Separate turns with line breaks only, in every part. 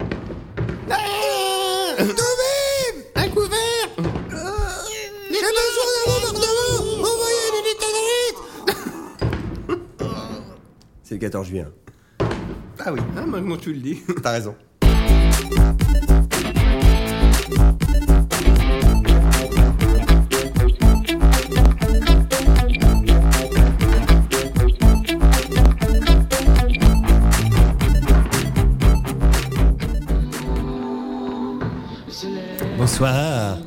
Euh,
Ah
Nous-mêmes
Un couvert
Euh, J'ai besoin d'un bombardement Envoyez une unité d'élite C'est le 14 juillet.
Ah oui, ah, maintenant tu le dis.
T'as raison. Bonsoir.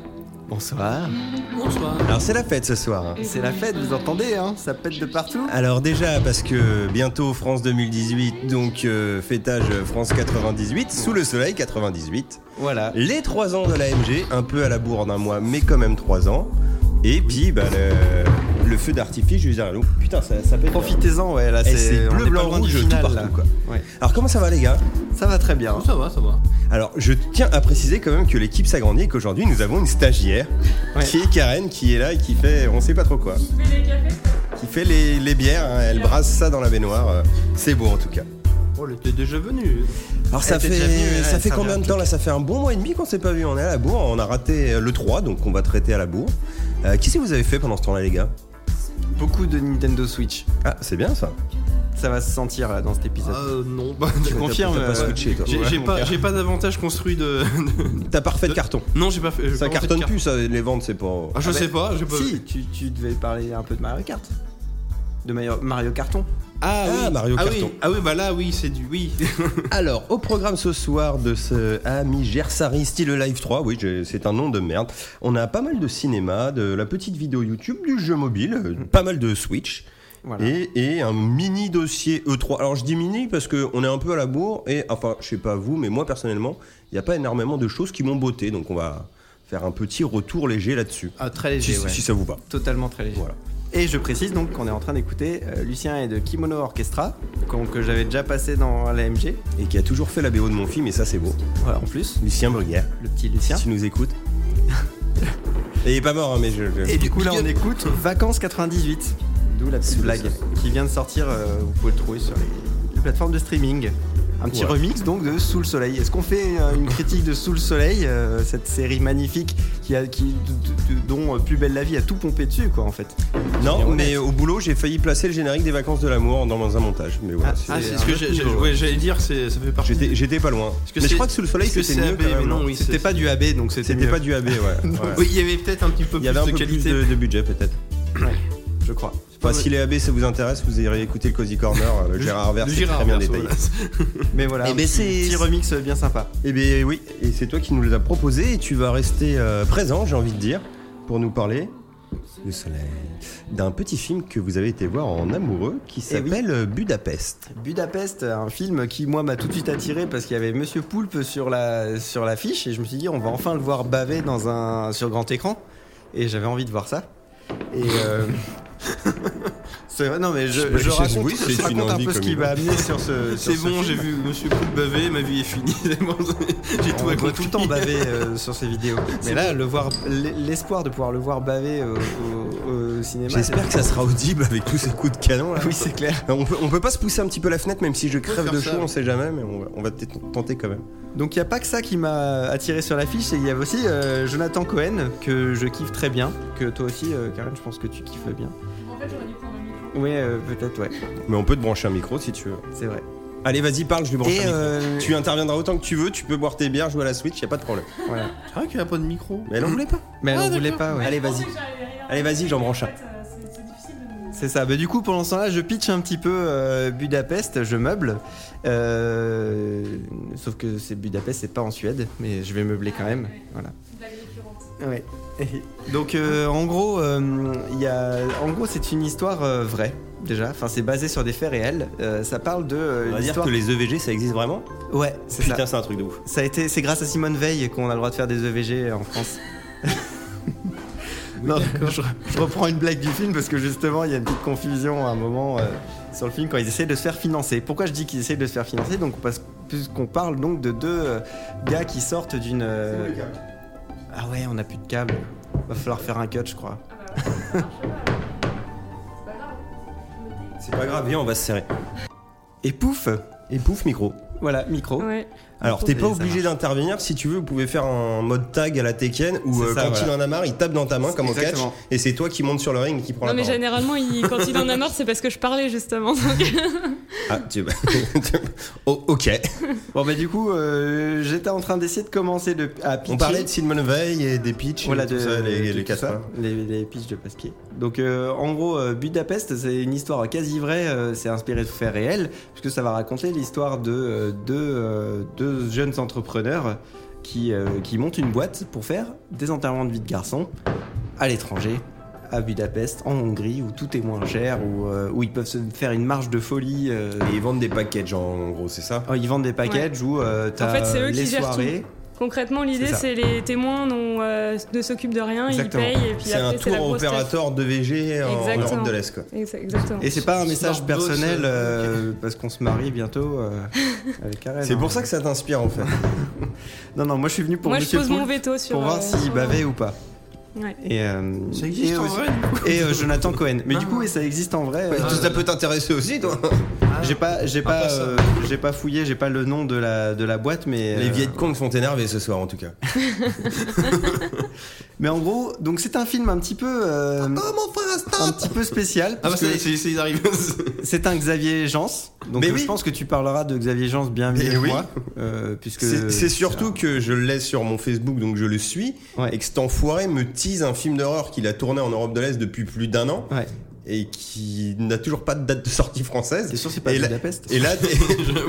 Bonsoir.
Bonsoir.
Alors c'est la fête ce soir. hein.
C'est la fête, vous entendez, hein Ça pète de partout.
Alors déjà parce que bientôt France 2018, donc euh, fêtage France 98, sous le soleil 98.
Voilà.
Les 3 ans de l'AMG, un peu à la bourre d'un mois, mais quand même 3 ans. Et puis bah, le, le feu d'artifice, je veux dire, putain ça, ça pète.
Profitez-en, ouais, là
Eh,
c'est.
c'est
on
bleu,
est pas
blanc,
loin du
rouge, tout
final,
partout,
là.
quoi.
Ouais.
Alors comment ça va les gars
Ça va très bien.
Oh, ça va, ça va.
Alors, je tiens à préciser quand même que l'équipe s'agrandit et qu'aujourd'hui nous avons une stagiaire
Ouais.
qui est Karen, qui est là et qui fait on sait pas trop quoi. Qui fait les, les bières, hein, elle brasse ça dans la baignoire. euh, C'est beau en tout cas.
Oh, elle était déjà venue.
Alors, ça
Elle était
fait,
Eh, déjà venue, ouais,
ça fait
ça
combien
vient
de temps là Ça fait un bon mois et demi qu'on s'est pas vu. On est à la bourre, on a raté euh, le 3, donc on va traiter à la bourre. Euh, Qu'est-ce que vous avez fait pendant ce temps-là, les gars
Beaucoup de Nintendo Switch.
Ah, c'est bien ça.
Ça va se sentir là dans cet épisode.
Euh, non.
tu confirmes
t'as pas
euh,
switché, toi.
j'ai-
J'ai j'ai
mon
pas,
père.
j'ai pas davantage construit de. de-
T'as parfait de carton.
Non, j'ai pas fait. j'ai
Ça
pas fait de
cartonne
carte.
plus, ça, les ventes, c'est pas.
Ah, je
Ah,
sais
bah,
pas, j'ai pas.
Si, tu, tu devais parler un peu de Mario Kart. De Mario, Mario Karton.
Ah,
Ah,
oui.
Mario
ah,
Carton.
oui. Ah oui, bah là, oui, c'est du. Oui.
Alors, au programme ce soir de ce Ami Gersari Style Live 3, oui, j'ai- c'est un nom de merde. On a pas mal de cinéma, de la petite vidéo YouTube, du jeu mobile, euh, pas mal de Switch.
Voilà.
Et, et un mini dossier E3. Alors je dis mini parce qu'on est un peu à la bourre et enfin je sais pas vous mais moi personnellement il n'y a pas énormément de choses qui m'ont botté donc on va faire un petit retour léger là-dessus.
Ah, très
Si,
léger, ouais.
si ça vous va.
Totalement très léger.
Voilà.
Et je précise donc qu'on est en train d'écouter euh, Lucien et de Kimono Orchestra, qu'on- que j'avais déjà passé dans l'AMG.
Et qui a toujours fait la BO de mon film et ça c'est beau.
Voilà, en plus,
Lucien Bruguière,
le petit Lucien.
si tu nous écoutes. et il est pas mort hein, mais je... je-
Et du coup, là, on écoute Vacances 98, d'où la petite
Sous le
blague qui vient de sortir. euh, vous pouvez le trouver sur les, les plateformes de streaming. Un petit
Ouais.
remix donc de Sous le Soleil. Est-ce qu'on fait euh, une critique de Sous le Soleil, euh, cette série magnifique qui a, qui, de- de- de- dont euh, Plus belle la vie a tout pompé dessus, quoi, en fait
Non,
Bien
mais au boulot, j'ai failli placer le générique des vacances de l'amour dans un montage. Mais voilà,
Ah,
c'est-
ah,
c'est
un
ce que
autre
j'ai- j'ai-
niveau, ouais.
ouais, j'allais dire, c'est- ça fait partie.
j'étais, j'étais pas loin.
Parce que
mais je
c'est-
crois que sous le soleil,
parce que
c'était
c'est
mieux.
AB,
quand même,
mais non,
hein.
oui,
C'était
c'est-
pas du AB, donc c'était
C'était
mieux.
pas du AB, ouais. ouais.
Oui, il y avait peut-être un petit peu
Il y avait un
plus
peu
de
plus
qualité.
de, de budget, peut-être.
Ouais, je crois.
Enfin, si les AB, ça vous intéresse, vous irez écouter le Cozy Corner. euh, Le Gérard Vert,
Du
c'est
Gérard
très bien
Verso,
détaillé.
voilà.
Mais voilà,
Eh
un
ben,
petit,
c'est-
petit remix bien sympa.
Eh bien, oui, et c'est toi qui nous les as proposés. Et tu vas rester euh, présent, j'ai envie de dire, pour nous parler. du soleil. D'un petit film que vous avez été voir en amoureux qui
Eh oui.
s'appelle euh, Budapest.
Budapest, un film qui moi m'a tout de suite attiré parce qu'il y avait Monsieur Poulpe sur la sur l'affiche et je me suis dit on va enfin le voir baver dans un sur grand écran et j'avais envie de voir ça. Et euh, c'est vrai, non mais je, je
Oui,
raconte,
c'est
je
une
raconte un
envie
peu ce qui
commune.
m'a amené sur ce. sur
C'est
ce
bon,
film.
j'ai vu Monsieur Poulpe baver, ma vie est finie. c'est bon, j'ai tout
On doit
raconté.
tout le temps baver euh, sur ces vidéos. Mais là, le voir, l'espoir de pouvoir le voir baver euh, au, au cinéma.
J'espère que ça sera audible avec tous ces coups de canon. Là.
ben, Oui, c'est clair.
On peut, on peut pas se pousser un petit peu la fenêtre, même si je crève
faire
de
ça,
chaud,
oui.
on sait jamais, mais on va, on va peut-être tenter quand même.
Donc il n'y a pas que ça qui m'a attiré sur l'affiche, et il y avait aussi euh, Jonathan Cohen, que je kiffe très bien, que toi aussi, euh, Karen, je pense que tu kiffes bien.
En fait, j'aurais dû prendre un micro.
Oui, peut-être, ouais,
Mais on peut te brancher un micro si tu veux.
c'est vrai.
Allez, vas-y, parle, je vais brancher un
Et
micro.
euh,
Tu interviendras autant que tu veux, tu peux boire tes bières, jouer à la Switch, y a pas de problème.
voilà.
C'est vrai qu'il n'y a pas de micro.
Mais elle en voulait pas.
Mais elle
Ah,
en voulait
d'accord.
pas, ouais. Euh,
Allez, vas-y. Allez, vas-y, j'en branche un.
euh, C'est difficile de nous.
C'est ça. Bah, du coup, pendant ce temps-là, je pitch un petit peu euh, Budapest, je meuble. Euh, sauf que c'est Budapest, c'est pas en Suède, mais je vais meubler quand même. Voilà.
Une blague récurrente.
Ouais. Donc euh, en gros, euh, il y a, en gros, c'est une histoire euh, vraie déjà. Enfin, c'est basé sur des faits réels. Euh, ça parle de. euh,
On va
une
dire
histoire-
que les EVG ça existe vraiment
Ouais, c'est ça.
Putain, c'est un truc de ouf.
Ça a été, c'est grâce à Simone Veil qu'on a le droit de faire des EVG en France. non, je, je reprends une blague du film parce que justement il y a une petite confusion à un moment euh, sur le film quand ils essaient de se faire financer. Pourquoi je dis qu'ils essaient de se faire financer Donc parce qu'on parle donc de deux euh, gars qui sortent d'une. euh, Ah ouais, on a plus de câble. Va falloir faire un cut, je crois.
Ah bah, ça marche pas. C'est pas grave.
C'est pas grave, viens, on va se serrer.
Et pouf,
Et pouf, micro.
voilà micro.
Ouais.
Alors, t'es
Et
pas
ça
obligé d'intervenir. Si tu veux, vous pouvez faire un mode tag à la Tekken où
C'est
euh,
ça,
quand il
voilà.
en a marre, il tape dans ta main comme au catch
Exactement.
et c'est toi qui monte sur le ring et qui prend
Non,
la
mais
parole.
généralement, il- quand il en a marre, c'est parce que je parlais justement. donc.
Ah, tu... Oh, ok.
Bon, bah, du coup, euh, j'étais en train d'essayer de commencer de, à pitcher.
On parlait de Simon Veil et des pitchs,
Voilà,
et tout
de-
ça, les,
de
les hein.
tout
casse
ça, les- les pitchs de passe-pied. Donc, euh, en gros, euh, Budapest, c'est une histoire quasi vraie, euh, c'est inspiré de faits réels, puisque ça va raconter l'histoire de euh, deux, euh, deux jeunes entrepreneurs qui, euh, qui montent une boîte pour faire des enterrements de vie de garçons à l'étranger, à Budapest, en Hongrie, où tout est moins cher, où, euh, où ils peuvent se faire une marge de folie. euh,
Et ils vendent des packages en gros, c'est ça
Oh, ils vendent des packages où euh, t'as
En fait, c'est eux
les
qui gèrent
soirées.
Concrètement, l'idée,
C'est ça.
c'est les témoins dont, euh, ne s'occupent de rien,
Exactement.
ils payent et puis
C'est un
après, c'est la
tour
grosse taf.
opérateur de VG en
Exactement.
Europe de l'Est. quoi.
Exa- Exactement.
Et c'est pas un message
Smart boss,
personnel
euh,
euh, parce qu'on se marie bientôt euh, avec Karen.
C'est
hein.
pour ça que ça t'inspire en fait.
Non, non, moi je suis venu pour
Moi, je
Monsieur
pose
Poulpe
mon veto sur.
pour voir
euh,
s'il
sur-
bavait ou pas.
Ouais.
Et, euh,
Ça existe
et,
en
aussi-
vrai
et, euh, Jonathan Cohen. Mais du
Ah.
coup, oui, ça existe en vrai. euh,
ça peut t'intéresser aussi, toi.
j'ai pas, j'ai
pas
pas,
ça.
euh, j'ai pas fouillé, j'ai pas le nom de la de la boîte, mais
Les
euh,
vieilles cons sont énervés ce soir en tout cas.
Mais en gros, donc c'est un film un petit peu, euh,
mon frère,
un petit peu spécial.
Ah bah
parce
ça y
que
est, c'est c'est- ils arrivent.
C'est un Xavier Jans. Donc
Mais
euh,
oui.
je pense que tu parleras de Xavier Jans bien mieux
Mais
que
oui.
moi. euh, puisque
C'est c'est surtout que je l'ai sur mon Facebook, donc je le suis,
Ouais.
et que cet enfoiré me tease un film d'horreur qu'il a tourné en Europe de l'Est depuis plus d'un an
Ouais.
et qui n'a toujours pas de date de sortie française.
T'es sûr que c'est pas
Et là-
Budapest
Et là, t'es-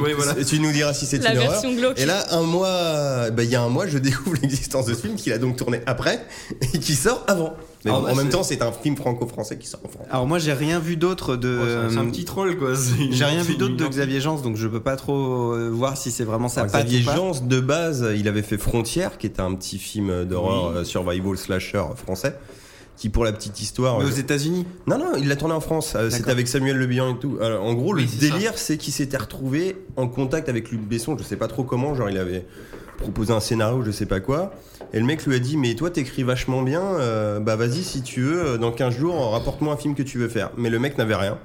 oui, voilà.
tu nous diras si c'est une
La
horreur.
version glauque.
Et là, un mois, bah, il y a un mois, je découvre l'existence de ce film qu'il a donc tourné après et qui sort avant. Mais
Ah
en,
bah,
en même
c'est-
temps, c'est un film franco-français qui sort en France.
Alors moi j'ai rien vu d'autre de.
Oh, C'est c'est un petit troll quoi. c'est-
J'ai rien vu
c'est
d'autre de
une-
Xavier Jans, donc je peux pas trop euh, voir si c'est vraiment ça.
Alors, Xavier Jans, de base, il avait fait Frontière, qui était un petit film d'horreur euh, survival slasher français, qui, pour la petite histoire,
Mais aux
euh,
États-Unis.
Non, non, il l'a tourné en France. Euh, C'était
D'accord.
avec Samuel Le Bihan et tout. Alors, en gros,
Oui,
le
c'est
délire, c'est qu'il s'était retrouvé en contact avec Luc Besson. Je sais pas trop comment. Genre, il avait proposé un scénario, je sais pas quoi. Et le mec lui a dit Mais toi, t'écris vachement bien. euh, bah, vas-y, si tu veux, euh, dans 15 jours, rapporte-moi un film que tu veux faire. Mais le mec n'avait rien.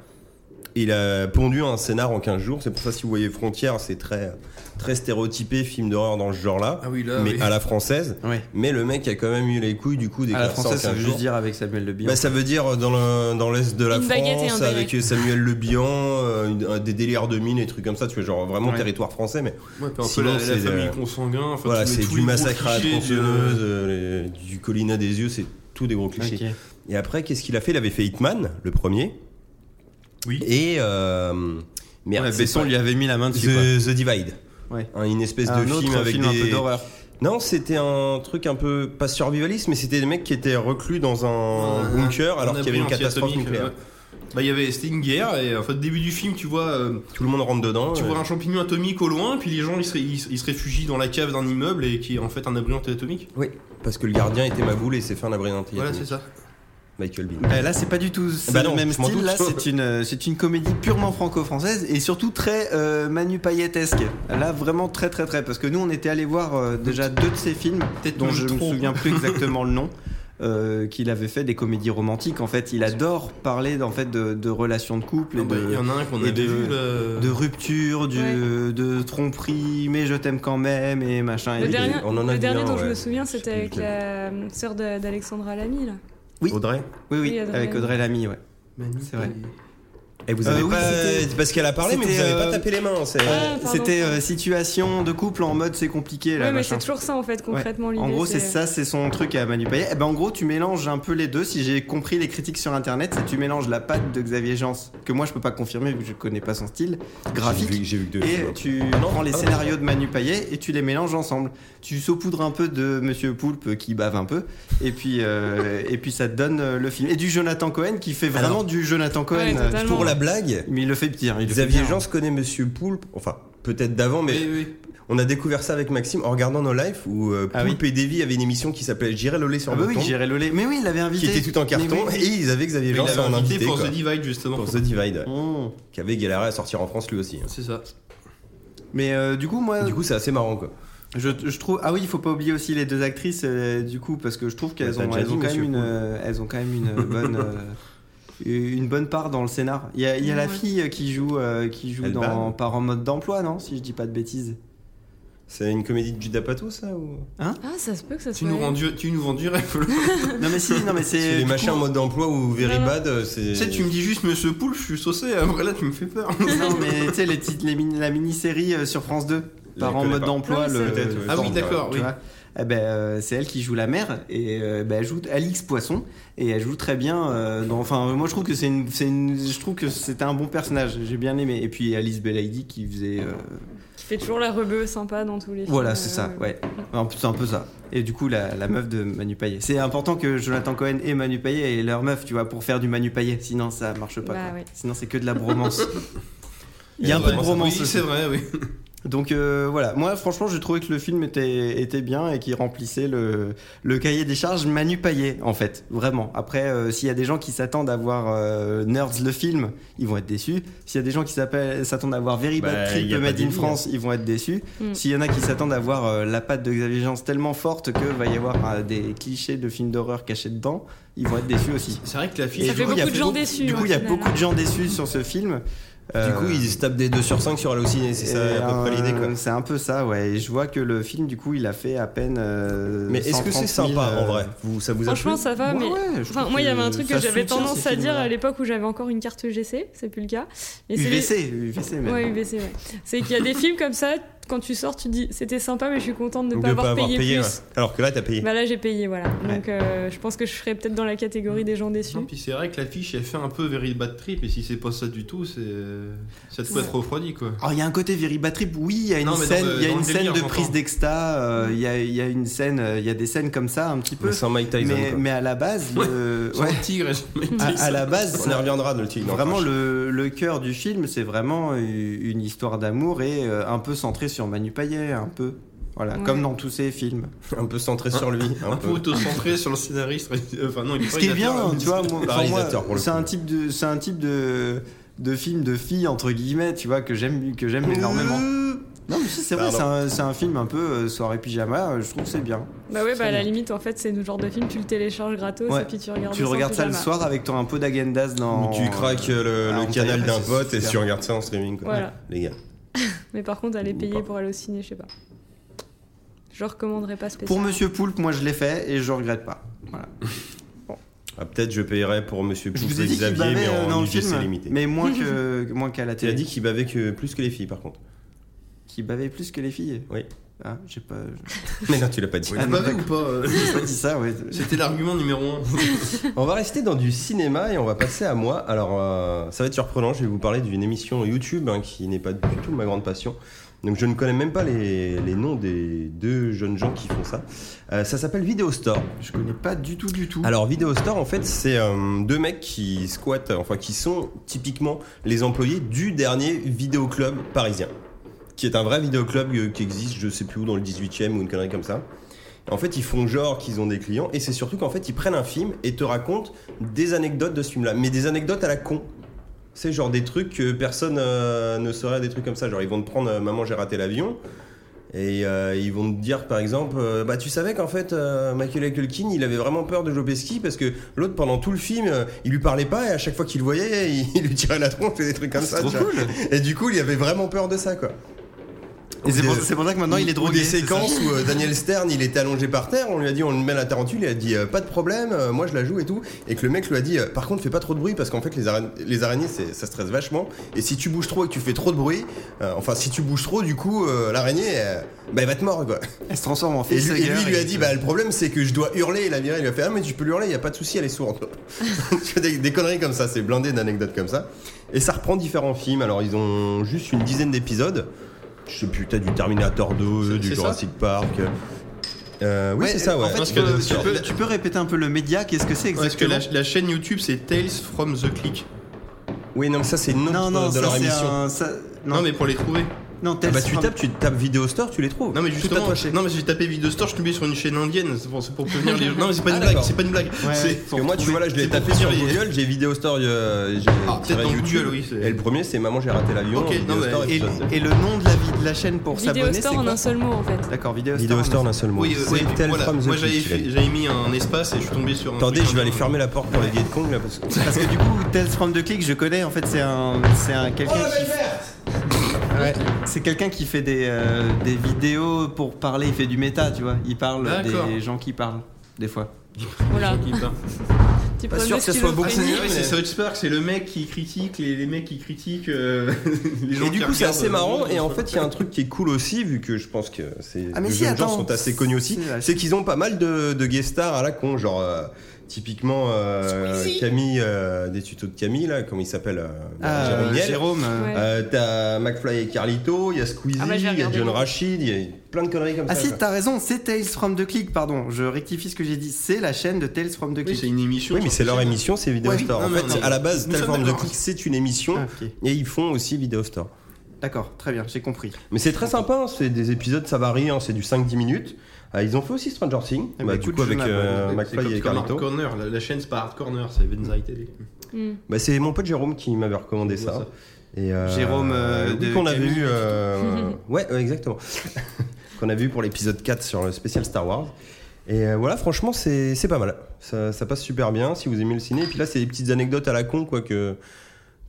Il a pondu un scénar en 15 jours. C'est pour ça, si vous voyez Frontières, c'est très, très stéréotypé, film d'horreur dans ce genre-là.
Ah oui, là.
mais
oui.
à la française.
Oui.
Mais le mec a quand même eu les couilles du coup des
À la française, ça veut juste
jours.
dire avec Samuel Le Bihan.
Bah, ça veut dire dans le- dans l'est de la
Une baguette et un
France
béret.
avec Samuel Le Bihan, euh, une- un- des délires de mine et trucs comme ça, tu vois genre vraiment
Ouais.
territoire français mais
Ouais, puis un peu
sinon,
la, la
c'est de-
famille consanguin. Enfin,
voilà,
tu mets
c'est
tous
du
les gros
massacre à la
clichés de-
tronçonneuse, euh, les- du Colina des yeux, c'est tout des gros clichés.
Ok.
Et après qu'est-ce qu'il a fait Il avait fait Hitman, le premier.
Oui.
Et euh, merde,
Ouais,
c'est
Besson
pas-
lui avait mis la main dessus.
The, The Divide.
Ouais.
Hein, une espèce
quoi. Un
de
autre
film avec
film
des
un peu d'horreur.
non, c'était un truc un peu pas survivaliste, mais c'était des mecs qui étaient reclus dans un
Un-
bunker
un
alors qu'il y avait une
abri
catastrophe
anti-atomique,
euh,
nucléaire.
euh, ouais. Bah, il y avait, c'était une guerre, et en fait, début du film, tu vois, euh,
Tout le monde rentre dedans. euh,
tu
et-
vois un champignon atomique au loin, puis les gens ils se, ré- ils se- ils se réfugient dans la cave d'un immeuble et qui est en fait un abri anti-atomique.
Oui, parce que le gardien était maboule et s'est fait un abri
Voilà, c'est ça.
Michael Bean.
Euh, là, c'est pas du tout c'est
Bah
le
non,
même
je m'en
style.
doute.
Là, c'est une, euh, c'est une comédie purement franco-française et surtout très euh, Manu Payetesque. Là, vraiment très très très. Parce que nous, on était allé voir euh, déjà deux de ses films,
Peut-être
dont
même
je ne me
trop.
souviens plus exactement le nom. euh, qu'il avait fait des comédies romantiques en fait il adore parler en fait de, de relations de couple et
Ah bah, Il
de,
y en a un qu'on
et
avait
de-
vu là.
de rupture du,
Ouais.
de tromperie mais je t'aime quand même et machin
Le
et
dernier,
on en a
le
vu
dernier
un,
dont je
ouais.
me souviens, c'était
Je sais
avec
plus
la euh, sœur de- d'Alexandra Lamy. Là.
Oui.
Audrey
oui oui
Oui, Audrey
avec
Lamy.
Audrey Lamy ouais
Manu,
c'est vrai.
Et Eh, vous
Euh,
avez
oui,
pas.
c'était-
Parce qu'elle a parlé, mais vous
c'était,
avez pas
euh,
tapé les mains. c'est-
Ah, pardon.
c'était euh, situation de couple en mode c'est compliqué là
ouais, mais
machin.
c'est toujours ça en fait, concrètement. l'idée
En gros, c'est ça, c'est son truc à Manu Payet. Eh ben, en gros, tu mélanges un peu les deux. Si j'ai compris les critiques sur internet, c'est tu mélanges la patte de Xavier Jans, que moi je peux pas confirmer vu que je connais pas son style graphique,
J'ai vu- J'ai vu que deux.
et tu prends les
Ah.
scénarios de Manu Payet et tu les mélanges ensemble. Tu saupoudres un peu de Monsieur Poulpe qui bave un peu, et puis, euh, et puis ça te donne euh, le film. Et du Jonathan Cohen qui fait vraiment
Alors-
du Jonathan Cohen. euh,
Ouais, totalement.
Pour la blague,
mais il le fait pire. il le fait
Xavier
bien. hein.
Jean se connaît Monsieur Poulpe. Enfin, peut-être d'avant, mais
Oui, oui.
on a découvert ça avec Maxime en regardant nos lives où euh,
Ah oui.
Poulpe et Davy avaient une émission qui s'appelait J'irai le lait sur
Ah bah
le
oui,
ton,
j'irai le lait. Mais oui, il l'avait
qui
invité.
était tout en carton,
Mais oui.
et ils avaient Xavier
Il
Jean
avait
en
invité
invité
pour
quoi.
The Divide justement.
pour The Divide,
Mmh.
qui avait galéré à sortir en France lui aussi. hein.
C'est ça.
Mais euh, du coup, moi,
Du coup, c'est assez marrant quoi.
Je, je trouve ah oui il faut pas oublier aussi les deux actrices euh, du coup parce que je trouve
Bah,
qu'elles
t'as
ont,
déjà
elles
dit,
ont quand même
monsieur
une
Poulpe.
euh, elles ont quand même une bonne euh, une bonne part dans le scénar il y a, il y a la
Ouais.
fille qui joue euh, qui joue
Elle
dans
bat.
par en mode d'emploi non si je dis pas de bêtises
C'est une comédie de Judas Pato, ça ou...
Ah, ça se peut que ça soit.
Tu nous,
elle.
rends du- tu nous vends du rêve. Flo.
Non, mais si, non, mais
C'est
c'est.
les
du
machins
coup-
en mode d'emploi ou Very
Non, non.
Bad, euh, c'est.
tu sais, tu me dis juste Monsieur Poule, je suis saucé. Après là, tu me fais peur.
Non, mais tu sais, les titres, les mini- la mini-série euh, sur France 2,
Je
par
les
en
connais
mode
pas.
d'emploi. euh,
Ah oui,
le-
c'est vrai.
le
Ah oui,
forme,
d'accord,
tu
oui.
vois. Eh ben, euh, c'est elle qui joue la mère et euh, ben, elle joue Alix Poisson et elle joue très bien. euh, dans- enfin, moi je trouve que c'est une, c'est une- je trouve que c'était un bon personnage. J'ai bien aimé. Et puis Alice Belaïdi qui faisait, euh,
Qui fait toujours la rebeu sympa dans tous les films.
voilà, c'est ça.
euh,
Ouais, Enfin, c'est un peu ça. Et du coup, la, la meuf de Manu Payet. C'est important que Jonathan Cohen et Manu Payet et leur meuf, tu vois, pour faire du Manu Payet. Sinon, ça marche pas.
Bah
quoi.
oui.
Sinon, c'est que de la bromance. Il y a un
Ouais,
peu de
ça-
bromance.
Oui,
aussi.
c'est vrai, oui.
Donc euh, voilà, moi franchement j'ai trouvé que le film était, était bien et qu'il remplissait le, le cahier des charges Manu Payet en fait, vraiment. Après euh, s'il y a des gens qui s'attendent à voir euh, Nerds le film, ils vont être déçus. S'il y a des gens qui s'appellent- s'attendent à voir Very Bad
Bah,
Trip
y a pas
Made in
d'ennemi,
France, ils vont être déçus.
Mm.
S'il y en a qui s'attendent à voir euh, la patte de Xavier Jean tellement forte que va y avoir euh, des clichés de films d'horreur cachés dedans, ils vont être déçus aussi.
C'est vrai que la
Et
fille.
Ça
du
fait
coup, il y a
beaucoup de gens déçus,
Du
hein,
coup il y a
finalement.
beaucoup de gens déçus sur ce film.
Euh, Du coup, ils se tapent des 2 sur 5 sur Allociné, c'est ça à peu près
Euh,
l'idée quoi.
C'est un peu ça, ouais. Et je vois que le film, du coup, il a fait à peine. euh,
Mais est-ce que c'est
130
sympa
000, euh,
en vrai Vous- Ça vous a plu
Franchement, ça va,
Ouais,
mais.
ouais, je
Enfin,
trouve
moi, il y
que
avait un truc que
ça
j'avais
soutient
tendance
ces
à dire
films-là.
à l'époque où j'avais encore une carte GC, c'est plus le cas. Mais c'est les-
UVC, UVC même.
Ouais, UVC, ouais. C'est qu'il y a des films comme ça, quand tu sors, tu dis c'était sympa, mais je suis contente de ne pas, avoir, payé, plus.
ouais. Alors que là, t'as payé.
Bah là, j'ai payé, voilà.
Ouais.
Donc euh, je pense que je serais peut-être dans la catégorie des gens déçus.
Non, puis c'est vrai que l'affiche elle fait un peu very bad trip et si c'est pas ça du tout, c'est ça te peut être refroidi quoi.
Alors, Oh, il y a un côté Very Bad Trip, oui, il y a une
Non, mais dans
scène,
le-
il y a
dans
une
le
scène
délire,
de
j'entends.
prise d'exta, euh, il y, a, il y a une scène, euh, il y a des scènes comme ça, un petit peu.
Mais sans Mike Tyson.
Mais,
quoi.
mais à la base, le-
Sans
ouais,
le tigre et sans le
à,
tigre.
à la base,
On y reviendra de le tigre. dans le
Vraiment,
crash.
le, le cœur du film, c'est vraiment u- une histoire d'amour et euh, un peu centré sur Manu Payet, un peu. Voilà,
Ouais.
comme dans tous ces films.
un peu centré sur lui. un
Un
Hein
peu
peu.
auto-centré sur le scénariste. Enfin, non, il est
Ce qui est bien,
réalisateur,
tu vois, moi,
Pas
enfin, moi,
réalisateur, pour le
c'est
coup.
un type de, c'est un type de, de film de fille entre guillemets, tu vois, que j'aime, que j'aime énormément. Non, mais si, c'est vrai,
Mmh. Pardon.
c'est un, c'est un film un peu euh, soirée pyjama. euh, je trouve que c'est bien.
Bah ouais,
Très
bah à la
bien.
limite, en fait, c'est le genre de film, tu le télécharges gratos
Ouais.
et puis tu regardes
tu
sans
regardes ça le
pyjama.
soir avec ton un peu d'agendas dans.
Ou tu craques euh,
Ah,
le, le
on t'a
canal
dit, ouais,
d'un
c'est
pote et
super.
tu regardes ça en streaming. Quoi.
Voilà.
Les gars.
Mais par contre, aller
Ou
payer
pas.
pour aller au ciné, je sais pas. Je recommanderais pas
Pour
spécialement.
Monsieur Poulpe, moi je l'ai fait et je regrette pas. Voilà.
Ah, peut-être je paierai pour Monsieur
Je
Pouf
vous ai
et
dit qu'il
Xavier, mais
bavait euh, dans
en
le
UGC, c'est
film,
limité.
mais moins que moins qu'à la
Tu as
télé.
dit qu'il bavait que plus que les filles, par contre.
Qui bavait plus que les filles
Oui.
Ah, j'ai pas,
Mais non, tu l'as pas dit.
Il
Ah,
l'a
non,
pas vu ou
d'accord.
pas euh,
j'ai pas dit ça, ouais.
C'était l'argument numéro un.
On va rester dans du cinéma et on va passer à moi. Alors, euh, ça va être surprenant, je vais vous parler d'une émission YouTube hein, qui n'est pas du tout ma grande passion. Donc, je ne connais même pas les, les noms des deux jeunes gens qui font ça. Euh, ça s'appelle Video Store.
Je connais pas du tout, du tout.
Alors, Video Store, en fait, c'est euh, deux mecs qui squattent, enfin, qui sont typiquement les employés du dernier vidéoclub parisien, qui est un vrai vidéoclub euh, qui existe, je sais plus où, dans le 18e ou une connerie comme ça. En fait, ils font genre qu'ils ont des clients, et c'est surtout qu'en fait, ils prennent un film et te racontent des anecdotes de ce film-là, mais des anecdotes à la con. C'est genre des trucs que personne euh, ne saurait, des trucs comme ça. Genre, ils vont te prendre euh, Maman, j'ai raté l'avion. Et euh, ils vont te dire, par exemple, euh, bah, tu savais qu'en fait, euh, Michael Culkin, il avait vraiment peur de Jobeski parce que l'autre, pendant tout le film, euh, il lui parlait pas et à chaque fois qu'il le voyait, il, il lui tirait la tronche et des trucs comme ça. tu vois. Et du coup, il avait vraiment peur de ça, quoi.
Et c'est
Ou
pour,
des-
c'est pour ça que maintenant Ah il est
ou
drogué.
Des
c'est ça
séquences où euh, Daniel Stern, il était allongé par terre, on lui a dit on le met à la tarentule, il a dit euh, pas de problème, euh, moi je la joue et tout. Et que le mec lui a dit euh, par contre fais pas trop de bruit parce qu'en fait les, ara- les araignées c'est- ça stresse vachement. Et si tu bouges trop et que tu fais trop de bruit, euh, enfin si tu bouges trop, du coup euh, l'araignée euh, bah, elle va te mordre quoi.
Elle se transforme en
Et,
fils
lui, et lui, il lui a dit bah le problème c'est que je dois hurler. Et la virée lui a fait ah mais tu peux lui hurler, y a pas de souci, elle est sourde. Tu vois, des, des conneries comme ça, c'est blindé d'anecdotes comme ça. Et ça reprend différents films. Alors ils ont juste une dizaine d'épisodes. Je sais plus, t'as du Terminator 2,
C'est-
du
c'est ça
Jurassic Park. Euh, oui, c'est ça, ouais.
En fait,
Parce
tu
que
peux-
tu
tu,
peux-
peux, tu peux répéter un peu le média, qu'est-ce que c'est
Parce que
exactement
la, la chaîne YouTube, c'est Tales from the Click.
Oui, non, mais ça c'est une autre
Non, non,
de
ça,
leur
c'est
émission.
un. ça-
Non.
Non,
mais pour les trouver.
non,
Ah
tel
bah tu
sera-
tapes, tu tapes Vidéo Store, tu les trouves.
Non mais justement,
attaché.
non mais j'ai tapé Video Store, je suis tombé sur une chaîne indienne, c'est pour, c'est pour prévenir les gens. Non mais c'est pas une
Ah,
blague,
d'accord.
c'est pas une blague.
Ouais,
c'est
Parce que moi, tu vois, là, je l'ai
C'est pour
tapé sur
dire les-
Google, j'ai Vidéo Store, euh, j'ai
Ah,
tiré
peut-être dans
YouTube.
Google, oui, c'est-
Et le premier, c'est Maman, j'ai raté l'avion.
Ok,
Vidéo
non, mais-
Store,
Et,
épisode
et le nom de la, vi- de la chaîne pour
Vidéo
s'abonner, c'est
Store en
quoi
un seul mot, en fait.
D'accord, Vidéo
Vidéo Store d'un seul mot.
Oui, euh,
C'est
oui,
tel
voilà.
from the
Moi j'avais,
click, il a
fait-
dit.
j'avais mis un espace et je suis tombé sur. un
Attendez,
truc
je vais aller
indien.
fermer la porte pour les Viet Cong là parce que. Oh,
Parce que du coup, Tales from the Click, je connais, en fait, c'est un. C'est un quelqu'un qui. Ouais. C'est quelqu'un qui fait des, euh, des vidéos pour parler, il fait du méta, tu vois. Il parle
D'accord.
des gens qui parlent, des fois.
Voilà.
Qui parle.
Petit
Pas
problème
sûr que ça soit beaucoup.
Ah, c'est
schizophrénie.
ouais, c'est South Park, c'est le mec qui critique les, les mecs qui critiquent euh, les gens
Et du
qui
coup, c'est
regardent euh,
assez
le
marrant.
monde.
Et en fait, il y a un truc qui est cool aussi, vu que je pense que ces
Ah, mais
les
si,
jeunes
attends.
gens sont assez connus aussi,
C'est vrai.
c'est qu'ils ont pas mal de, de guest stars à la con, genre. euh, Typiquement euh,
Squeezie.
Camille, euh, des tutos de Camille, là, comment il s'appelle euh,
Ah,
Jérôme Niel.
Jérôme. euh,
Ouais.
Euh, t'as McFly et Carlito, il y a Squeezie,
Ah
il
bah, je vais
y a
regarder.
John Rachid, il y a plein de conneries comme
Ah
ça.
si,
quoi.
t'as raison, c'est Tales from the Click, pardon. Je rectifie ce que j'ai dit. C'est la chaîne de Tales from the
Oui,
Click.
c'est une émission.
Oui, mais c'est leur émission, c'est Video
Ouais,
Store.
non,
En
mais
fait,
non,
à la base,
nous
Tell
sommes
Form the
d'accord.
Click, c'est une émission
Ah, ok.
et ils font aussi Video Store.
D'accord, très bien, j'ai compris.
Mais c'est très sympa, hein, c'est des épisodes, ça varie, hein, c'est du 5-10 minutes. Ah, ils ont fait aussi Stranger Things,
Eh
bah,
ben,
du
écoute,
coup, avec
je m'abonne.
euh,
C'est comme-
McFly et
c'est comme Hard
Carlito.
Corner, la, la chaîne c'est pas Hard Corner, c'est Benzaï Télé.
Hmm.
Bah, c'est mon pote Jérôme qui m'avait recommandé
Ouais, ça.
ça. Et, euh,
Jérôme, euh,
oui,
de
qu'on avait
Camille.
eu. euh, ouais, ouais, exactement. qu'on avait eu pour l'épisode 4 sur le spécial Star Wars. Et euh, voilà, franchement, c'est c'est pas mal. Ça, ça passe super bien si vous aimez le ciné. Et puis là, c'est des petites anecdotes à la con, quoi, que,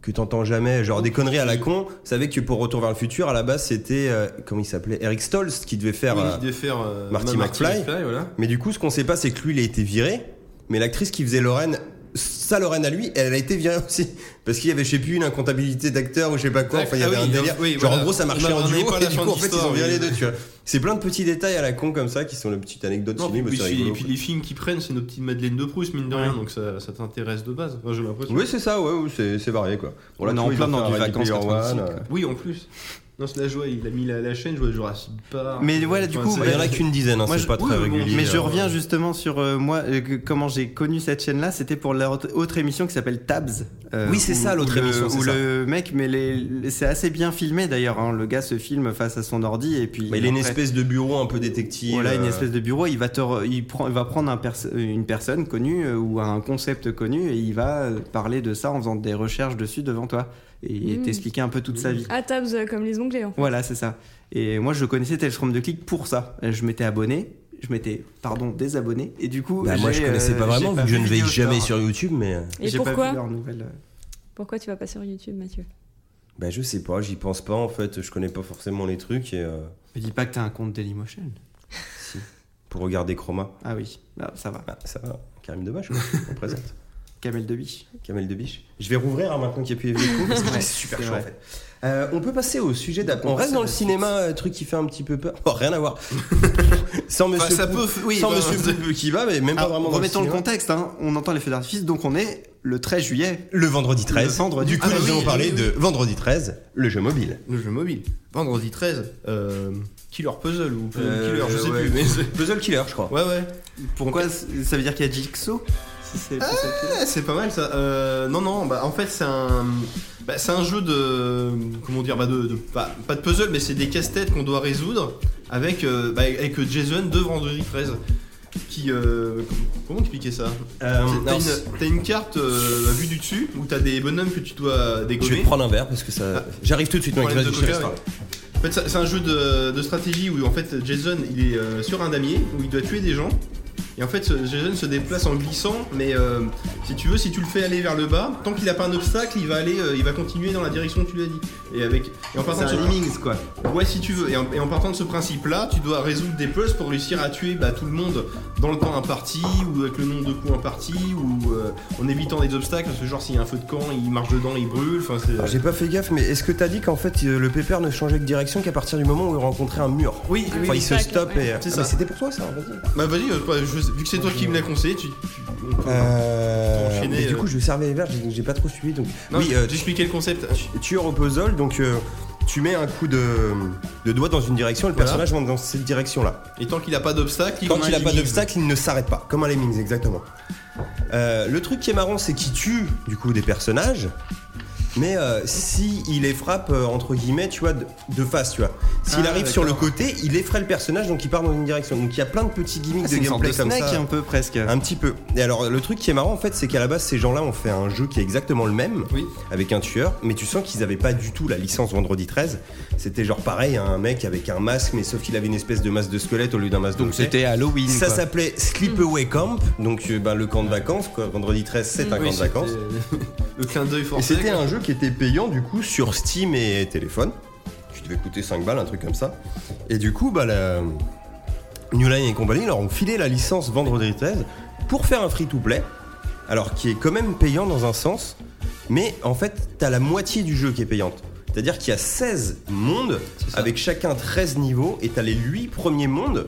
que t'entends jamais. Genre des conneries à la con. Vous savez que pour Retour vers le futur, à la base, c'était. euh, comment il s'appelait Eric Stolz qui devait faire.
Oui,
euh,
de faire euh,
Marty McFly.
voilà.
mais du coup, ce qu'on sait pas, c'est que lui, il a été viré, mais l'actrice qui faisait Lorraine, sa Lorraine à lui, elle a été virée aussi. Parce qu'il y avait, je sais plus, une incomptabilité d'acteur ou je sais pas quoi. Enfin, il y
Ah
avait
oui,
un délire.
oui,
Genre,
voilà.
en gros, ça
On
marchait en
n'avait
duo,
pas
et
la
du
fin
coup, en
de
fait, ils
l'histoire,
ont viré
oui.
les deux, tu vois. C'est plein de petits détails à la con comme ça qui sont les petites anecdotes
Non,
ciné, mais
puis, puis-
c'est
et
rigolo.
puis les films qui prennent, c'est nos petites Madeleines de Proust, mine de rien, donc ça, ça t'intéresse de base. Enfin, j'ai l'impression.
Oui, c'est ça, ouais, ouais, c'est c'est varié quoi. Bon, là,
On est
tu vois, ils
en plein
ont
dans
fait
du
un Ready
vacances
Player
86,
One,
quoi.
euh,
Oui, en plus. Non, c'est la joie, il a mis la, la chaîne, je vois Jurassic Park.
Mais voilà, du coup,
c'est-
bah, Il y en a qu'une dizaine, hein,
Moi,
c'est
je-
pas très
oui, mais bon,
régulier.
Mais je
euh,
reviens justement sur euh, moi, euh, que- comment j'ai connu cette chaîne-là, c'était pour l'autre autre émission qui s'appelle Tabs. euh,
Oui, c'est
où-
ça, l'autre
où le-
émission, c'est
Où
ça.
le mec, mais les- les- c'est assez bien filmé d'ailleurs. hein, le gars se filme face à son ordi et puis.
bah, Il a une
après-
espèce de bureau un peu détective.
Voilà, une
euh,
espèce de bureau, il va, te re- il prend- il va prendre un perso- une personne connue euh, ou un concept connu et il va euh, parler de ça en faisant des recherches dessus devant toi et
Mm.
t'expliquer un peu toute sa vie.
Ah, Tabs euh, comme les onglets. hein.
Voilà, c'est ça. Et moi, je connaissais Tales from the Click pour ça. Euh, Je m'étais abonné, je m'étais, pardon, désabonné. Et du coup,
Bah, moi,
j'ai,
je connaissais
euh,
pas vraiment, vu
j'ai
que je
vu
ne veille
Video
jamais
Store.
sur YouTube, mais. euh,
Et
J'ai pas vu
pourquoi
leur nouvelle, euh,
Pourquoi tu vas pas sur YouTube, Mathieu
Bah je sais pas, j'y pense pas en fait, je connais pas forcément les trucs et euh,
Me dis pas que t'as un compte Dailymotion.
pour regarder Chroma,
Ah oui, Ah, ça va.
ah, ça va, Karim Debache, on présente,
Camel de biche.
Kamel Debiche. Je vais rouvrir hein, maintenant qu'il y a plus les vieux coups, parce que c'est super
c'est
chaud
vrai.
en fait. Euh, on peut passer au sujet d'après. On reste dans le cinéma, un truc qui fait un petit peu peur. Oh, rien à voir. sans Monsieur
Enfin, ça
Pou-
peut. Oui,
sans
bah,
Monsieur Pou qui va, mais même pas
Ah,
vraiment. dans
remettons le
cinéma.
contexte, hein. on entend les feux d'artifice, donc on est le 13 juillet.
Le vendredi 13.
Le vendredi
du coup,
13.
nous
Ah,
allons
oui,
parler
oui,
de vendredi 13, le jeu mobile.
Le jeu mobile. Vendredi 13, euh, Killer Puzzle ou Puzzle
Euh,
Killer, je sais
ouais.
plus. Mais c'est-
Puzzle Killer, je crois.
ouais, ouais.
Pourquoi c- Ça veut dire qu'il y a Jigsaw Si c'est- si c'est le cas.
Ouais, Eh, c'est pas mal ça. Euh, non, non, bah en fait c'est un, bah, c'est un jeu de, comment dire, bah de, de- pas, pas de puzzle, mais c'est des casse-têtes qu'on doit résoudre avec, euh, bah, avec Jason de Vendredi 13. Qui, euh, comment expliquer ça
Euh,
T'as
alors,
une, t'as une carte euh, à vue du dessus où t'as des bonhommes que tu dois
je vais
dégommer.
te prendre un verre parce que ça.
Ah.
J'arrive tout de suite, mec.
Problème
Vas-y, je
de
te laisse
coca,
parler.
En fait, c'est c'est un jeu de, de stratégie où en fait Jason il est euh, sur un damier où il doit tuer des gens. Et en fait, ce- Jason se déplace en glissant, mais euh, si tu veux, si tu le fais aller vers le bas, tant qu'il n'a pas un obstacle, il va aller, euh, il va continuer dans la direction que tu lui as dit. Et avec, et en
C'est
partant de
un
ce
Lemmings quoi.
ouais, si tu veux, et en, et en partant de ce principe-là, tu dois résoudre des puzzles pour réussir à tuer bah, tout le monde dans le temps imparti ou avec le nombre de coups imparti ou euh, en évitant des obstacles. Parce que genre, s'il y a un feu de camp, il marche dedans, il brûle. Enfin, c'est.
Alors, J'ai pas fait gaffe, mais est-ce que t'as dit qu'en fait euh, le pépère ne changeait de direction qu'à partir du moment où il rencontrait un mur
Oui,
Ah
Enfin, il se
Obstacle,
stoppe
ouais.
et.
C'est
Ah,
ça.
mais C'était pour toi ça, vas-y.
Bah vas-y, euh, bah, je sais- vu que c'est toi qui me l'as conseillé, tu. tu- on peut-
Euh,
Pour enchaîner,
mais du
euh.
coup, je servais les verres, j'ai- j'ai pas trop suivi donc.
Non,
oui, euh,
j'expliquais le concept.
tu- tueur au puzzle, donc euh, tu mets un coup de, de doigt dans une direction et le
Voilà.
personnage va dans cette direction-là.
Et tant qu'il a pas d'obstacle,
Quand
en
il a pas
élimine.
d'obstacle, il ne s'arrête pas, comme un Lemmings, exactement. Euh, le truc qui est marrant, c'est qu'il tue du coup des personnages, mais euh, si il les frappe euh, entre guillemets, tu vois, de, de face, tu vois. S'il
Ah,
arrive sur le
d'accord.
côté, il effraie le personnage, donc il part dans une direction. Donc il y a plein de petits gimmicks
Ah, C'est
de
une sorte
gameplay
de
comme
hein. snack
ça.
un peu presque.
Un petit peu. Et alors, le truc qui est marrant en fait, c'est qu'à la base, ces gens-là ont fait un jeu qui est exactement le même,
Oui.
avec un tueur, mais tu sens qu'ils avaient pas du tout la licence Vendredi 13. C'était genre pareil, hein, un mec avec un masque, mais sauf qu'il avait une espèce de masque de squelette au lieu d'un masque de
Donc
hockey.
c'était Halloween.
Ça
quoi.
s'appelait Sleepaway Camp, donc euh, ben, le camp de vacances, quoi. Vendredi 13, c'est un camp de
Oui, c'était- euh,
vacances.
le clin d'œil
Et
forcé.
c'était
quoi.
un jeu qui était payant, du coup, sur Steam et téléphone. Tu devait coûter 5 balles, un truc comme ça. Et du coup, bah, la New Line et compagnie leur ont filé la licence Vendredi 13 pour faire un free-to-play, alors qui est quand même payant dans un sens, mais en fait, t'as la moitié du jeu qui est payante. C'est-à-dire qu'il y a 16 mondes,
C'est ça.
avec chacun 13 niveaux, et t'as les 8 premiers mondes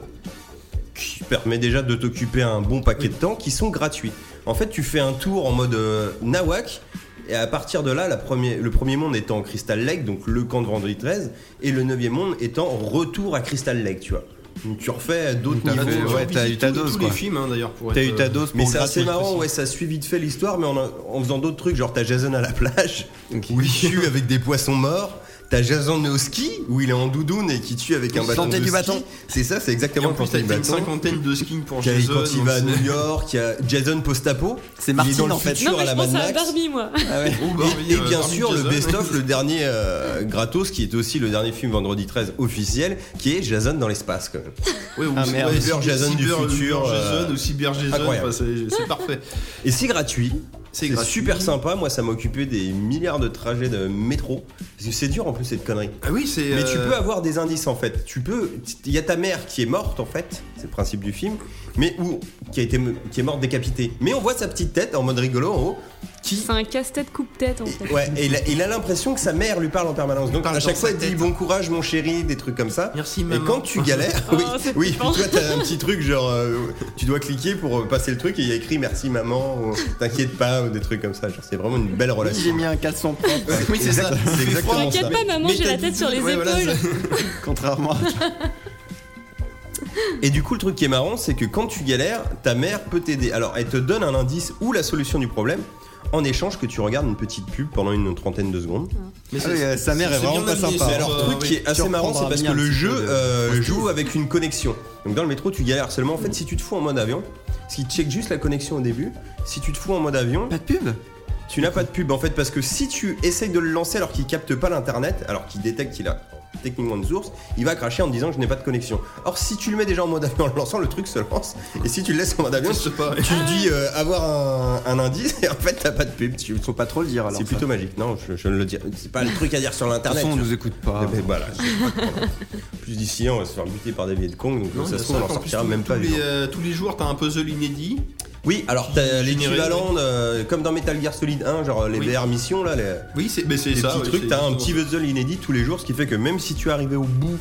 qui permet déjà de t'occuper un bon paquet de temps, qui sont gratuits. En fait, tu fais un tour en mode euh, Nawak, et à partir de là, la premier- le premier monde étant Crystal Lake, donc le camp de Vendredi 13, et le neuvième monde étant retour à Crystal Lake, tu vois. Donc tu refais d'autres
T'as
niveaux.
fait-
tu
ouais, t'as
Visite
eu ta
tous-
dose,
Tous
quoi.
les films, hein, d'ailleurs, pour
T'as
être,
eu ta
euh,
dose pour
Mais c'est
gratuit,
assez
je
marrant,
précise.
ouais, ça suit vite fait l'histoire, mais en, en faisant d'autres trucs, genre t'as Jason à la plage,
Ok.
où il tue avec des poissons morts. T'as Jason au ski, où il est en doudoune et qui tue avec un
Il
bâton.
sentait
de
du
ski.
bâton.
C'est ça, c'est
Et
exactement
en plus,
quand
t'as
il
une
bâton.
cinquantaine de skins pour
Quand
Jason.
il va à
donc
New
c'est-
York, il y a Jason post-apo. il
C'est
est
Martine,
dans le
en fait.
futur
Non, mais
à
je
la
pense
Mad
à
Max.
Barbie, moi.
Ah ouais.
Oh, bah oui,
Et, et
euh,
bien
parmi
sûr, le
Jason.
best-of, le dernier euh, gratos, qui est aussi le dernier film vendredi 13 officiel, qui est Jason dans l'espace, quand même.
Ouais, ou
Ah,
c'est-
merde.
ouais,
Cyber
Cyber-
Jason du
Cyber-
futur,
Cyber
euh,
Jason ou Cyber Jason,
incroyable.
enfin, c'est c'est parfait.
Et c'est gratuit.
C'est
C'est
gratuit.
super sympa. Moi, ça m'occupait des milliards de trajets de métro. Parce que c'est dur en plus, cette connerie.
Ah oui, c'est.
Mais tu
euh,
peux avoir des indices en fait. Tu peux. Il y a ta mère qui est morte en fait, c'est le principe du film, mais ou qui a été qui est morte décapitée. Mais on voit sa petite tête en mode rigolo en haut. Qui
C'est un casse-tête coupe-tête, en fait.
et- ouais, et il a- il a l'impression que sa mère lui parle en permanence. Donc
Parle
à chaque
dans
fois,
sa
il dit
tête.
bon courage, mon chéri, des trucs comme ça.
Merci,
Et
maman.
quand tu galères,
Oh,
oui,
c'est
oui,
flippant.
puis toi t'as un petit truc genre, euh, tu dois cliquer pour euh, passer le truc et il y a écrit merci maman, ou t'inquiète pas, ou des trucs comme ça. Genre, c'est vraiment une belle relation.
J'ai mis un caleçon propre,
Oui, c'est ça.
C'est exactement ça.
T'inquiète pas, maman,
Mais
j'ai
t'as
la
dit-
tête sur les
ouais, voilà,
épaules.
contrairement à
Et du coup, le truc qui est marrant, c'est que quand tu galères, ta mère peut t'aider. Alors, elle te donne un indice ou la solution du problème en échange que tu regardes une petite pub pendant une trentaine de secondes.
Mais
Ah
ça-
oui, euh, sa mère est
c'est
vraiment
bien
pas
amené,
sympa.
ça.
Et alors,
Euh,
le truc
oui.
qui est assez
Tu
marrant, c'est
reprendras
parce
bien
que
un
le
petit
jeu
peu de-
euh,
de-
joue avec une connexion. Donc, dans le métro, tu galères seulement. En fait, si tu te fous en mode avion, parce qu'il check juste la connexion au début, si tu te fous en mode avion,
Pas de pub
tu n'as pas de pub en fait parce que si tu essayes de le lancer alors qu'il capte pas l'internet, alors qu'il détecte qu'il a techniquement une source, il va cracher en te disant que je n'ai pas de connexion. Or si tu le mets déjà en mode avion en le lançant, le truc se lance. Et si tu le laisses en mode avion,
Je sais pas.
tu dis euh, avoir un, un indice et en fait t'as pas de pub. Tu...
Faut pas trop le dire alors.
C'est plutôt magique. Non, je, je ne le dis. C'est pas le truc à dire sur l'internet.
on
tu
nous écoute
vois.
pas.
Mais voilà, c'est pas de problème. plus d'ici là, on va se faire buter par des billets de Kong, donc
Non,
ça
mais
se trouve, on
ça,
en
en plus,
sortira
tous-
même pas
tous
vivant.
les, euh, Tous les jours, t'as un puzzle inédit.
Oui, alors t'as
Généré,
l'équivalent, euh, comme dans Metal Gear Solid 1, genre les
Oui.
VR missions là, les,
Oui, c'est mais c'est
des
ça.
petits
ouais,
trucs,
c'est
t'as un
exactement.
petit puzzle inédit tous les jours, ce qui fait que même si tu es arrivé au bout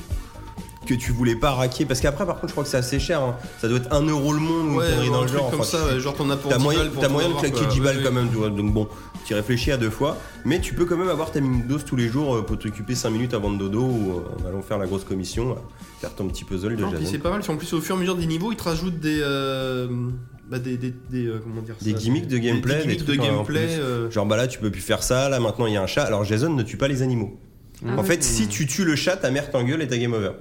que tu voulais pas raquer, parce qu'après par contre je crois que c'est assez cher, hein. ça doit être 1€ euro le monde ou une
Ouais,
connerie dans
un
le
truc
genre.
comme
enfin,
ça,
tu-
ouais, genre t'en as pour
T'as
10
moyen,
balles pour
t'as
tout
moyen de
avoir,
claquer
quoi.
10 balles
Ouais,
quand même, tu vois. donc bon, tu réfléchis à deux fois, mais tu peux quand même avoir ta mini dose tous les jours euh, pour t'occuper 5 minutes avant de dodo ou euh, en allant faire la grosse commission, euh, faire ton petit puzzle de
Non, puis
Jason.
c'est pas mal, parce qu'en plus au fur et à mesure des niveaux, ils te rajoutent des. euh, bah, des, des, des, euh, comment dire ça,
Des gimmicks de gameplay,
Des
des
gimmicks de
trucs hein, en
gameplay.
plus.
euh,
Genre bah là tu peux plus faire ça, là maintenant il y a un chat, alors Jason ne tue pas les animaux. en
Ah
ouais.
fait si tu tues le chat, ta mère t'engueule et t'as game over.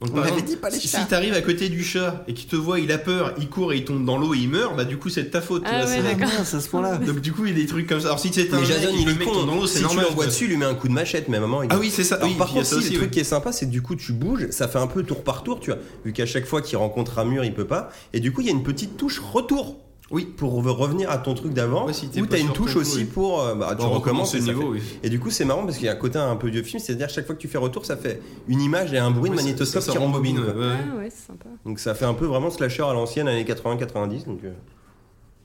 donc,
On
par
avait
exemple,
dit pas les
si-
chats.
Si t'arrives à côté du chat et qu'il te voit, il a peur, il court et il tombe dans l'eau et il meurt, bah du coup c'est de ta faute. tu
Ah
vois,
ouais,
c'est-
d'accord.
mince, à ce point-là.
Donc du coup il y a des trucs comme ça. Alors si c'est un
Mais
mec
Jason,
et
il
que
est
le mec
con. hein.
tombe dans l'eau,
si
c'est
tu
normal.
l'envoies
quoi.
dessus, il lui met un coup de machette, mais maman. Il...
Ah oui c'est ça.
Alors,
oui,
par
il y a
contre,
ça
si,
aussi,
le
ouais.
truc qui est sympa, c'est que du coup, tu bouges, ça fait un peu tour par tour, tu vois. Vu qu'à chaque fois qu'il rencontre un mur, il peut pas. Et du coup, il y a une petite touche retour.
Oui.
Pour re- revenir à ton truc d'avant,
Ouais, si t'es
ou
pas
t'as une
sur ton
touche
coup,
aussi
oui.
pour. euh, bah, tu
On
recommences
recommence le
et ça fait-
niveau. oui.
Et du coup, c'est marrant parce qu'il y a un côté un peu vieux film, c'est-à-dire chaque fois que tu fais retour, ça fait une image et un bruit de
Ouais, ça-
magnétoscope
ça
qui rembobine. quoi.
ouais, ouais.
Ah ouais, c'est sympa.
Donc ça fait un peu vraiment slasher à l'ancienne, années 80-90. Donc euh,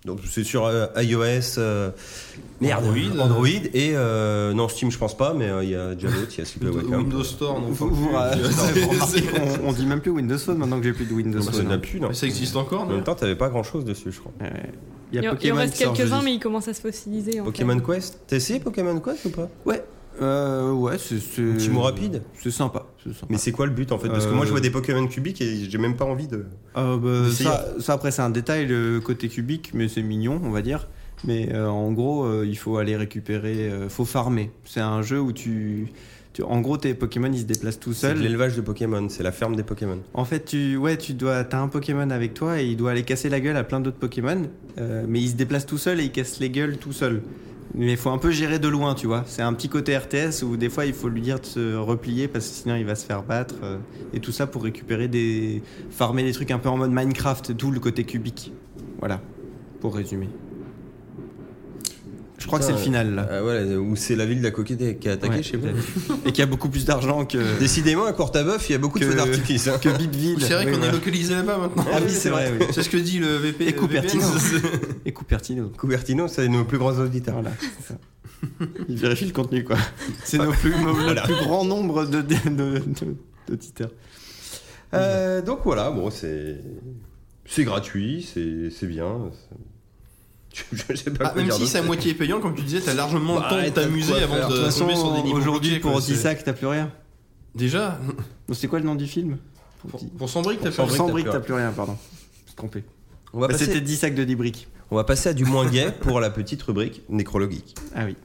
donc c'est sur euh, iOS, euh, merde,
Android.
Android, et euh, non Steam je pense pas, mais euh, il y a déjà l'autre, il y a Super
Windows-
Wacom.
Windows Store, non.
Ah, Vous-
enfin,
vous- euh,
c'est-
vous remarquez
c'est-
qu'on- on dit même plus Windows Phone maintenant que j'ai plus de Windows
Non, bah, ça n'a
Phone. hein.
plus, non.
Mais Ça existe encore,
En
non
Euh,
même temps, t'avais pas grand chose dessus, je crois.
Il
Il en- il en reste quelques-uns, mais ils commencent à se fossiliser. en fait.
Pokémon Quest T'as essayé Pokémon Quest ou pas
Ouais. Euh, ouais, c'est. c'est-
petit mot rapide
C'est sympa. C'est sympa.
Mais c'est quoi le but en fait Parce que
Euh,
moi je vois des Pokémon cubiques et j'ai même pas envie de.
Euh, bah,
D'essayer.
ça, ça, après c'est un détail le côté cubique mais c'est mignon on va dire mais euh, en gros euh, il faut aller récupérer euh, faut farmer c'est un jeu où tu, tu- en gros tes Pokémon ils se déplacent tout
C'est de
seuls
l'élevage de Pokémon, c'est la ferme des Pokémon.
en fait tu ouais tu dois t'as un Pokémon avec toi et il doit aller casser la gueule à plein d'autres Pokémon euh, mais il se déplace tout seul et il casse les gueules tout seul mais il faut un peu gérer de loin tu vois c'est un petit côté RTS où des fois il faut lui dire de se replier parce que sinon il va se faire battre euh, et tout ça pour récupérer des farmer des trucs un peu en mode Minecraft, d'où le côté cubique. Voilà, pour résumer. Je crois que c'est le final là.
Ah, voilà, où c'est la ville de la coquette qui a attaqué,
Ouais,
je sais pas.
peut-être. Et qui a beaucoup plus d'argent que,
Décidément, à Courtabœuf, il y a beaucoup de
Que-
feux d'artifice. hein.
que Bigville.
C'est vrai
Oui,
qu'on est
voilà.
localisé là-bas maintenant.
Ah oui, c'est vrai, oui.
C'est ce que dit le VP.
Et
euh,
Cupertino.
VPN.
Et Cupertino.
Cupertino, c'est nos plus grands auditeurs.
Voilà, c'est ça. Il vérifie le contenu, quoi. C'est nos plus, nos- le plus grand nombre de, de, de- de- d'auditeurs.
Euh, donc voilà, bon, c'est. C'est gratuit, c'est c'est bien. c'est- Je, je sais pas
Ah,
quoi
même
dire
si
d'autre.
c'est à moitié payant, comme tu disais, t'as largement
Bah,
le temps de
t'as de
t'amuser
quoi
avant
faire.
de
De
De toute
tomber Euh, sur des
façon,
niveaux
aujourd'hui,
budget,
pour
quoi,
10
c'est-
sacs, t'as plus rien.
Déjà,
Donc, C'est quoi le nom du film Pour
pour,
dix-
pour 100 briques, t'as fait
Pour
un
Sans
100
briques,
briques,
t'as
t'as plus rien, pardon. Je suis trompé.
On va,
Bah,
passer,
C'était 10 sacs de 10 briques.
on va passer à du moins gay pour la petite rubrique nécrologique.
Ah oui.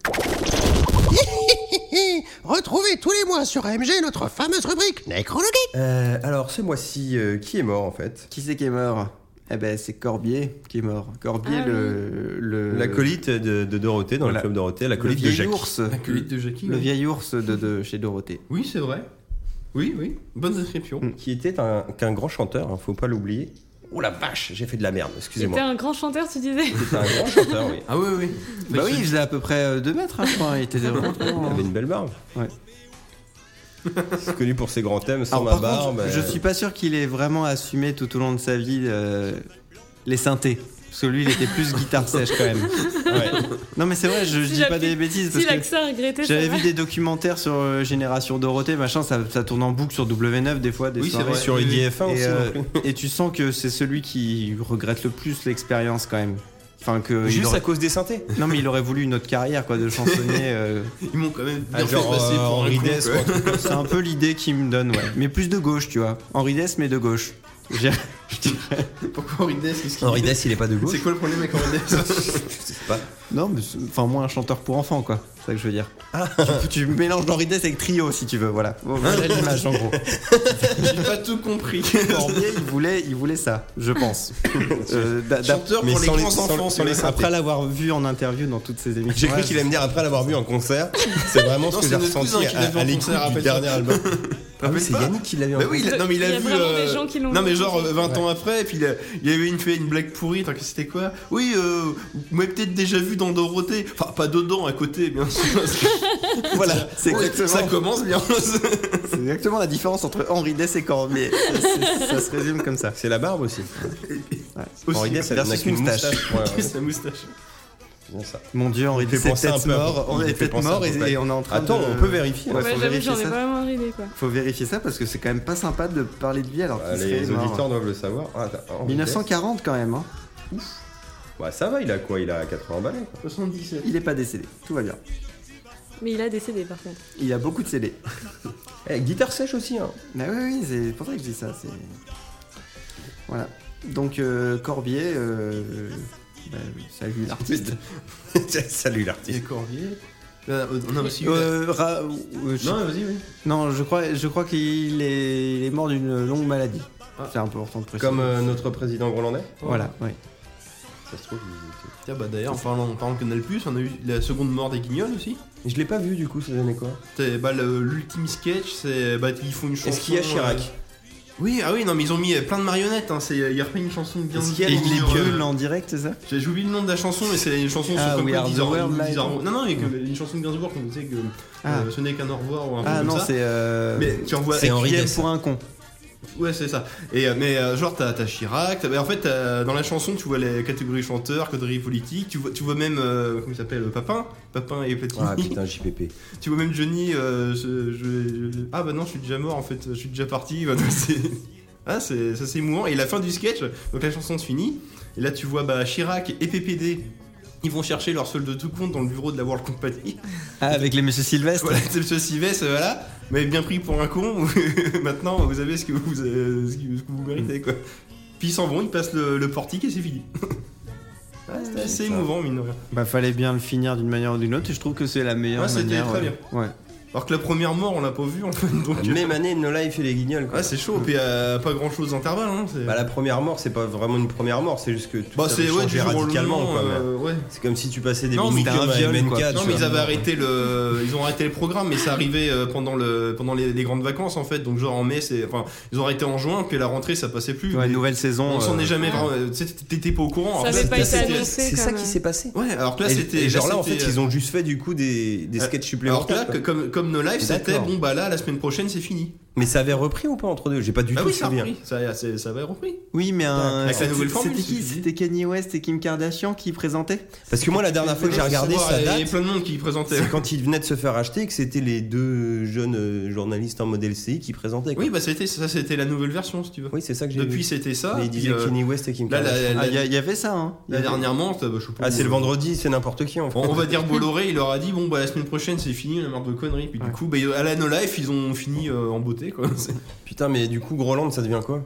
Retrouvez tous les mois sur AMG notre fameuse rubrique Nécrologie.
Euh, alors, ce mois-ci, euh, qui est mort en fait
Qui c'est qui est mort Eh ben, c'est Corbier qui est mort. Corbier,
Ah
le, le.
Euh, L'acolyte de, de Dorothée, dans
voilà.
le club Dorothée,
le
l'acolyte de
vieil
Jacques.
ours.
briques. La culotte de Jackie.
Le
oui.
vieil ours de, de chez Dorothée.
Oui, c'est vrai. Oui, oui. Bonne description.
Qui était un, qu'un grand chanteur, hein, faut pas l'oublier. Oh la vache, j'ai fait de la merde,
C'était
excusez-moi.
un grand chanteur, tu disais
C'était un grand chanteur, oui.
Ah oui, oui.
Bah oui, il faisait à peu près 2 mètres, hein, je crois. Il était vraiment très
Il
grand.
avait une belle barbe.
Ouais.
C'est connu pour ses grands thèmes, sans
Alors,
ma
par contre,
barbe.
je
euh,
suis pas sûr qu'il ait vraiment assumé tout au long de sa vie euh, les synthés. Parce que lui, il était plus guitare sèche quand même.
ouais.
Non, mais c'est vrai, je, je
Si
dis
la
pas
petite-
des bêtises parce
S'il a que
que.
ça à regretter, ça
J'avais
va.
vu des documentaires sur euh, Génération Dorothée, machin, ça, ça tourne en boucle sur W9 des fois, des
Oui, c'est
soirées.
vrai.
Sur
Oui, oui.
IDF1
Et,
aussi.
euh,
non plus.
et tu sens que c'est celui qui regrette le plus l'expérience quand même. Enfin que il
Juste
aurait-
à cause des synthés.
non mais il aurait voulu une autre carrière quoi de chansonnier. euh,
Ils m'ont quand même bien
Ah,
fait
genre
passer
euh,
pour un
Henri
con,
Dess,
quoi.
quoi, un truc comme
C'est
ça.
un peu l'idée qui me donne ouais. Mais plus de gauche tu vois. Henri Dess mais de gauche. J'ai- je dirais-
Pourquoi Henri Dess Qu'est-ce qu'il-
Henri Dess, il est pas de
C'est
gauche.
quoi le problème avec Henri Dess
Je sais pas.
Non mais c'est- enfin moi un chanteur pour enfants quoi. C'est ça que je veux dire.
Ah.
Tu, tu mélanges Henri Dess avec Trio si tu veux voilà. Voilà l'image en gros.
J'ai pas tout compris.
Cormier il voulait il voulait ça je pense. Euh, d'a- d'a-
Chanteur pour les
sans les-
grands
sans-
enfants.
sans les
c'est
synthés.
Après l'avoir vu en interview dans toutes ses émissions.
J'ai cru qu'il allait me dire après l'avoir vu en concert. C'est vraiment ce
Non,
que
c'est
j'ai
notre cousin
ressenti
qui l'a vu
à,
en
à l'écoute
concert,
du
rappelle-toi.
dernier album. Ah oui, c'est
pas
Yannick qui l'avait en
Bah oui, il a- non mais il a,
Il y a
vu.
vraiment des gens qui l'ont
non mais
vu.
genre euh, 20 ans après, et puis il, a- il avait une fait une blague pourrie, tant que c'était quoi Oui, euh, vous m'avez peut-être déjà vu dans Dorothée. Enfin, pas dedans, à côté, bien sûr.
Voilà, c'est
Oui, Ça
exactement,
commence bien.
c'est exactement la différence entre Henri Dess et Cormier. Ça, c'est- ça se résume comme ça.
C'est la barbe aussi.
Aussi,
Henri Dess, elle n'a
versus
qu'une
une moustache.
moustache. Ouais, ouais,
Qu'est-ce que la moustache
c'est bien ça.
Mon dieu, Henri
Il fait
Dess
penser
est
un
peut-être
peu à-
mort, on
il
est
fait
peut-être
penser
mort
à
et,
Popeye.
et on est en train
Attends,
de...
on peut vérifier. hein.
Ouais,
Ouais,
faut
j'avoue,
vérifier
j'en ai
ça.
vraiment ridé quoi.
Faut vérifier ça parce que c'est quand même pas sympa de parler de lui alors
Ah,
qu'il
Les
serait mort.
auditeurs doivent le savoir. Ah, attends, Henri Dess.
1940 quand même, hein.
Bah ça va, il a quoi Il a 80 balais. quoi.
77.
il est pas décédé, tout va bien.
Mais il a décédé par contre.
Il a beaucoup de CD.
Eh, guitare sèche aussi. Hein.
Bah oui, oui, c'est pour ça que je dis ça. c'est- Voilà. Donc euh, Corbier, euh, bah, salut l'artiste.
Salut l'artiste.
Et Corvier. Là, On a aussi eu la-
Euh, Ra- euh, je-
Non, vas-y, oui.
Non, je crois, je crois qu'il est, il est mort d'une longue maladie.
Ah. euh,
C'est important de préciser.
Comme euh, notre président Grolandais.
Voilà, oui.
Ça se trouve, il était-
Tiens, bah d'ailleurs, en parlant, en parlant de Canal Plus, on a eu la seconde mort des Guignols aussi.
Je l'ai pas vu du coup, ça donnait quoi
C'est bah, le- l'ultime sketch, c'est bah ils font une chanson.
Est-ce qu'il y a Chirac
euh, Oui, ah oui, non mais ils ont mis euh, plein de marionnettes. Hein, c'est il a repris une chanson de
Est-ce
Gainsbourg.
qu'il y a les
sur, euh,
gueules en direct, c'est ça
J'ai j'ai oublié le nom de la chanson, mais c'est une chanson
Ah,
sur comme
We
quoi,
Are the
Bizarre-
World, là, et
Bizarre-
tout.
Non, non, mais que- une chanson de Gainsbourg qu'on disait que euh,
Ah.
ce n'est qu'un au revoir ou un
Ah
truc
non,
comme ça.
c'est. euh,
Mais tu envoies
c'est Henri
qui aime
Dess.
pour un con.
Ouais, c'est ça. Et euh, mais euh, genre t'as t'as Chirac, t'as- bah, en fait t'as- dans la chanson tu vois les catégories chanteurs, catégories politiques, tu vois tu vois même euh, comment il s'appelle euh, Papin, Papin et Platini.
Ah putain, JPP.
Tu vois même Johnny, euh, je- je- je- ah bah non, je suis déjà mort en fait, je suis déjà parti. Bah, non, c'est- ah, c'est, ça c'est émouvant. Et la fin du sketch, donc la chanson se finit. Et là, tu vois bah, Chirac et PPD, ils vont chercher leur solde de tout compte dans le bureau de la World Company.
Ah, avec les messieurs Sylvestre.
voilà, c'est le Sivès, voilà. Vous m'avez bien pris pour un con. Maintenant, vous avez ce que vous, euh, ce que ce que vous méritez quoi. Puis ils s'en vont, ils passent le, le portique et c'est fini. Ah, c'est assez émouvant, mine de rien.
Bah, fallait bien le finir d'une manière ou d'une autre, et je trouve que c'est la meilleure
Ouais, c'était
manière.
très
ouais. Ouais.
Alors que la première mort, on l'a pas vue en fait. Donc, euh,
Même année, Nola, il fait les guignols. Quoi.
ouais, c'est chaud. Puis euh, pas grand chose d'intervalle. Hein, c'est
Bah, la première mort, c'est pas vraiment une première mort, c'est juste que tout
Bah,
ça
c'est
avait
ouais,
changé
du jour au
radicalement.
lendemain.
quoi, mais-
euh, ouais.
C'est comme si tu passais des
Non, mais
mini à
c'était un viol,
MNK.
quoi.
tu
Non, mais
vois.
ils avaient arrêté le, ils ont arrêté le programme, mais ça arrivait euh, pendant le, pendant les, les grandes vacances en fait. Donc genre en mai, c'est, enfin, ils ont arrêté en juin, puis à la rentrée, ça passait plus.
Ouais,
Mais
nouvelle saison.
on s'en
euh,
est jamais vraiment. tu sais, T'étais pas au courant.
Ça
Alors que
avait
là,
pas été
c'était-
annoncé.
C'est ça
comme,
qui s'est passé.
Ouais, alors que là,
Et-
c'était.
et genre là, en fait,
c'était,
ils ont juste fait du coup des, des
euh,
sketchs
Alors que
supplémentaires.
là, que-
quoi.
comme, comme No Life, c'était
D'accord.
bon, bah là, la semaine prochaine, c'est fini.
Mais ça avait repris ou pas entre deux J'ai pas du
Bah
tout
oui, ça a
souvenir.
repris. Ça, c'est- ça avait repris.
Oui, mais un.
Avec la
c'était-
nouvelle formule,
C'était qui
c'est-
C'était Kanye West et Kim Kardashian qui présentaient
Parce que moi, la dernière fois que j'ai regardé, ça
Il y avait
date.
plein de monde qui présentait.
C'est quand il venait de se faire acheter et que c'était les deux jeunes euh, journalistes en modèle CI qui présentaient. quoi.
Oui, bah c'était ça, c'était la nouvelle version, si tu veux.
Oui, c'est ça que j'ai
Depuis,
vu.
c'était ça.
Mais il
puis,
disait
euh,
Kanye West et Kim
là,
Kardashian.
la, la-
Ah, il y, a- il y avait ça, hein
la dernièrement, ça, bah, je sais pas
Ah,
où-
c'est le vendredi, c'est n'importe qui en fait.
On, on va dire Bolloré, il leur a dit bon bah la semaine prochaine c'est fini la merde de conneries. Puis
Ouais.
du coup, bah, à la No Life ils ont fini euh, en beauté quoi. C'est-
Putain, mais du coup, Groland, ça devient quoi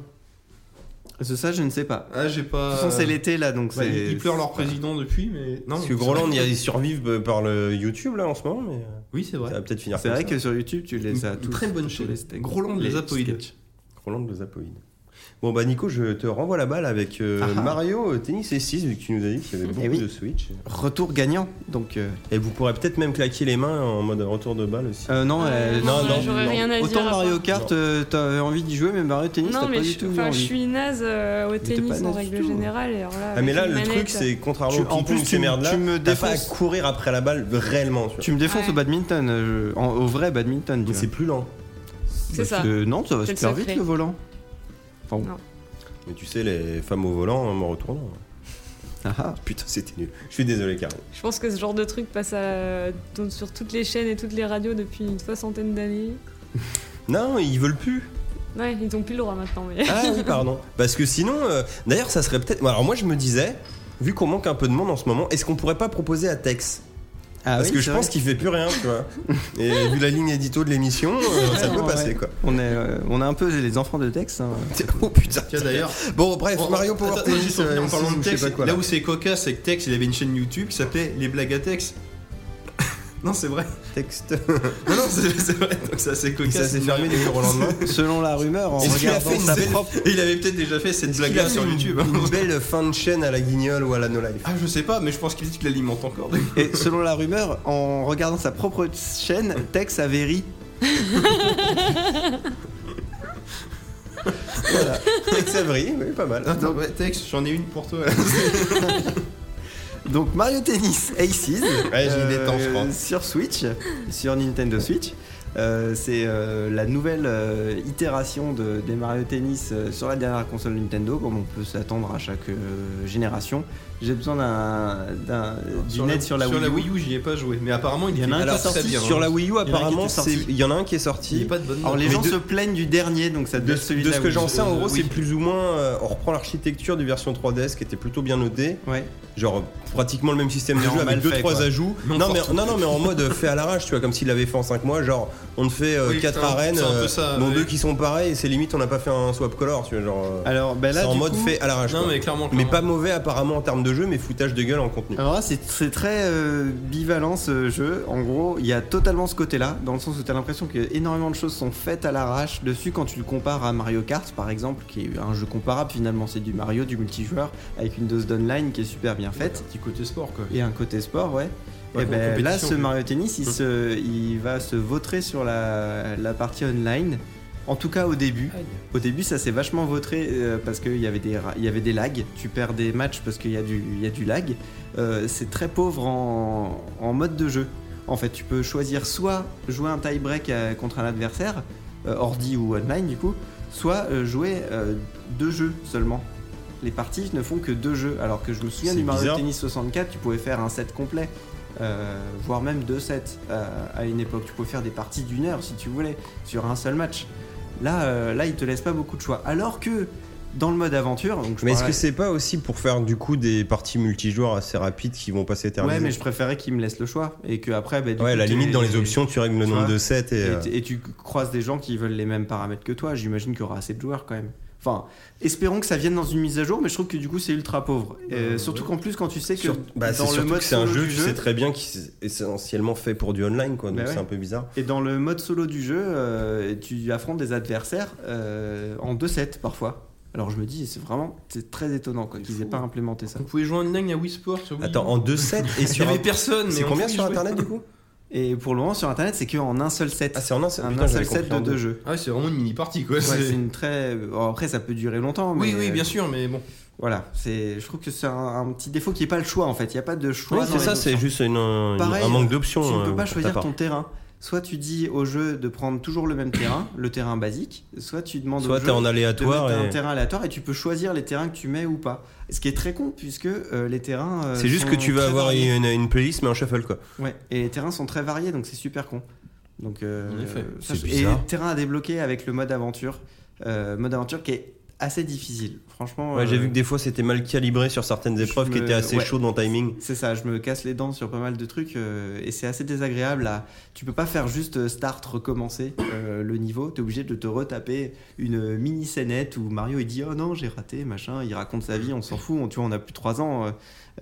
C'est Euh, ça, je ne sais pas.
Ah j'ai
De
pas.
toute façon, c'est l'été là, donc
Ouais,
c'est.
bah, ils pleurent leur président depuis, mais non.
Parce que Groland, ils survivent euh, par le YouTube là en ce moment, mais euh,
Oui c'est vrai.
ça va peut-être finir
C'est
comme
vrai
ça.
que sur YouTube, tu les
Une-
as
une
tous.
Mmh. très bonne
tous
chaîne.
les steaks.
Groland de
Les
les Apoïdes.
sketchs.
Groland de Zapoïde. Bon bah Nico, je te renvoie la balle avec euh,
Ah ah.
Mario euh, Tennis et 6 vu que tu nous as dit qu'il y avait beaucoup
oui.
de Switch.
Retour gagnant. Donc. euh,
Et vous pourrez peut-être même claquer les mains en mode retour de balle aussi.
euh, non, euh,
non, non,
j'aurais
non.
rien à dire.
Autant
à part-
Mario Kart, euh, t'avais envie d'y jouer, mais Mario Tennis, t'as
Non,
pas
mais
du
je,
tout eu
enfin, je
envie.
suis naze euh, au
t'es pas
tennis en
naze du
règle
tout.
générale. et alors là,
Ah mais
avec
là
une
le truc
manette,
c'est contrairement
Tu-
au
en
ping-pong,
plus, tu
ces
me-
merdes là,
tu me
t'as pas à
défonces.
courir après la balle réellement. tu vois.
Tu me défonces
Ouais.
au badminton, euh, je- en- au vrai badminton. tu
Mais
vois.
c'est plus lent.
C'est
Parce
ça.
que non, ça va
C'est le
super vite
secret.
le volant.
Mais tu sais les femmes au volant en me retournant.
Ah ah.
Putain c'était nul. Je suis désolé Caro.
Je pense que ce genre de truc passe à- donc, sur toutes les chaînes et toutes les radios depuis une soixantaine d'années.
Non ils veulent plus.
Ouais, ils ont plus le droit maintenant. Mais...
Ah oui, pardon. Parce que sinon, euh, d'ailleurs, ça serait peut-être. Alors moi, je me disais, vu qu'on manque un peu de monde en ce moment, est-ce qu'on pourrait pas proposer à Tex
Ah
Parce
oui,
que
c'est
je
vrai.
pense qu'il fait plus rien, tu vois. Et vu la ligne édito de l'émission, euh, ça
Ouais,
peut
ouais.
passer quoi.
On est, euh, on est un peu les enfants de Tex. hein.
Oh putain.
Tiens d'ailleurs.
Bon, bref,
Bon,
Mario
attends,
Power
attends,
Tennis,
juste en finir
euh,
en parlant
six,
de
ou je sais
Tex,
pas quoi,
là
là.
où c'est cocasse, c'est que Tex il avait une chaîne YouTube qui s'appelait Les blagues à Tex. non c'est vrai.
texte.
Non non c'est c'est vrai. Donc ça c'est
Et ça
cocasse.
s'est fermé du jour au lendemain.
Selon la rumeur, en
Est-ce qu'il a
regardant
fait une
sa
belle-
propre.
Et il avait peut-être déjà fait cette blague là sur YouTube. hein.
Une belle fin de chaîne à la guignole ou à la no life.
Ah je sais pas, mais je pense qu'il dit qu'il alimente encore.
Et selon la rumeur, en regardant sa propre chaîne, Tex avait ri.
Voilà. Tex Avery, oui, pas mal.
Attends, ouais, Tex, j'en ai une pour toi.
Donc Mario Tennis Aces. euh,
Ouais, j'ai des temps, je crois.
Sur Switch, sur Nintendo Switch. Euh, c'est euh, la nouvelle euh, itération de, des Mario Tennis euh, sur la dernière console Nintendo, comme on peut s'attendre à chaque euh, génération. J'ai besoin d'un d'un- d'une aide sur la, Wii U.
U, j'y ai pas joué. Mais apparemment, il
Il y en
était
a un qui
pas
est sorti
très bien,
Sur
hein.
la Wii U,
était
apparemment, c'est-
sorti.
il y en a un qui est sorti.
Il est pas de bonne.
Alors les
note.
Mais
gens
de-
se plaignent du dernier, donc ça
De,
doit être celui
de
la
ce que
Wii.
j'en sais, en gros,
Oui.
c'est plus ou moins. euh, on reprend l'architecture du version 3DS qui était plutôt bien notée.
Ouais.
Genre pratiquement le même système de
Mais en
jeu
mal
avec 2
fait,
trois
quoi.
ajouts.
Mais on
Non mais,
force tout.
non, non, mais en mode fait à l'arrache, tu vois, comme s'il l'avait fait en 5 mois. Genre, on te fait
Oui,
4
c'est un-
arènes,
c'est un peu
euh,
ça,
dont
oui.
deux qui sont pareils, et c'est limite, on n'a pas fait un swap color, tu vois. Genre, euh,
Alors ben
c'est
là,
en
du
mode
coup,
fait à l'arrache.
Non,
quoi.
mais clairement.
Mais
clairement.
pas mauvais apparemment en termes de jeu, mais foutage de gueule en contenu.
Alors là, c'est c'est très euh, bivalent ce jeu. En gros, il y a totalement ce côté-là, dans le sens où t'as l'impression que énormément de choses sont faites à l'arrache dessus quand tu le compares à Mario Kart, par exemple, qui est un jeu comparable finalement. C'est du Mario, du multijoueur, avec une dose d'online qui est super bien faite.
Petit côté sport, quoi.
Et un côté sport, ouais.
Ouais,
et
comme
ben, là,
compétition,
ce
quoi. Hein
Mario Tennis, il, se, il va se vautrer sur la, la partie online. En tout cas, au début. Au début, ça s'est vachement vautré euh, parce qu'il y, avait des ra- il y avait des lags. Tu perds des matchs parce qu'il y, a du- il y a du lag. Euh, c'est très pauvre en, en mode de jeu. En fait, tu peux choisir soit jouer un tie-break euh, contre un adversaire, euh, ordi ou online du coup, soit euh, jouer euh, deux jeux seulement. Les parties ne font que deux jeux, alors que je me souviens
C'est
du Mario
bizarre.
Tennis 64, tu pouvais faire un set complet, euh, voire même deux sets euh, à une époque. Tu pouvais faire des parties d'une heure si tu voulais, sur un seul match. Là, euh, là, il te laisse pas beaucoup de choix. Alors que dans le mode aventure, donc je
Mais est-ce
parlais-
que c'est pas aussi pour faire du coup des parties multijoueurs assez rapides qui vont passer terminer
Ouais, mais je préférais qu'il me laisse le choix et que après, bah, du
Ouais,
coup,
la
t'es-
limite dans les options, tu règles le
tu
nombre
vois,
de sets et.
Et,
euh,
t- et tu croises des gens qui veulent les mêmes paramètres que toi. J'imagine qu'il y aura assez de joueurs quand même. Enfin, espérons que ça vienne dans une mise à jour, mais je trouve que du coup c'est ultra pauvre. Euh, surtout qu'en plus quand tu sais que
Sur- bah, c'est
dans le
surtout
mode
que c'est un
solo
jeu,
du
tu sais très bien qui est essentiellement fait pour du online, quoi. Donc
Bah ouais.
c'est un peu bizarre.
et dans le mode solo du jeu, euh, tu affrontes des adversaires euh, en 2-7 parfois. Alors je me dis, c'est vraiment c'est très étonnant quoi, qu'ils aient
hein.
pas implémenté ça.
Vous pouvez jouer en ligne à Wii Sports. oui.
Attends, en 2-7 et
il y
sur. un-
avait personne. mais
C'est
on
combien
pouvait
sur
y jouer.
internet du coup
Et pour le moment sur internet, c'est qu'en un seul set.
Ah, c'est en un seul
un,
putain,
un
j'avais
seul set
compris en
de deux
deux.
jeux.
Ah ouais, c'est vraiment une mini partie quoi.
Ouais,
c'est-
c'est une euh, très. bon, après, ça peut durer longtemps. Mais
Oui, oui, bien sûr, mais bon.
Voilà, c'est. Je trouve que c'est un, un petit défaut qui est pas le choix en fait. Il y a pas de choix.
Oui,
dans
c'est
les
ça,
options.
c'est juste une- une-
Pareil,
un manque
Tu
d'options.
ne
euh,
peux pas
pour ta
choisir
part.
ton terrain. Soit tu dis au jeu de prendre toujours le même terrain, le terrain basique. Soit tu demandes au
Soit
jeu
t'es en
de mettre
aléatoire
un
et.
terrain aléatoire et tu peux choisir les terrains que tu mets ou pas. Ce qui est très con puisque euh, les terrains. euh,
C'est juste que
sont
tu vas
très
avoir
variés.
une, une playlist mais en shuffle quoi.
Ouais, et les terrains sont très variés, donc c'est super con. Donc, euh,
En effet,
ça,
c'est
je- et
bizarre.
terrain à débloquer avec le mode aventure, euh, mode aventure qui est assez difficile. Franchement,
Ouais,
euh,
j'ai vu que des fois c'était mal calibré sur certaines
je
épreuves qui
me-
étaient assez
ouais.
chaudes dans le timing.
c'est ça, je me casse les dents sur pas mal de trucs euh, et c'est assez désagréable. À... Tu peux pas faire juste euh, start, recommencer euh, le niveau. T'es obligé de te retaper une euh, mini scénette où Mario il dit oh non j'ai raté machin. Il raconte sa vie, on s'en fout. On, tu vois, on a plus de 3 ans euh,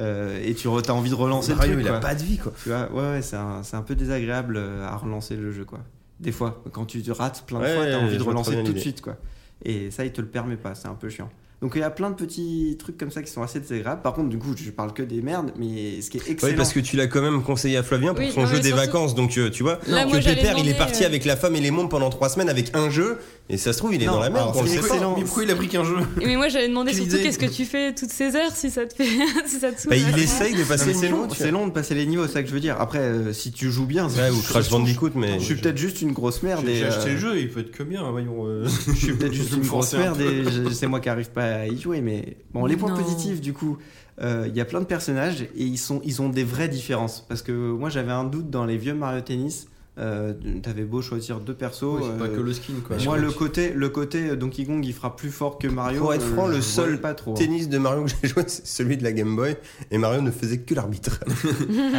euh, et tu re- t'as envie de relancer le truc. quoi.
de vie quoi.
Tu vois, ouais, ouais, c'est un, c'est un peu désagréable euh, à relancer le jeu, quoi. Des fois, quand tu te rates plein de
Ouais,
fois, t'as
je
envie de
vois très
relancer
bien
tout de
l'idée.
suite, quoi. Et ça, il te le permet pas, c'est un peu chiant. Donc il y a plein de petits trucs comme ça qui sont assez désagréables. Par contre, du coup, je parle que des merdes, mais ce qui est excellent.
Oui, parce que tu l'as quand même conseillé à Flavien pour
Oui,
son
non,
jeu
mais
des
surtout-
vacances, donc euh, tu, tu vois.
Là,
que
moi, j'allais
Pépère, il est
demander,
parti
euh,
avec la femme et les mômes pendant trois semaines avec un jeu, et ça se trouve, il est
Non,
dans la merde,
alors,
on le
c'est
sait pas.
excellent.
Mais pourquoi il a pris qu'un jeu
Mais moi j'avais demandé
Quelle
surtout
idée.
qu'est-ce que tu fais toutes ces heures si ça te fait si ça te saoule.
Bah, il
Ouais.
essaye de
Non,
passer
mais
le
c'est
niveau,
long,
tu
c'est long de passer les niveaux, c'est ça que je veux dire. Après, euh, si tu joues bien,
vois. Ouais, ou Crash Bandicoot, mais.
je suis peut-être juste une grosse merde.
J'ai
et,
j'ai acheté
euh,
le jeu, il peut être que bien, voyons. euh,
Je suis peut-être juste
Je
une
me
grosse
forçais un
merde et je- c'est moi qui arrive pas à y jouer. Mais bon, les points
Non.
positifs, du coup, euh, il y a plein de personnages et ils, sont, ils ont des vraies différences. Parce que moi, j'avais un doute dans les vieux Mario Tennis. euh, T'avais beau choisir deux persos.
Ouais, c'est pas
euh,
que le skin quoi.
moi, le côté, le côté euh, Donkey Kong, il fera plus fort que Mario. euh,
Pour être franc, le
je
seul
voyais pas trop. hein.
tennis de Mario que j'ai joué, c'est celui de la Game Boy, et Mario ne faisait que l'arbitre.
Ah,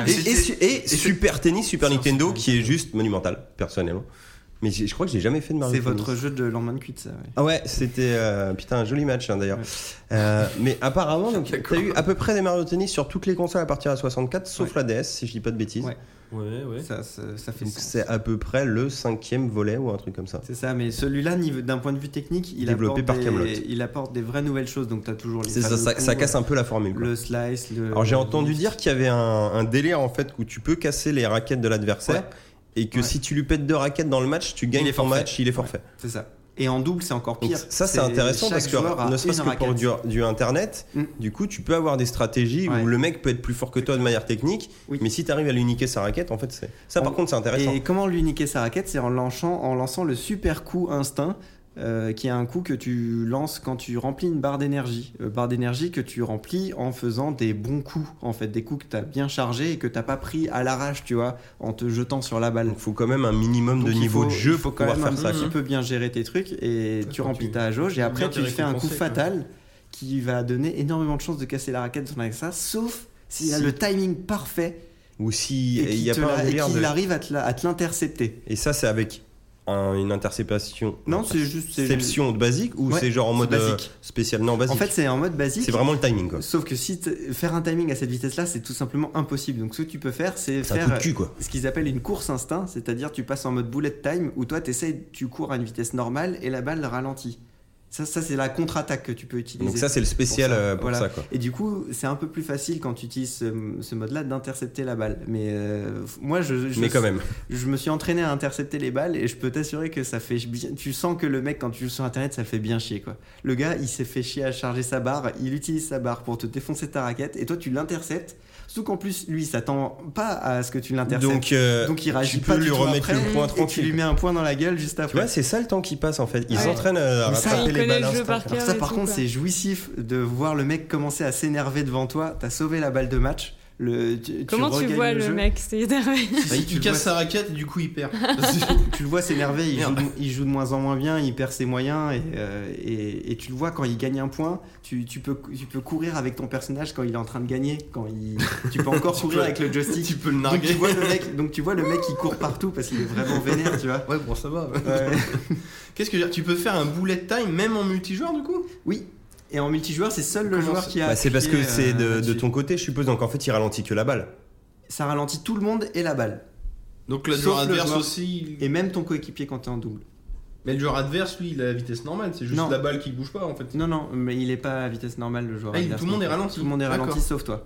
et, et su- et Super Tennis, Super Nintendo, qui est juste monumental, personnellement. Mais j'ai- je crois que j'ai jamais fait de Mario.
C'est
Tennis.
votre jeu de l'endemain de cuite, ça. ouais.
Ah ouais, c'était euh, putain un joli match hein, d'ailleurs.
Ouais.
Euh, mais apparemment, donc, t'as eu à peu près des Mario Tennis sur toutes les consoles à partir de 64, sauf la DS, si je dis pas de bêtises.
Ouais.
Ouais, ouais.
Ça, ça, ça fait
Donc
sens.
c'est à peu près le cinquième volet ou un truc comme ça.
C'est ça, mais celui-là, niveau- d'un point de vue technique, il
Développé
apporte,
par
des-
Kaamelott.
il apporte des vraies nouvelles choses. Donc, t'as toujours les
C'est ça,
fameux
ça,
coups,
ça casse un peu la formule. quoi.
le slice. Le,
Alors j'ai entendu
le-
dire qu'il y avait un, un délire en fait où tu peux casser les raquettes de l'adversaire et que
Ouais.
si tu lui pètes deux raquettes dans le match, tu
Il
gagnes
est
ton
forfait.
match, il est forfait.
C'est ça. Et en double, c'est encore
Donc
pire.
ça c'est intéressant
chaque
parce que
joueur a
ne serait-ce
une
que pour
raquette.
du, du internet,
Mm.
du coup tu peux avoir des stratégies
Ouais.
où le mec peut être plus fort que toi de manière technique,
Oui.
mais si tu arrives à lui niquer sa raquette, en fait c'est ça par
En-
contre c'est intéressant.
Et comment lui niquer sa raquette C'est en lançant, en lançant le super coup instinct. euh, qui est un coup que tu lances quand tu remplis une barre d'énergie. Euh, barre d'énergie que tu remplis en faisant des bons coups, en fait, des coups que tu as bien chargés et que t'as pas pris à l'arrache, tu vois, en te jetant sur la balle.
Donc faut quand même un minimum
Donc,
de
il
niveau
faut-
de jeu
il faut
pour
quand
pouvoir
même
faire ça.
un petit peu bien gérer tes trucs et
Ça,
tu
quand
remplis
tu-
ta jauge
tu
et
veux
après
bien
tu
te
fais un coup
récompenser, quoi.
fatal qui va donner énormément de chances de casser la raquette de son ça sauf s'il a
Si.
le timing parfait
Ou si
et
et il
qu'il
y a
te
pas
la-
un
et
délire
qu'il
de-
arrive à te la- à te l'intercepter.
Et ça c'est avec un- une interception.
Non, c'est juste. c'est-
Exception basique ou
Ouais,
c'est genre en
c'est
mode euh,
basique.
spécial Non, basique.
En fait, c'est en mode basique.
c'est vraiment le timing quoi.
Sauf que si t- faire un timing à cette vitesse-là, c'est tout simplement impossible. Donc, ce que tu peux faire, c'est
C'est un coup de
faire
cul quoi.
ce qu'ils appellent une course instinct, c'est-à-dire tu passes en mode bullet time où toi t'essayes, tu cours à une vitesse normale et la balle ralentit. Ça, ça c'est la contre-attaque que tu peux utiliser.
Donc ça c'est le spécial
Pour ça,
euh, pour
voilà.
ça quoi.
Et du coup, c'est un peu plus facile quand tu utilises ce, ce mode-là d'intercepter la balle. Mais euh, moi, je, je,
Mais quand même.
je me suis entraîné à intercepter les balles et je peux t'assurer que ça fait bien. Tu sens que le mec, quand tu joues sur internet, ça le fait bien chier quoi. Le gars, il s'est fait chier à charger sa barre, il utilise sa barre pour te défoncer ta raquette et toi, tu l'interceptes. Surtout qu'en plus, lui, il s'attend pas à ce que tu l'interceptes.
Donc, euh,
Donc il réagit
tu
pas
peux
du
lui
tout
remettre
après,
le point
et tu lui
tranquille.
mets un point dans la gueule juste
Tu vois,
après.
c'est ça le temps qui passe en fait. Ils
Ouais.
s'entraînent à
Mais ça,
rattraper
il
les
connaît
balles
le jeu
instant,
par
quoi.
cœur.
Alors ça
et
par
tout,
contre
quoi.
c'est jouissif de voir le mec commencer à s'énerver devant toi, t'as sauvé la balle de match, le tu,
Comment tu
regagnes
vois le
jeu. Bah,
mec C'est énervé.
Si, si
tu
tu
le
casses
vois-
Bah, sa raquette, du coup il perd.
Tu le vois s'énerver, il, joue
Merde.
de- il joue de moins en moins bien, il perd ses moyens et, euh, et- et tu le vois quand il gagne un point, tu, tu peux, tu peux courir avec ton personnage quand il est en train de gagner, quand il, tu peux encore courir
peux-
avec le joystick.
tu peux le
Donc tu,
narguer.
vois le mec, donc tu vois le mec qui court partout parce qu'il est vraiment vénère, tu vois.
Ouais, bon, ça va. Qu'est-ce que je veux dire Tu peux faire un bullet time même en multijoueur du coup
Oui, et en multijoueur, c'est seul le
Comment
joueur
ça-
qui a.
Bah, c'est parce que
appuyé,
c'est
euh,
de, de
là-dessus.
ton côté, je suppose. Donc en fait, il ralentit que la balle.
Ça ralentit tout le monde et la balle.
Donc le
Sauf
joueur
le
adverse
joueur.
aussi. il-
Et même ton coéquipier quand t'es en double.
Mais le joueur adverse, lui, il a la vitesse normale. C'est juste
Non.
la balle qui bouge pas en fait.
Non, non, mais il est pas à vitesse normale le joueur.
Ah, il-
adverse.
tout le monde est ralenti.
Tout le monde est ralenti
D'accord.
sauf toi.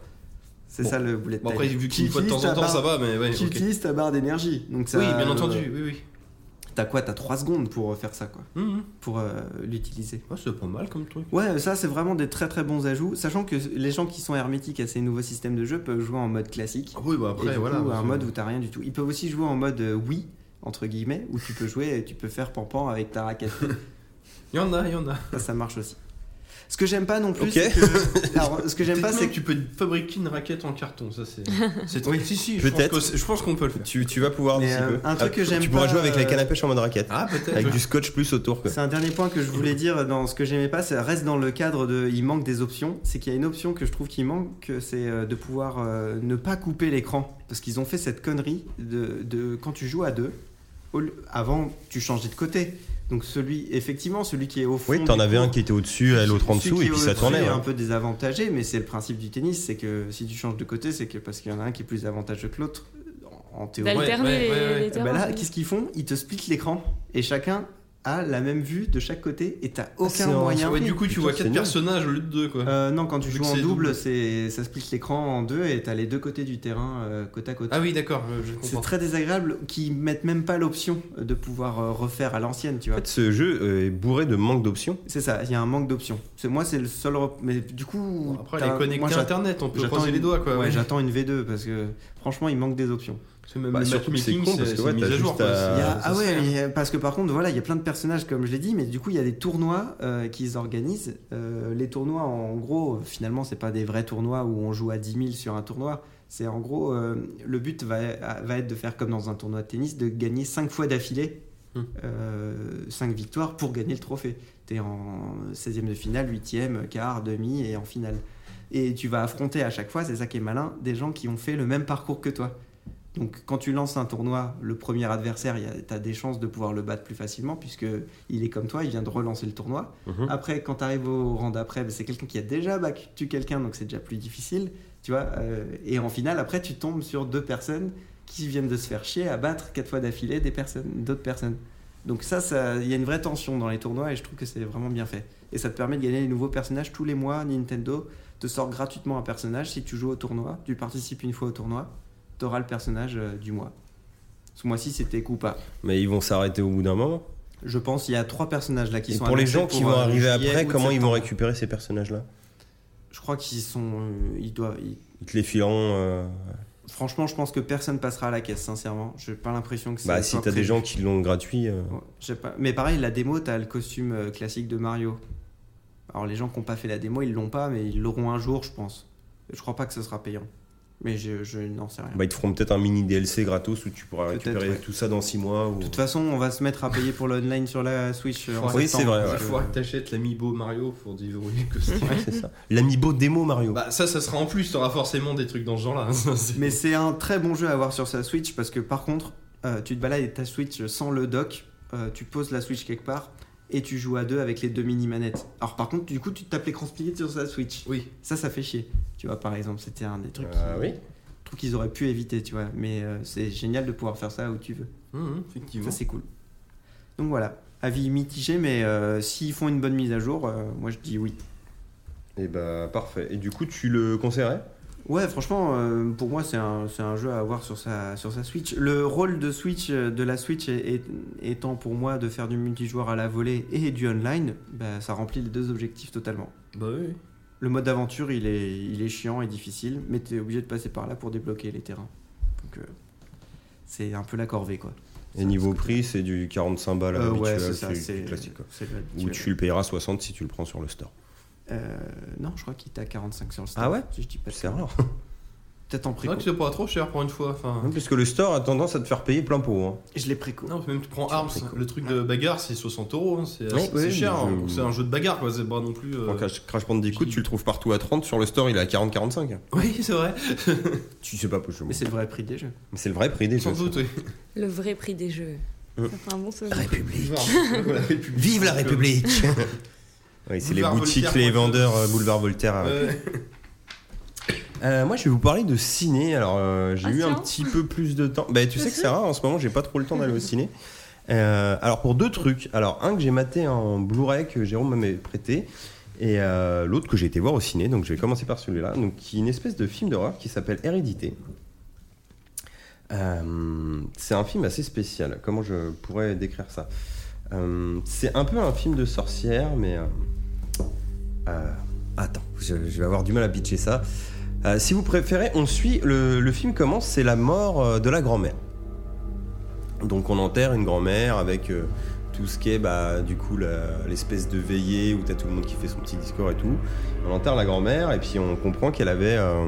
C'est
Bon.
ça le boulet de
Bon, après,
taille.
vu
Qui
qu'une fois de temps
utilise
en
ta
temps ça
barre-
va, mais ouais.
Tu
ok.
utilises ta barre d'énergie. donc ça,
Oui, bien
euh,
entendu. Oui, oui.
T'as quoi T'as 3 secondes pour euh, faire ça, quoi.
Hum, hum.
Pour euh, l'utiliser.
Ouais, c'est pas mal comme truc.
Ouais, ça c'est vraiment des très très bons ajouts, sachant que les gens qui sont hermétiques à ces nouveaux systèmes de jeu peuvent jouer en mode classique.
Ah Oui, bah
et
après,
du
voilà.
coup,
parce
un
que-
mode où t'as rien du tout. Ils peuvent aussi jouer en mode euh, oui entre guillemets, où tu peux jouer, tu peux faire pampan avec ta raquette.
Il y en a, il y en a.
ça, ça marche aussi. Ce que j'aime pas non plus,
Ok.
c'est que... Alors, ce que j'aime pas,
Techniquement,
c'est que
tu peux fabriquer une raquette en carton, ça c'est. c'est-
Oui.
si, si, je
Peut-être.
pense que- je pense qu'on peut le faire.
Tu, tu vas pouvoir
Mais,
d'ici
euh,
peu.
un truc que
tu-
j'aime
Tu pourras
pas,
jouer avec la
euh,
canne à pêche en mode raquette.
Ah, peut-être.
avec du scotch plus autour. Quoi.
C'est un dernier point que je voulais dire dans ce que j'aimais pas, ça reste dans le cadre de il manque des options, c'est qu'il y a une option que je trouve qui manque, que c'est euh, de pouvoir euh, ne pas couper l'écran parce qu'ils ont fait cette connerie de, de- quand tu joues à deux, au lieu- avant tu changeais de côté. Donc celui effectivement celui qui est au fond
Oui, t'en
du
avais
court,
un qui était au-dessus, à l'autre en
celui
dessous,
qui
et
est
puis
au-
ça tournait.
celui est
ouais.
un peu désavantagé mais c'est le principe du tennis, c'est que si tu changes de côté, c'est que parce qu'il y en a un qui est plus avantageux que l'autre en en théorie.
D'alterner
ouais,
les-
ouais,
les
ouais.
terrains.
Bah là, qu'est-ce qu'ils font Ils te splitent l'écran et chacun a la même vue de chaque côté et t'as
c'est
aucun
en-
moyen.
Ouais, du coup, tu
Putain,
vois
c'est
4
nul.
personnages au lieu de 2, quoi.
Euh, non, quand tu
Vu
joues
que
en
c'est
double,
double.
c'est ça split l'écran en deux et t'as les deux côtés du terrain euh, côte à côte.
Ah oui, d'accord, euh, je comprends.
c'est très désagréable qu'ils mettent même pas l'option de pouvoir euh, refaire à l'ancienne, tu
En
vois.
fait, ce jeu euh, est bourré de manque d'options.
C'est ça, il y a un manque d'options. C'est moi, c'est le seul. rep- Mais du coup,
Bon, Après,
t'as-
elle est connectée
moi,
à
j'a-
internet, on peut
j'attends
croiser
une-
les doigts, quoi.
Ouais,
euh, ouais.
j'attends une V2 parce que franchement, il manque des options.
C'est même
Bah,
le
surtout que c'est
matchmaking,
con, parce
c'est
que,
c'est
ouais,
mis
t'as
à jour.
juste
quoi.
à-
Il y a-
Ça,
ah
ça,
ouais,
c'est-
mais, euh, parce que par contre, voilà, il y a plein de personnages comme je l'ai dit, mais du coup, il y a des tournois euh, qu'ils organisent. Euh, les tournois, en gros, finalement, c'est pas des vrais tournois où on joue à 10 000 sur un tournoi. C'est en gros, euh, le but va, va être de faire comme dans un tournoi de tennis, de gagner 5 fois d'affilée,
Hmm.
5 victoires pour gagner le trophée. T'es en 16e de finale, 8e, quart, demi et en finale. Et tu vas affronter à chaque fois, c'est ça qui est malin, des gens qui ont fait le même parcours que toi. Donc quand tu lances un tournoi, le premier adversaire, tu as des chances de pouvoir le battre plus facilement puisque il est comme toi, il vient de relancer le tournoi.
Mhm.
Après, quand tu arrives au rang d'après, ben, c'est quelqu'un qui a déjà battu quelqu'un, donc c'est déjà plus difficile. Tu vois, euh, et en finale, après, tu tombes sur deux personnes qui viennent de se faire chier à battre quatre fois d'affilée des personnes, d'autres personnes. Donc ça, ça- il y a une vraie tension dans les tournois et je trouve que c'est vraiment bien fait. Et ça te permet de gagner des nouveaux personnages tous les mois. Nintendo te sort gratuitement un personnage si tu joues au tournoi, tu participes une fois au tournoi, t'auras le personnage euh, du mois. Ce mois-ci, c'était Koopa.
Mais ils vont s'arrêter au bout d'un moment.
Je pense qu'il y a trois personnages là qui
Et
sont
pour les
annoncés
gens qui
pour,
vont
euh,
arriver
juillet,
après,
août,
comment ils vont
septembre.
récupérer ces personnages-là
Je crois qu'ils sont, euh, ils doivent. ils-
Ils te les fileront. euh,
Franchement, je pense que personne passera à la caisse. Sincèrement, j'ai pas l'impression que. ça
Bah,
soit
si t'as des
prévu.
gens qui l'ont gratuit. euh,
Ouais, je sais pas. Mais pareil, la démo, t'as le costume euh, classique de Mario. Alors les gens qui n'ont pas fait la démo, ils l'ont pas, mais ils l'auront un jour, je pense. Je crois pas que ce sera payant. Mais je, je n'en sais rien.
Bah, ils te feront peut-être un mini DLC gratos où tu pourras
Peut-être,
récupérer
ouais.
tout ça dans 6 mois. Ou...
De toute façon, on va se mettre à payer pour l'online sur la Switch. euh, en
Oui, c'est
septembre,
vrai,
parce
Il
ouais.
que-
faudra que t'achètes l'amiibo Mario pour déverrouiller le costume.
Ouais, c'est ça. L'amiibo démo Mario.
Bah, ça, ça sera en plus, t'auras forcément des trucs dans ce genre-là. hein, ça, c'est-
Mais c'est un très bon jeu à avoir sur sa Switch parce que par contre, euh, tu te balades avec ta Switch sans le dock, euh, tu poses la Switch quelque part et tu joues à deux avec les deux mini manettes. Alors par contre, du coup, tu te tapes l'écran split sur sa Switch.
Oui.
Ça, ça fait chier. Tu vois, par exemple, c'était un des trucs
Ah
qui-
oui.
trucs qu'ils auraient pu éviter, tu vois. Mais euh, c'est génial de pouvoir faire ça où tu veux.
Hum, hum, effectivement.
Ça, c'est cool. Donc voilà, avis mitigé, mais euh, s'ils font une bonne mise à jour, euh, moi je dis oui.
Et bah parfait. Et du coup, tu le conseillerais
Ouais, franchement, euh, pour moi, c'est un, c'est un jeu à avoir sur sa, sur sa Switch. Le rôle de Switch, euh, de la Switch est- est- étant pour moi de faire du multijoueur à la volée et du online, bah, ça remplit les deux objectifs totalement.
Bah oui.
Le mode aventure, il est, il est chiant et difficile, mais t'es obligé de passer par là pour débloquer les terrains. Donc, euh, c'est un peu la corvée, quoi.
Et niveau prix, c'est du 45 balles
Euh, ouais,
habituel,
c'est
c'est
ça,
du
c'est
classique. quoi.
c'est
Ou
l'habituel.
tu le payeras 60 si tu le prends sur le store.
Euh, non, je crois qu'il était à 45 sur le store.
Ah ouais
Si je dis pas de
C'est
conneries.
rare.
peut-être en
C'est
préco.
vrai que c'est pas trop cher pour une fois. Enfin,
Hein, Puisque le store a tendance à te faire payer plein pot. hein.
Je l'ai préco.
non, même tu prends Arms, le truc de bagarre, c'est 60 euros. hein, C'est
Oui,
c'est
oui,
cher.
mais
hein.
je-
C'est un jeu de bagarre, quoi. C'est pas non plus. euh,
Quand Crash, Crash Bandicoot, tu le trouves partout à 30, sur le store il est à 40-45.
Oui, c'est vrai.
Tu sais pas possible.
Mais c'est le vrai prix des jeux.
Mais c'est le vrai prix des
Sans
jeux.
doute, oui.
Le vrai prix des jeux.
Euh.
Ça fait un bon souvenir.
République.
Voilà, et puis-
Vive la
Euh,
République Oui, c'est les
Boulevard
boutiques,
Voltaire,
les
quoi.
vendeurs euh, boulevard Voltaire. euh.
euh,
Euh, moi, je vais vous parler de ciné. Alors, euh, j'ai
Ah,
eu un
tiens.
petit peu plus de temps. Bah, tu sais que c'est rare en ce moment, j'ai pas trop le temps d'aller au ciné. Euh, alors, pour deux trucs. Alors, un que j'ai maté en Blu-ray que Jérôme m'avait prêté. Et euh, l'autre que j'ai été voir au ciné, donc je vais commencer par celui-là, donc qui est une espèce de film d'horreur qui s'appelle Hérédité. Euh, c'est un film assez spécial. Comment je pourrais décrire ça Euh, C'est un peu un film de sorcière, mais euh, euh, attends, je, je vais avoir du mal à pitcher ça. Euh, si vous préférez, on suit. Le, le film commence, c'est la mort euh, de la grand-mère. Donc on enterre une grand-mère avec euh, tout ce qui est bah, du coup la- l'espèce de veillée où t'as tout le monde qui fait son petit discours et tout. On enterre la grand-mère et puis on comprend qu'elle avait euh,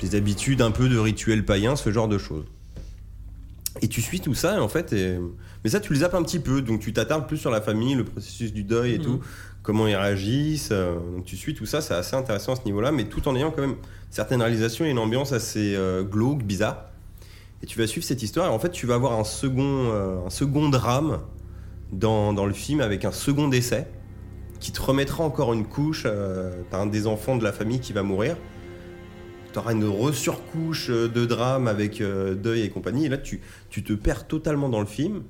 des habitudes un peu de rituel païen, ce genre de choses. Et tu suis tout ça et en fait, et- mais ça tu les zappes un petit peu, donc tu t'attardes plus sur la famille, le processus du deuil et
Mhm.
tout, comment ils réagissent. euh, donc tu suis tout ça, c'est assez intéressant à ce niveau-là, mais tout en ayant quand même certaines réalisations et une ambiance assez euh, glauque, bizarre. Et tu vas suivre cette histoire et en fait tu vas avoir un second, euh, un second drame dans, dans le film avec un second décès qui te remettra encore une couche. euh, T'as un des enfants de la famille qui va mourir. T'auras une resurcouche euh, de drame avec euh, deuil et compagnie. Et là tu, tu te perds totalement dans le film.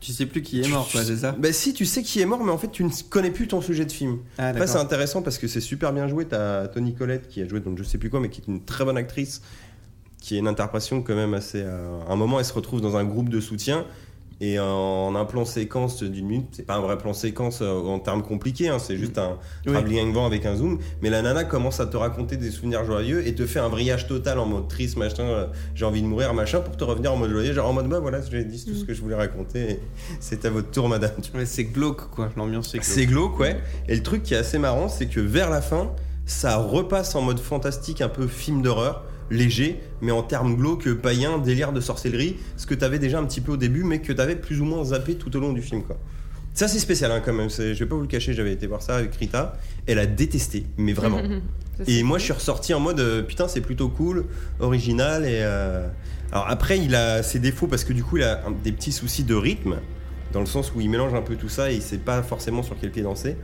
Tu sais plus qui est mort, quoi, c'est ça
Bah si tu sais qui est mort mais en fait tu ne connais plus ton sujet de film.
Ah,
Après, c'est intéressant parce que c'est super bien joué. T'as Tony Collette qui a joué, donc je sais plus quoi, mais qui est une très bonne actrice, qui a une interprétation quand même assez. euh, à un moment, elle se retrouve dans un groupe de soutien. Et en un plan séquence d'une minute, c'est pas un vrai plan séquence euh, en termes compliqués, hein, c'est juste un
Mm. Oui.
travelling avant avec un zoom. Mais la nana commence à te raconter des souvenirs joyeux et te fait un vrillage total en mode triste, machin, euh, j'ai envie de mourir, machin, pour te revenir en mode joyeux, genre en mode bah voilà, j'ai dit tout
Mm.
ce que je voulais raconter, et c'est à votre tour, madame.
Ouais, c'est glauque, quoi. L'ambiance, c'est glauque.
C'est glauque, ouais. Et le truc qui est assez marrant, c'est que vers la fin, ça repasse en mode fantastique, un peu film d'horreur, léger, mais en termes glauques, païens, délire de sorcellerie, ce que t'avais déjà un petit peu au début, mais que t'avais plus ou moins zappé tout au long du film, quoi. Ça, c'est spécial, hein, quand même. c'est- Je vais pas vous le cacher, j'avais été voir ça avec Rita. Elle a détesté, mais vraiment.
Ça, c'est
Et moi, je suis ressorti en mode euh, putain, c'est plutôt cool, original. Et euh, alors après, il a ses défauts parce que du coup, il a un- des petits soucis de rythme dans le sens où il mélange un peu tout ça et il sait pas forcément sur quel pied danser.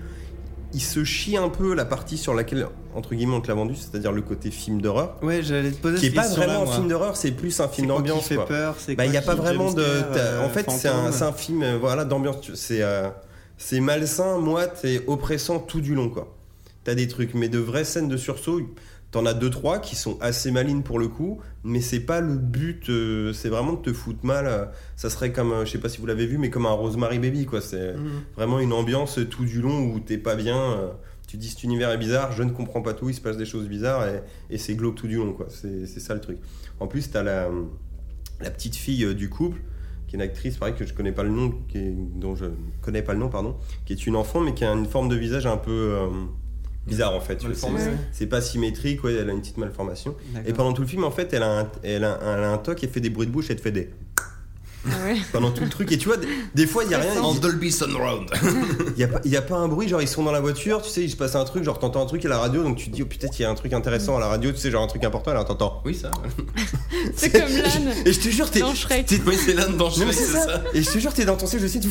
Il se chie un peu la partie sur laquelle entre guillemets on te l'a vendu, c'est-à-dire le côté film d'horreur,
Ouais, j'allais te poser
qui est
cette
pas
question-là,
vraiment un
moi.
film d'horreur, c'est plus un film
C'est quoi qui
d'ambiance.
fait
quoi.
peur, c'est
Bah, il
quoi
n'y a
qui-
pas vraiment de.
jumpscare,
t'as- en
euh,
fait, c'est un,
fantôme.
c'est un film euh, voilà, d'ambiance. tu- C'est euh, c'est malsain, moite et oppressant tout du long, quoi. T'as des trucs, mais de vraies scènes de sursaut, t'en as deux, trois qui sont assez malines pour le coup, mais c'est pas le but, euh, c'est vraiment de te foutre mal. euh, ça serait comme, euh, je sais pas si vous l'avez vu, mais comme un Rosemary Baby, quoi. C'est vraiment une ambiance tout du long où t'es pas bien. euh, tu dis cet univers est bizarre, je ne comprends pas tout, il se passe des choses bizarres et, et c'est glauque tout du long, quoi. C'est c'est ça le truc. En plus, t'as la, la petite fille euh, du couple, qui est une actrice, pareil, que je connais pas le nom, qui est- dont je ne connais pas le nom, pardon, qui est une enfant, mais qui a une forme de visage un peu euh, bizarre, en fait. tu vois, c'est-
Malformée.
C'est pas symétrique, ouais, elle a une petite malformation.
D'accord.
Et pendant tout le film, en fait, elle a un, elle a, un- elle a un toc, elle fait des bruits de bouche, elle te fait des.
Ah ouais.
Pendant tout le truc, et tu vois, des, des fois, il y a rien.
Stressant.
il-
En Dolby Surround.
il n'y a, pas- y a pas un bruit, genre ils sont dans la voiture, tu sais, il se passe un truc, genre t'entends un truc à la radio, donc tu te dis, oh, peut-être il y a un truc intéressant à la radio, tu sais, genre un truc important, alors t'entends.
Oui, ça.
C'est comme l'âne
Et je te jure, t'es.
dans Shrek.
t'es-
Oui, c'est l'âne dans
Non, mais
Shrek,
c'est ça. Et je te jure, t'es dans ton siège de site,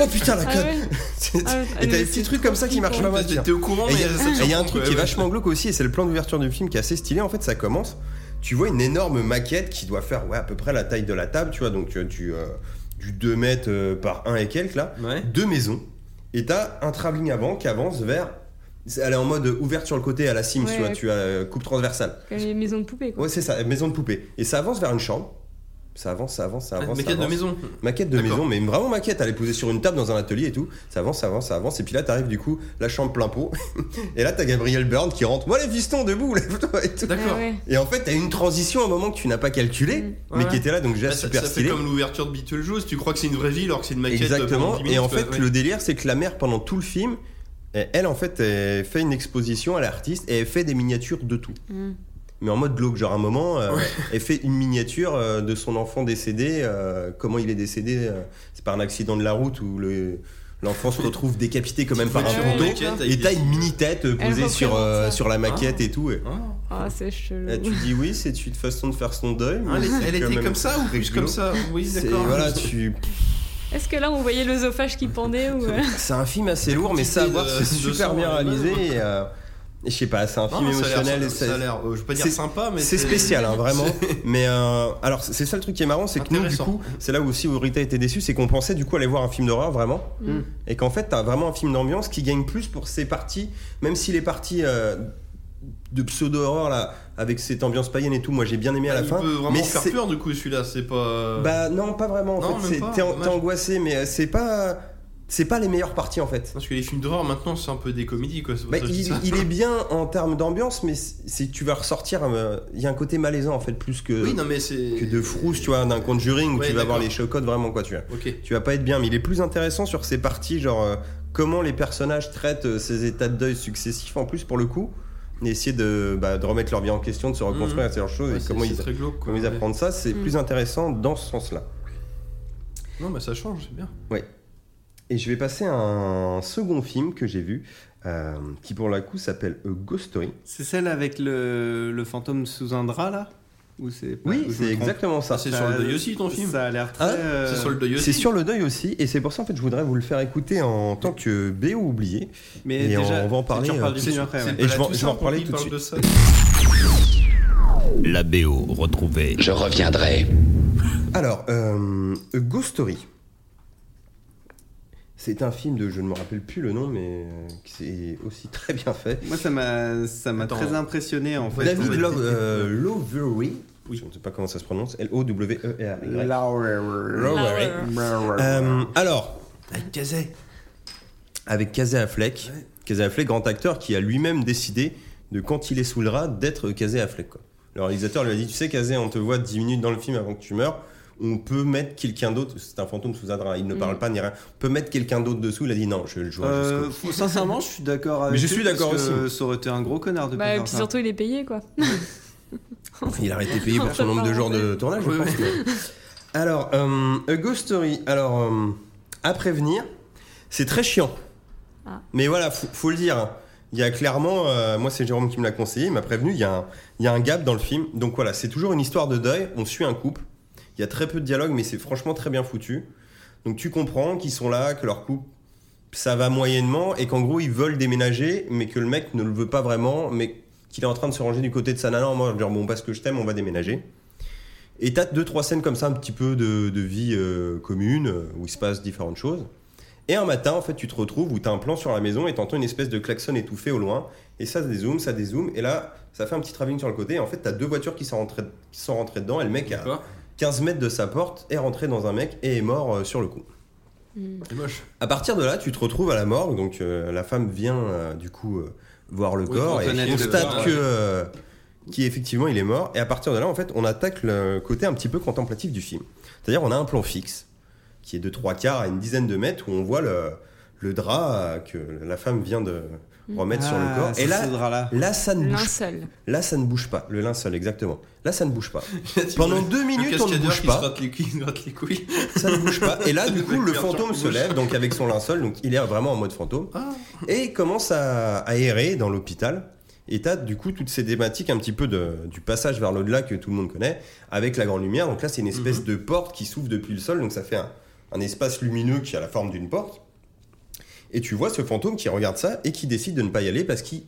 oh putain, la
Ah
conne
ouais.
Et
Ah,
t'as
mais
des
c'est
petits trucs comme ça qui marchent pas
flippant.
mal.
T'es- T'es au courant,
Et
mais
il y,
ça te
a- et y a un
surprend,
truc
quoi,
qui est
ouais.
vachement glauque aussi, et c'est le plan d'ouverture du film qui est assez stylé. En fait, ça commence, tu vois une énorme maquette qui doit faire ouais, à peu près la taille de la table, tu vois, donc tu, tu, euh, du 2 mètres euh, par 1 et quelques là,
Ouais.
deux maisons, et t'as un travelling avant qui avance vers. Elle est en mode ouverte sur le côté à la cime,
Ouais,
tu vois,
ouais.
tu as euh, coupe transversale.
Comme Ah, les maisons de poupées, quoi.
Ouais, c'est ça, maison de poupée. Et ça avance vers une chambre. Ça avance, ça avance, ça
Ah,
avance.
mais
ça
quête de
avance.
maison.
Maquette de maison,
D'accord.
mais vraiment maquette. Elle est posée sur une table dans un atelier et tout. Ça avance, ça avance, ça avance. Et puis là, t'arrives du coup, la chambre plein pot. et là, t'as Gabriel Byrne qui rentre. Moi, les pistons, debout, lève-toi et tout.
Ah
D'accord.
ouais.
Et en fait, t'as une transition à un moment que tu n'as pas calculé,
Mm.
mais
Ouais.
qui était là, donc déjà
Bah, ça,
super
ça fait
stylé.
comme l'ouverture de Beetlejuice, tu crois que c'est une vraie vie alors que c'est une maquette.
Exactement.
euh, pendant dix
et
minutes,
en
quoi,
fait,
ouais.
le délire, c'est que la mère, pendant tout le film, elle, en fait, elle fait une exposition à l'artiste et elle fait des miniatures de tout.
Mm.
mais en mode glauque. Genre, à un moment, euh, elle fait une miniature euh, de son enfant décédé, euh, comment il est décédé, euh, c'est par un accident de la route où le. L'enfant se retrouve décapité quand même par un
voiture
rondeau
maquette avec
et
des-
t'as une mini tête euh,
Elle
posée sur,
représente
euh,
ça.
sur la maquette et tout. Et,
Ah.
Ah, c'est chelou.
Là, Eh, tu dis oui, c'est une façon de faire son deuil. mais
Hein, elle-
c'est
elle
quand
était
même
comme ça ou
très
plus comme
glauque.
ça Oui,
C'est-
d'accord.
Voilà, tu.
Est-ce que là, on voyait l'œsophage qui pendait ou... euh,
C'est un film assez lourd, mais ça à voir, c'est
Quantité de- de
super
sang,
bien
ouais.
réalisé. Et, euh, et je sais pas, c'est un
Non,
film
ça a l'air-
émotionnel. et
ça,
ça-
a l'air, euh, je veux pas dire
c'est-
sympa, mais
c'est spécial, hein, vraiment. Mais euh, alors, c'est c'est ça le truc qui est marrant, c'est que nous, du
Intéressant.
coup, c'est là où aussi où Rita était déçue, c'est qu'on pensait du coup aller voir un film d'horreur vraiment,
Mm.
et qu'en fait, t'as vraiment un film d'ambiance qui gagne plus pour ses parties, même si les parties euh, de pseudo horreur là, avec cette ambiance païenne et tout, moi j'ai bien aimé à la
Bah, il
fin.
peut vraiment
mais
faire
c'est-
peur du coup celui-là, c'est pas.
Bah non, pas vraiment. En
Non,
fait,
même
c'est-
pas,
t'es an-
dommage.
t'es angoissé, mais euh, c'est pas, c'est pas les meilleures parties en fait.
Parce que les films d'horreur maintenant c'est un peu des comédies quoi. c'est pour
Bah,
ça que je dis
il,
ça.
il est bien en termes d'ambiance, mais si tu vas ressortir, euh, il y a un côté malaisant en fait, plus que,
Oui, non mais c'est.
que de frousse, tu vois, d'un conjuring où
Ouais,
tu vas voir
d'accord.
les chocottes vraiment, quoi, tu vois.
Ok.
Tu vas pas être bien, mais il est plus intéressant sur ces parties, genre euh, comment les personnages traitent euh, ces états de deuil successifs en plus, pour le coup, et essayer de, bah, de remettre leur vie en question, de se reconstruire, c'est leur chose,
Mhm. Ouais,
et
c'est-
comment
c'est
ils,
très glauque, quoi.
comment ils
Ouais.
apprennent ça, c'est
Mm.
plus intéressant dans ce sens-là.
Non, bah ça change, c'est bien.
Et je vais passer à un second film que j'ai vu, euh, qui pour le coup s'appelle A Ghost Story.
C'est celle avec le, le fantôme sous un drap là Ou c'est pas-
Oui,
ou je me
c'est
trompe
exactement ça.
Ah, c'est sur le deuil aussi ton film.
Ça a l'air très.
Ah,
euh,
C'est sur le deuil aussi.
C'est sur le deuil aussi, et c'est pour ça en fait je voudrais vous le faire écouter en tant que BO oublié.
Mais
Et
déjà,
on va en
tu
parler,
reparles
euh,
du
tout
C'est-
de
film
c'est
après.
pas
ouais.
Et je vais-
la
je vais en
Toussaint
reparler
qu'on
tout de
parle
suite.
ça.
La BO retrouvée.
Je reviendrai.
Alors, euh, A Ghost Story. C'est un film de, je ne me rappelle plus le nom, mais euh, qui c'est aussi très bien fait.
Moi, ça m'a ça m'a
Attends.
très impressionné en fait.
David
ouais.
Lo- euh, Lowery, je ne sais pas comment ça se prononce, E L-O-W-E-R-Y.
Lauer.
Lowery.
Lauer.
Euh, alors, avec Kazé. Avec Kazé Affleck. Kazé Affleck, grand acteur, qui a lui-même décidé de, quand il est sous le rat, d'être Kazé Affleck. quoi. Le réalisateur lui a dit Tu sais, Kazé, on te voit 10 minutes dans le film avant que tu meurs. On peut mettre quelqu'un d'autre. C'est un fantôme sous un drap, il ne
Mm.
parle pas ni rien. On peut mettre quelqu'un d'autre dessous. Il a dit Non, je le jouerai jusqu'au
Euh,
bout.
faut- sincèrement, je suis d'accord avec
Mais je
lui
suis d'accord
parce que
aussi.
Ça aurait été un gros connard de
Bah,
pas
et
faire
puis
ça.
surtout, il est payé, quoi.
Il a été payé pour son nombre de jours de tournage, je pense. mais- Alors, euh, A Ghost Story. Alors, euh, à prévenir, c'est très chiant.
Ah.
Mais voilà, faut, faut le dire. hein. Il y a clairement, euh, moi c'est Jérôme qui me l'a conseillé, il m'a prévenu, il y, a un, il y a un gap dans le film. Donc voilà, c'est toujours une histoire de deuil, on suit un couple. Il y a très peu de dialogue, mais c'est franchement très bien foutu. Donc tu comprends qu'ils sont là, que leur couple, ça va moyennement, et qu'en gros ils veulent déménager, mais que le mec ne le veut pas vraiment, mais qu'il est en train de se ranger du côté de sa nana en mode genre bon parce que je t'aime on va déménager et t'as deux trois scènes comme ça un petit peu de, de vie euh, commune euh, où il se passe différentes choses et un matin en fait tu te retrouves où t'as un plan sur la maison et t'entends une espèce de klaxon étouffé au loin et ça dézoome ça dézoome et là ça fait un petit travelling sur le côté et en fait t'as deux voitures qui sont rentrées, qui sont rentrées dedans et le mec à
D'accord.
15 mètres de sa porte est rentré dans un mec et est mort euh, sur le coup
C'est moche.
à partir de là, tu te retrouves à la morgue. Donc euh, la femme vient euh, du coup euh, voir le
Oui,
corps
pour
et
connaître le corps,
constate que
ouais.
euh, qu'effectivement il est mort. Et à partir de là, en fait, on attaque le côté un petit peu contemplatif du film. C'est-à-dire, on a un plan fixe qui est de trois quarts à une dizaine de mètres où on voit le, le drap euh, que la femme vient de remettre sur le
Ah,
corps. Et
c'est
là,
ce drap-là.
là, ça ne bouge.
Linceul.
Là, ça ne bouge pas. Le linceul, exactement. Là, ça ne bouge pas. Pendant deux minutes, on ne bouge
Qui se
pas
gratte les couilles, il se gratte les couilles.
ça ne bouge pas. Et là, du coup, le
Arthur
fantôme se
bouge.
lève, donc avec son linceul, donc il est vraiment en mode fantôme,
Ah.
et il commence à, à errer dans l'hôpital. Et t'as du coup toutes ces thématiques un petit peu de- du passage vers l'au-delà que tout le monde connaît, avec la grande lumière. Donc là, c'est une espèce de porte qui s'ouvre depuis le sol, donc ça fait un, un espace lumineux qui a la forme d'une porte. Et tu vois ce fantôme qui regarde ça et qui décide de ne pas y aller parce qu'il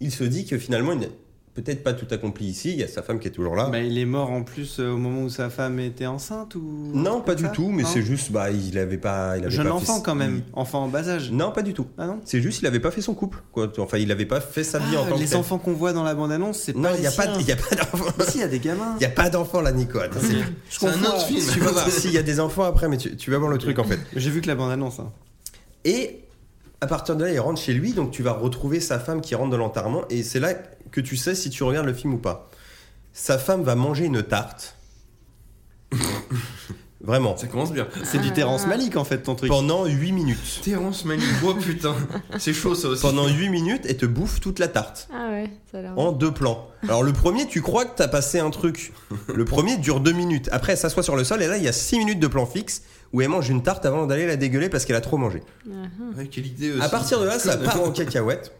il se dit que finalement, il n'est peut-être pas tout accompli ici. Il y a sa femme qui est toujours là.
Bah, il est mort en plus euh, au moment où sa femme était enceinte ou.
non, pas du
ça
tout, mais
Non.
c'est juste, bah, il avait pas. Il avait
Jeune
pas fait-
enfant quand même, enfant en bas âge.
Non, pas du tout.
Ah non
C'est juste il avait pas fait son couple. Quoi. Enfin, il avait pas fait sa vie en
Ah,
tant que
Les
tel.
enfants qu'on voit dans la bande-annonce, c'est
Non,
pas.
il n'y a,
les
pas-
siens.
il y a pas d'enfants.
Si, il y a des gamins.
Il y a pas d'enfants là, Nico. Attends, c'est-
C'est un
confonds,
autre film.
tu vas voir s'il y a des enfants après, mais tu, tu vas voir le truc en fait.
J'ai vu que la bande-annonce. hein.
Et à partir de là, il rentre chez lui, donc tu vas retrouver sa femme qui rentre de l'enterrement, et c'est là que tu sais si tu regardes le film ou pas. Sa femme va manger une tarte. Vraiment.
Ça commence bien.
C'est du Terrence Malick en fait ton truc.
Ah. Pendant 8 minutes.
Terrence Malick, oh putain, c'est chaud ça aussi.
Pendant 8 minutes, et te bouffe toute la tarte.
Ah ouais, ça a l'air.
En deux plans. Alors le premier, tu crois que t'as passé un truc. Le premier dure deux minutes. Après, elle s'assoit sur le sol et là, il y a six minutes de plan fixe où elle mange une tarte avant d'aller la dégueuler parce qu'elle a trop mangé.
Ouais, quelle idée aussi.
À partir de là, ça part en cacahuète.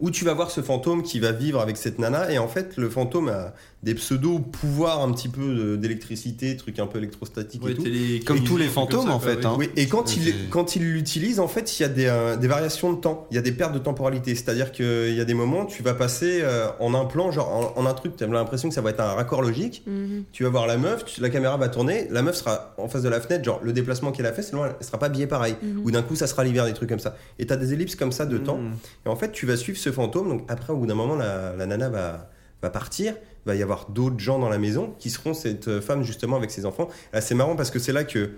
Où tu vas voir ce fantôme qui va vivre avec cette nana et en fait, le fantôme a des pseudo pouvoirs un petit peu de- d'électricité, truc un peu électrostatique
Ouais,
et tout.
télé-
Comme tous les
comme
fantômes
ça,
en
bah
fait.
oui.
hein.
Oui, et quand
Euh,
il, quand il l'utilise, en fait, il y a des, euh, des variations de temps, il y a des pertes de temporalité. C'est-à-dire qu'il y a des moments, tu vas passer euh, en un plan, genre en, en un truc, tu as l'impression que ça va être un raccord logique.
Mhm.
Tu vas voir la meuf, tu- la caméra va tourner, la meuf sera en face de la fenêtre, genre le déplacement qu'elle a fait, sinon elle sera pas habillée pareil.
Mhm.
Ou d'un coup, ça sera l'hiver, des trucs comme ça. Et tu as des ellipses comme
Hmm.
ça de
Mhm.
temps.
Mm.
Et en fait, tu vas suivre ce fantôme. Donc après, au bout d'un moment, la, la nana va, va partir. Il va y avoir d'autres gens dans la maison qui seront cette euh, femme justement avec ses enfants. Là, c'est marrant parce que c'est là que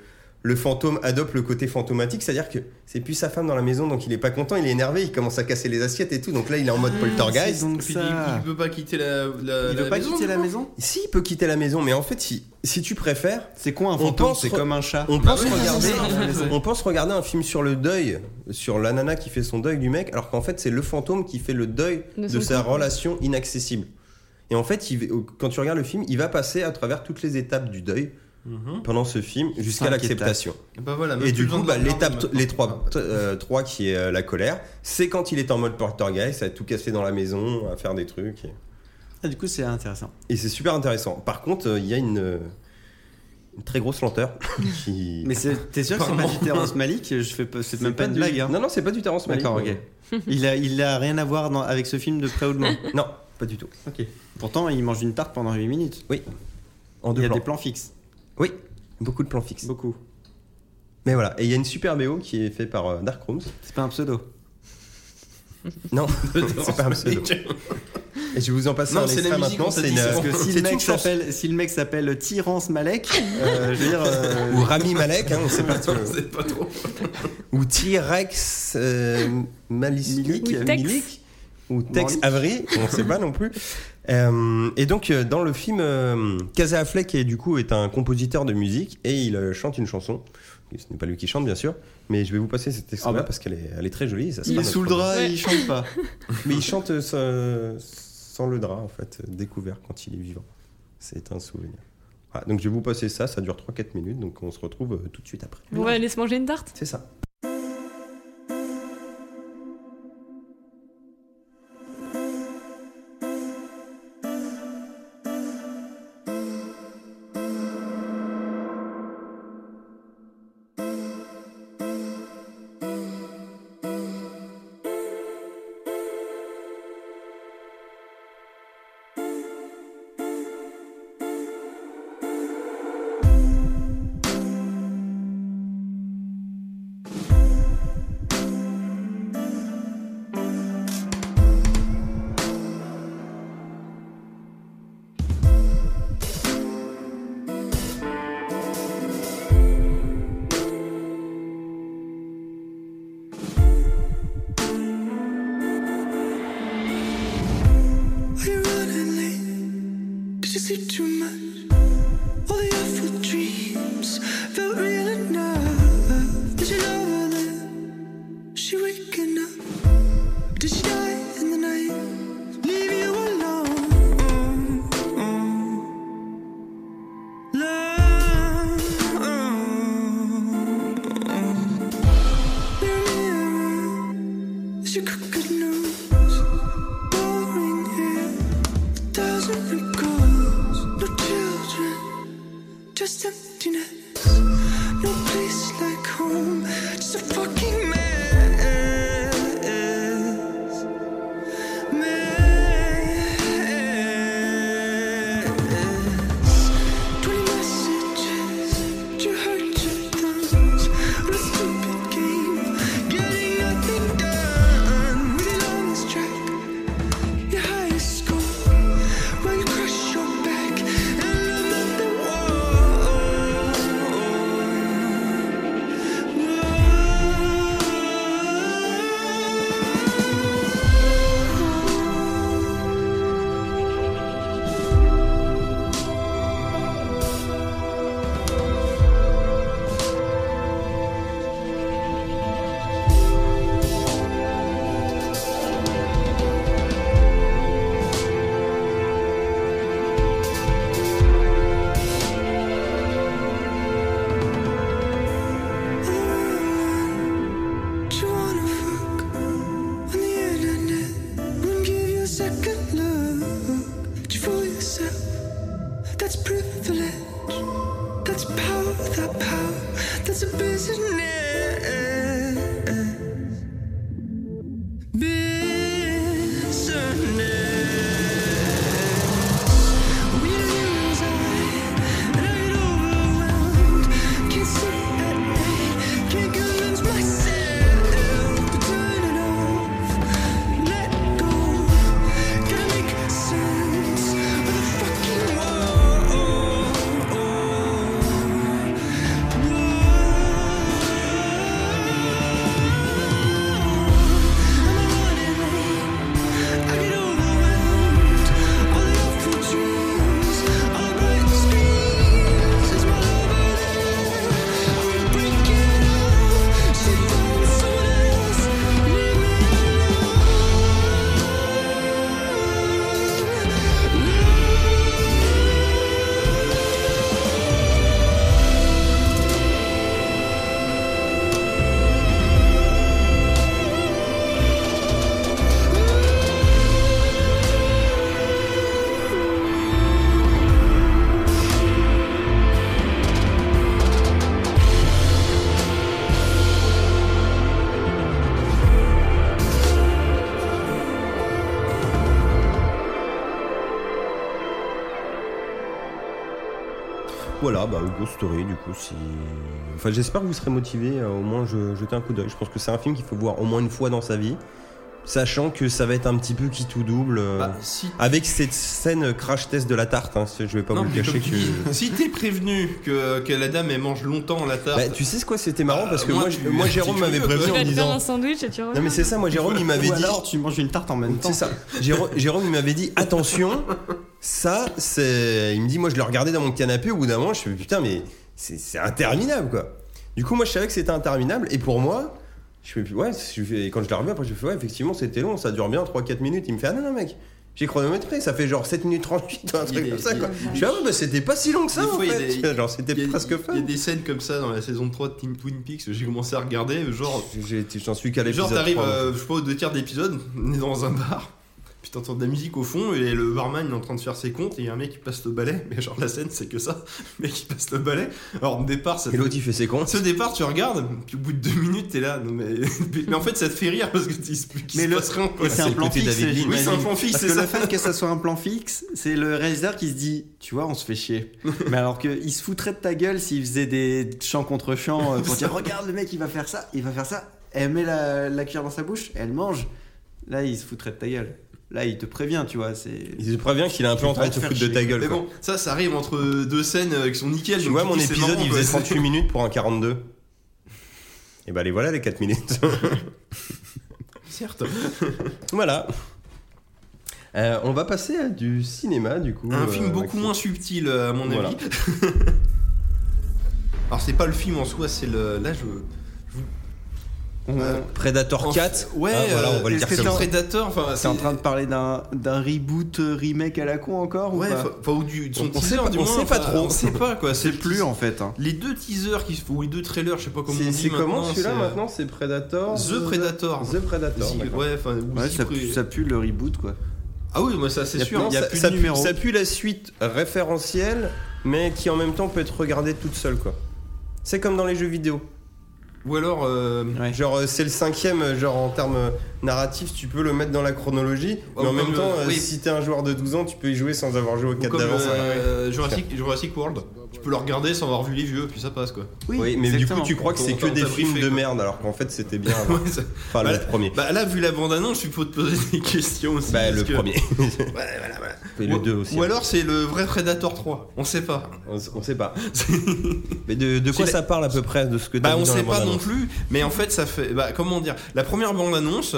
le fantôme adopte le côté fantomatique, c'est-à-dire que c'est plus sa femme dans la maison, donc il est pas content, il est énervé, il commence à casser les assiettes et tout. Donc là, il est en mode
c'est
poltergeist.
donc
Puis
ça.
il, il peut pas quitter la, la,
Il
la
veut pas
maison,
quitter la
non
maison
Si, il peut quitter la maison, mais en fait, si, si tu préfères,
C'est quoi un
On
fantôme
pense
C'est
re-
comme un chat.
on pense
Bah oui,
regarder.
c'est ça.
On pense regarder un film sur le deuil, sur la nana qui fait son deuil du mec, alors qu'en fait c'est le fantôme qui fait le deuil
De
de,
son
sa
corps.
relation inaccessible. Et en fait, il- quand tu regardes le film, il va passer à travers toutes les étapes du deuil
Mhm.
pendant ce film jusqu'à
Cinq
l'acceptation.
Bah voilà, même
Et
plus
du
besoin
coup,
de
bah,
la regarder
l'étape,
maintenant.
les trois, euh, trois qui est euh, la colère, c'est quand il est en mode poltergeist, à tout casser dans la maison, à faire des trucs. Et,
Ah, du coup, c'est intéressant.
et c'est super intéressant. Par contre, euh, il y a une, euh, une très grosse lenteur. qui...
Mais c'est- t'es sûr que c'est pas du Terrence Malick Je fais pas- c'est même pas une
du-
blague. hein.
Non, non, c'est pas du Terrence Malick.
D'accord, ok. Il a, il a rien à voir dans- avec ce film de près ou de loin.
Non, pas du tout.
Pourtant, il mange une tarte pendant 8 minutes.
En
Il
deux
y a
plans.
des plans fixes.
Oui, beaucoup de plans fixes.
Beaucoup.
Mais voilà, et il y a une super BO qui est faite par euh, Dark Rooms.
C'est pas un pseudo.
Non, c'est pas un pseudo. Et je vais vous en passer
Non,
un
c'est la
extrait
musique,
maintenant.
on t'a
C'est
dit,
une, euh,
c'est
Parce que
c'est
si le,
une
mec
chanson.
s'appelle, si le mec s'appelle Tyrance Malek, euh, je veux dire. euh,
Ou Rami Malek, hein, on sait pas trop.
C'est pas trop.
Ou T-Rex euh, Malisnik,
Milik.
Ou Tex.
Milik, ou Tex
Morlick.
Avery, on sait pas non plus. Euh, et donc, euh, dans le film, euh, Casey Affleck est du coup est un compositeur de musique et il euh, chante une chanson. Ce n'est pas lui qui chante, bien sûr, mais je vais vous passer cet extrait-là
Ah bah.
parce qu'elle est, elle est très jolie. et Ça sera
il est
notre
sous le
premier.
drap et
Ouais.
il chante pas.
Mais il chante euh, sans, sans le drap, en fait, euh, découvert quand il est vivant. C'est un souvenir. Voilà, donc je vais vous passer ça, ça dure 3-4 minutes, donc on se retrouve euh, tout de suite après.
Bon, on va aller se manger une tarte.
C'est ça.
Are you running late? Did you sleep too much? All the awful dreams felt real enough. Did you love her then? Is She waking up? Did she die in the night? Leave you alone. Love. Mirror, mirror, is your crooked nose boring hair, thousand regrets, no children, just emptiness, no place like home, just a fucking mess, mess. Twenty messages, you hurt your thumbs, what a stupid game, getting nothing done with your longest track. Your highest score, where you crush your back and another wall.
Voilà, bah, Hugo Story, du coup, si. Enfin, j'espère que vous serez motivé au moins je, jeter un coup d'œil. Je pense que c'est un film qu'il faut voir au moins une fois dans sa vie, sachant que ça va être un petit peu qui tout double. euh,
Bah, si
Avec cette scène crash test de la tarte, hein, c'est- je vais pas
Non,
vous le
mais
cacher
comme
que.
tu dis, si t'es prévenu que, que la dame elle mange longtemps la tarte,
Bah, tu sais ce quoi, c'était marrant parce que
Euh, moi,
moi, je-
tu-
moi, Jérôme
tu-
m'avait
tu-
prévenu
Tu
en
vas te faire
disant.
un sandwich et tu reviens.
Non mais c'est ça, moi Jérôme il m'avait
Ou
dit.
alors tu manges une tarte en même temps.
C'est ça. Jérôme, Jérôme, il m'avait dit attention, ça, c'est. Il me dit, moi, je le regardais dans mon canapé. Au bout d'un moment, je me suis dit, putain, mais c'est c'est interminable, quoi. Du coup, moi, je savais que c'était interminable. Et pour moi, je me suis dit, ouais, je fais- et quand je l'ai revu, après, je me suis dit, ouais, effectivement, c'était long. Ça dure bien 3-4 minutes. Il me fait, ah non, non, mec. J'ai chronométré, ça fait genre 7 minutes 38 ou un
Il
truc
est-
comme ça
il-
quoi.
il-
Je fais ah ouais, bah c'était pas si long que ça
Des
en
fois, il y a des-
fait. genre c'était
il y a-
presque
Il y
fun.
a des scènes comme ça dans la saison 3 de Team Twin Peaks, j'ai commencé à regarder, genre,
J'ai- J'en suis qu'à l'épisode
genre t'arrives,
3.
euh, je sais pas, aux deux tiers d'épisode, on est dans un bar, puis t'entends de la musique au fond, et le barman il est en train de faire ses comptes, et il y a un mec qui passe le balai, mais genre la scène c'est que ça, le mec qui passe le balai, alors au départ ça
Et l'autre il fait ses cons.
Ce départ, tu regardes, puis au bout de deux minutes, t'es là. Non, mais... mais en fait, ça te fait rire parce que tu dis plus qu'il
Mais
se
le-
passe rien. quoi.
Et c'est un
Ah, le
plan
côté
fixe.
David Lean.
Oui, c'est un plan fixe,
Parce
c'est
que
ça.
le fait que ça soit un plan fixe, c'est le réalisateur qui se dit, tu vois, on se fait chier. Mais alors qu'il se foutrait de ta gueule s'il faisait des chants contre chants euh, pour dire, regarde le mec, il va faire ça, il va faire ça. Elle met la, la cuillère dans sa bouche, elle mange. Là, il se foutrait de ta gueule. Là, il te prévient, tu vois. C'est.
Il te prévient qu'il est un peu en train de se foutre de ta gueule.
Mais
quoi.
bon, ça, ça arrive entre deux scènes euh, qui sont nickel.
Tu
donc
vois, mon
dis, c'est
épisode,
marrant,
il
quoi.
faisait 38 minutes pour un 42. Et bah, les voilà, les 4 minutes.
Certes.
voilà. Euh, on va passer à du cinéma, du coup.
Un
euh,
film beaucoup
Maxime.
moins subtil, euh, à mon
Voilà.
avis. Alors, c'est pas le film en soi, c'est le. Là, je.
On-
Euh,
Predator
en-
4.
Ouais,
Ah, voilà, on va le
euh,
dire
c'est
comme
un
ça.
Predator. Enfin,
C'est en train de parler d'un d'un reboot, euh, remake à la con encore ou
Ouais,
pas
enfin, enfin, ou du, de son
On- on sait
teaser,
pas-
du
on
moins,
sait pas
enfin,
trop.
On sait pas, quoi.
C'est plus en fait. hein.
Les deux teasers qui se font, ou les deux trailers, je sais pas comment on
C'est
dit
c'est comment
maintenant,
celui-là
c'est- euh,
maintenant C'est Predator
The Predator.
The Predator.
Si-
d'accord.
ouais, enfin, ou
Ouais,
si
ça,
pré-
pue, ça pue le reboot quoi.
Ah oui, moi ça
Y
c'est
a
sûr.
plus-
Il y a
ça-
plus
ça
de
pue-
numéro.
Ça pue la suite référentielle, mais qui en même temps peut être regardée toute seule, quoi. C'est comme dans les jeux vidéo.
Ou alors, euh,
Ouais.
Genre euh, c'est le cinquième, euh, genre en termes euh, narratifs, tu peux le mettre dans la chronologie, mais
Oh,
en
comme
même
le-
temps, euh,
oui.
si t'es un joueur de 12 ans, tu peux y jouer sans avoir joué au
ou
4
comme
d'avance.
euh, Jurassic, Jurassic World. Tu peux le regarder sans avoir vu les vieux, puis ça passe quoi.
Oui, mais du coup,
exactement.
tu crois que c'est
On
que
t'a- on
des
t'a
films
briefé,
de
quoi.
merde, alors qu'en fait c'était bien. avant.
Ouais, ça-
Enfin,
Bah,
le premier.
bah là, vu la bande-annonce, je suis faut te poser des questions aussi.
Bah,
parce
le
que-
premier.
Ouais, voilà, voilà.
Et le
Ou-
2 aussi. hein.
Ou alors c'est le vrai Predator 3. On sait pas.
On, s- on sait pas. mais de, de quoi
C'est la-
ça parle à peu près de ce que t'as
Bah
vu
on
dans la
sait pas non
bande-annonce
plus, mais en fait ça fait bah comment dire, la première bande annonce,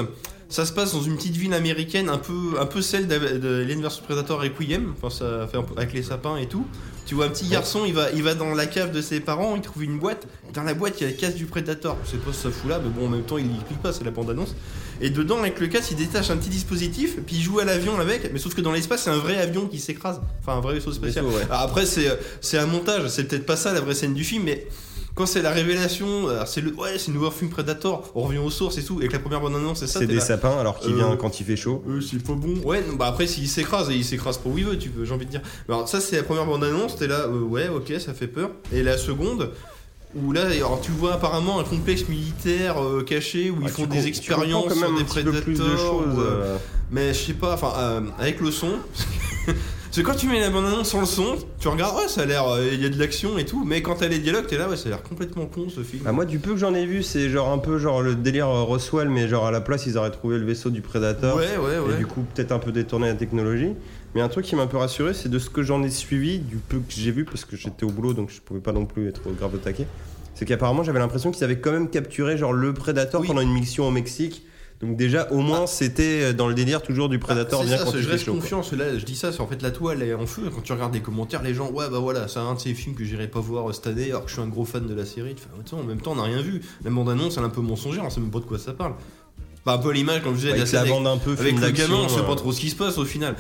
ça se passe dans une petite ville américaine un peu un peu celle d'A- de Alien vs Predator Requiem, enfin ça fait un peu- avec les sapins et tout. Tu vois un petit garçon, il va il va dans la cave de ses parents, il trouve une boîte, dans la boîte il y a la casse du Predator. Je sais pas ce que ça fout là, mais bon en même temps il y clique pas, c'est la bande annonce. Et dedans avec le casse, il détache un petit dispositif, puis il joue à l'avion avec, mais sauf que dans l'espace c'est un vrai avion qui s'écrase, enfin un vrai vaisseau spatial.
Vaisseau, ouais.
Alors après c'est euh, c'est un montage, c'est peut-être pas ça la vraie scène du film, mais quand c'est la révélation, alors c'est le ouais, c'est le nouveau film Predator, on revient aux sources et tout, et que la première bande annonce c'est ça.
C'est
t'es
des
là,
sapins, alors qu'il
Euh,
vient quand il fait chaud.
euh, c'est pas bon. Ouais, non, bah après s'il s'écrase et il s'écrase pour où il veut, tu peux, j'ai envie de dire. Alors ça c'est la première bande annonce, t'es là, euh, ouais, ok, ça fait peur. Et la seconde. Où là, alors tu vois apparemment un complexe militaire euh, caché où ils
Bah,
font
tu com-
des
tu
expériences
comprends quand même
sur des
un petit peu
prédateurs.
plus de choses.
ou, euh,
euh,
mais je sais pas, enfin, euh, avec le son. Parce que quand tu mets la bande-annonce sans le son, tu regardes, ouais, ça a l'air, euh, il y a de l'action et tout, mais quand t'as les dialogues, t'es là, ouais, ça a l'air complètement con ce film.
Bah, moi, du peu que j'en ai vu, c'est genre un peu genre le délire euh, Roswell, mais genre à la place, ils auraient trouvé le vaisseau du Predator.
ouais, ouais,
Et
ouais.
du coup, peut-être un peu détourné la technologie. Mais un truc qui m'a un peu rassuré, c'est de ce que j'en ai suivi, du peu que j'ai vu, parce que j'étais au boulot, donc je pouvais pas non plus être grave au taquet. C'est qu'apparemment, j'avais l'impression qu'ils avaient quand même capturé genre le Predator
Oui.
pendant une mission au Mexique. Donc déjà, au moins, c'était euh, dans le délire toujours du Predator
Ah, c'est
bien
ça,
quand
c'est-
il
je
fait
reste
chaud. quoi.
confiance, là je dis ça, c'est en fait la toile est en feu. Quand tu regardes les commentaires, les gens, ouais, bah voilà, c'est un de ces films que j'irai pas voir euh, cette année alors que je suis un gros fan de la série. Tu fais, attends, en même temps, on n'a rien vu. La bande-annonce, elle est un peu mensongère, on sait même pas de quoi ça parle. Bah, un peu à l'image, comme je disais, de la
Avec la
scène avec-
bande un peu
Avec
film
le
d'action,
gamin, on sait
euh,
pas trop ce qui se passe au final.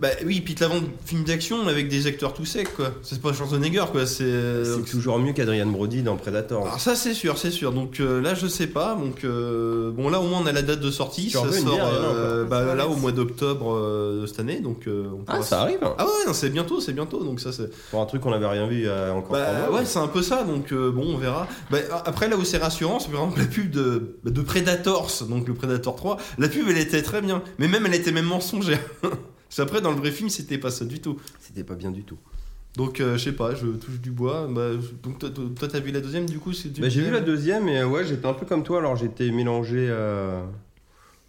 Bah oui, puis te la vente film d'action avec des acteurs tout secs, quoi. C'est pas Schwarzenegger, quoi. C'est. euh,
C'est toujours mieux qu'Adrian Brody dans Predator.
Alors ça, c'est sûr, c'est sûr. Donc euh, là, je sais pas. Donc euh, bon, là au moins on a la date de sortie.
Tu en
Ça
veux une
sort
bière, il y en a
euh,
encore.
bah,
Ah,
là au
merci.
mois d'octobre euh, de cette année. Donc euh, on
ah,
pourra-
ça arrive hein.
Ah ouais, non, c'est bientôt, c'est bientôt. Donc ça, c'est.
Pour un truc qu'on n'avait rien vu il y a encore trois
Bah
mois.
ouais, c'est un peu ça, donc euh, bon, on verra. Bah, a- après, là où c'est rassurant, c'est par exemple la pub de, bah, de Predators, donc le Predator 3. La pub, elle était très bien, mais même elle était même mensongère. Parce qu'après, dans le vrai film, c'était pas ça du tout.
C'était pas bien du tout.
Donc, euh, je sais pas, je touche du bois. Bah, je- donc, toi, toi- toi, t'as vu la deuxième, du coup c'est du-
Bah, j'ai vu la deuxième et euh, ouais, j'étais un peu comme toi, alors j'étais mélangé euh,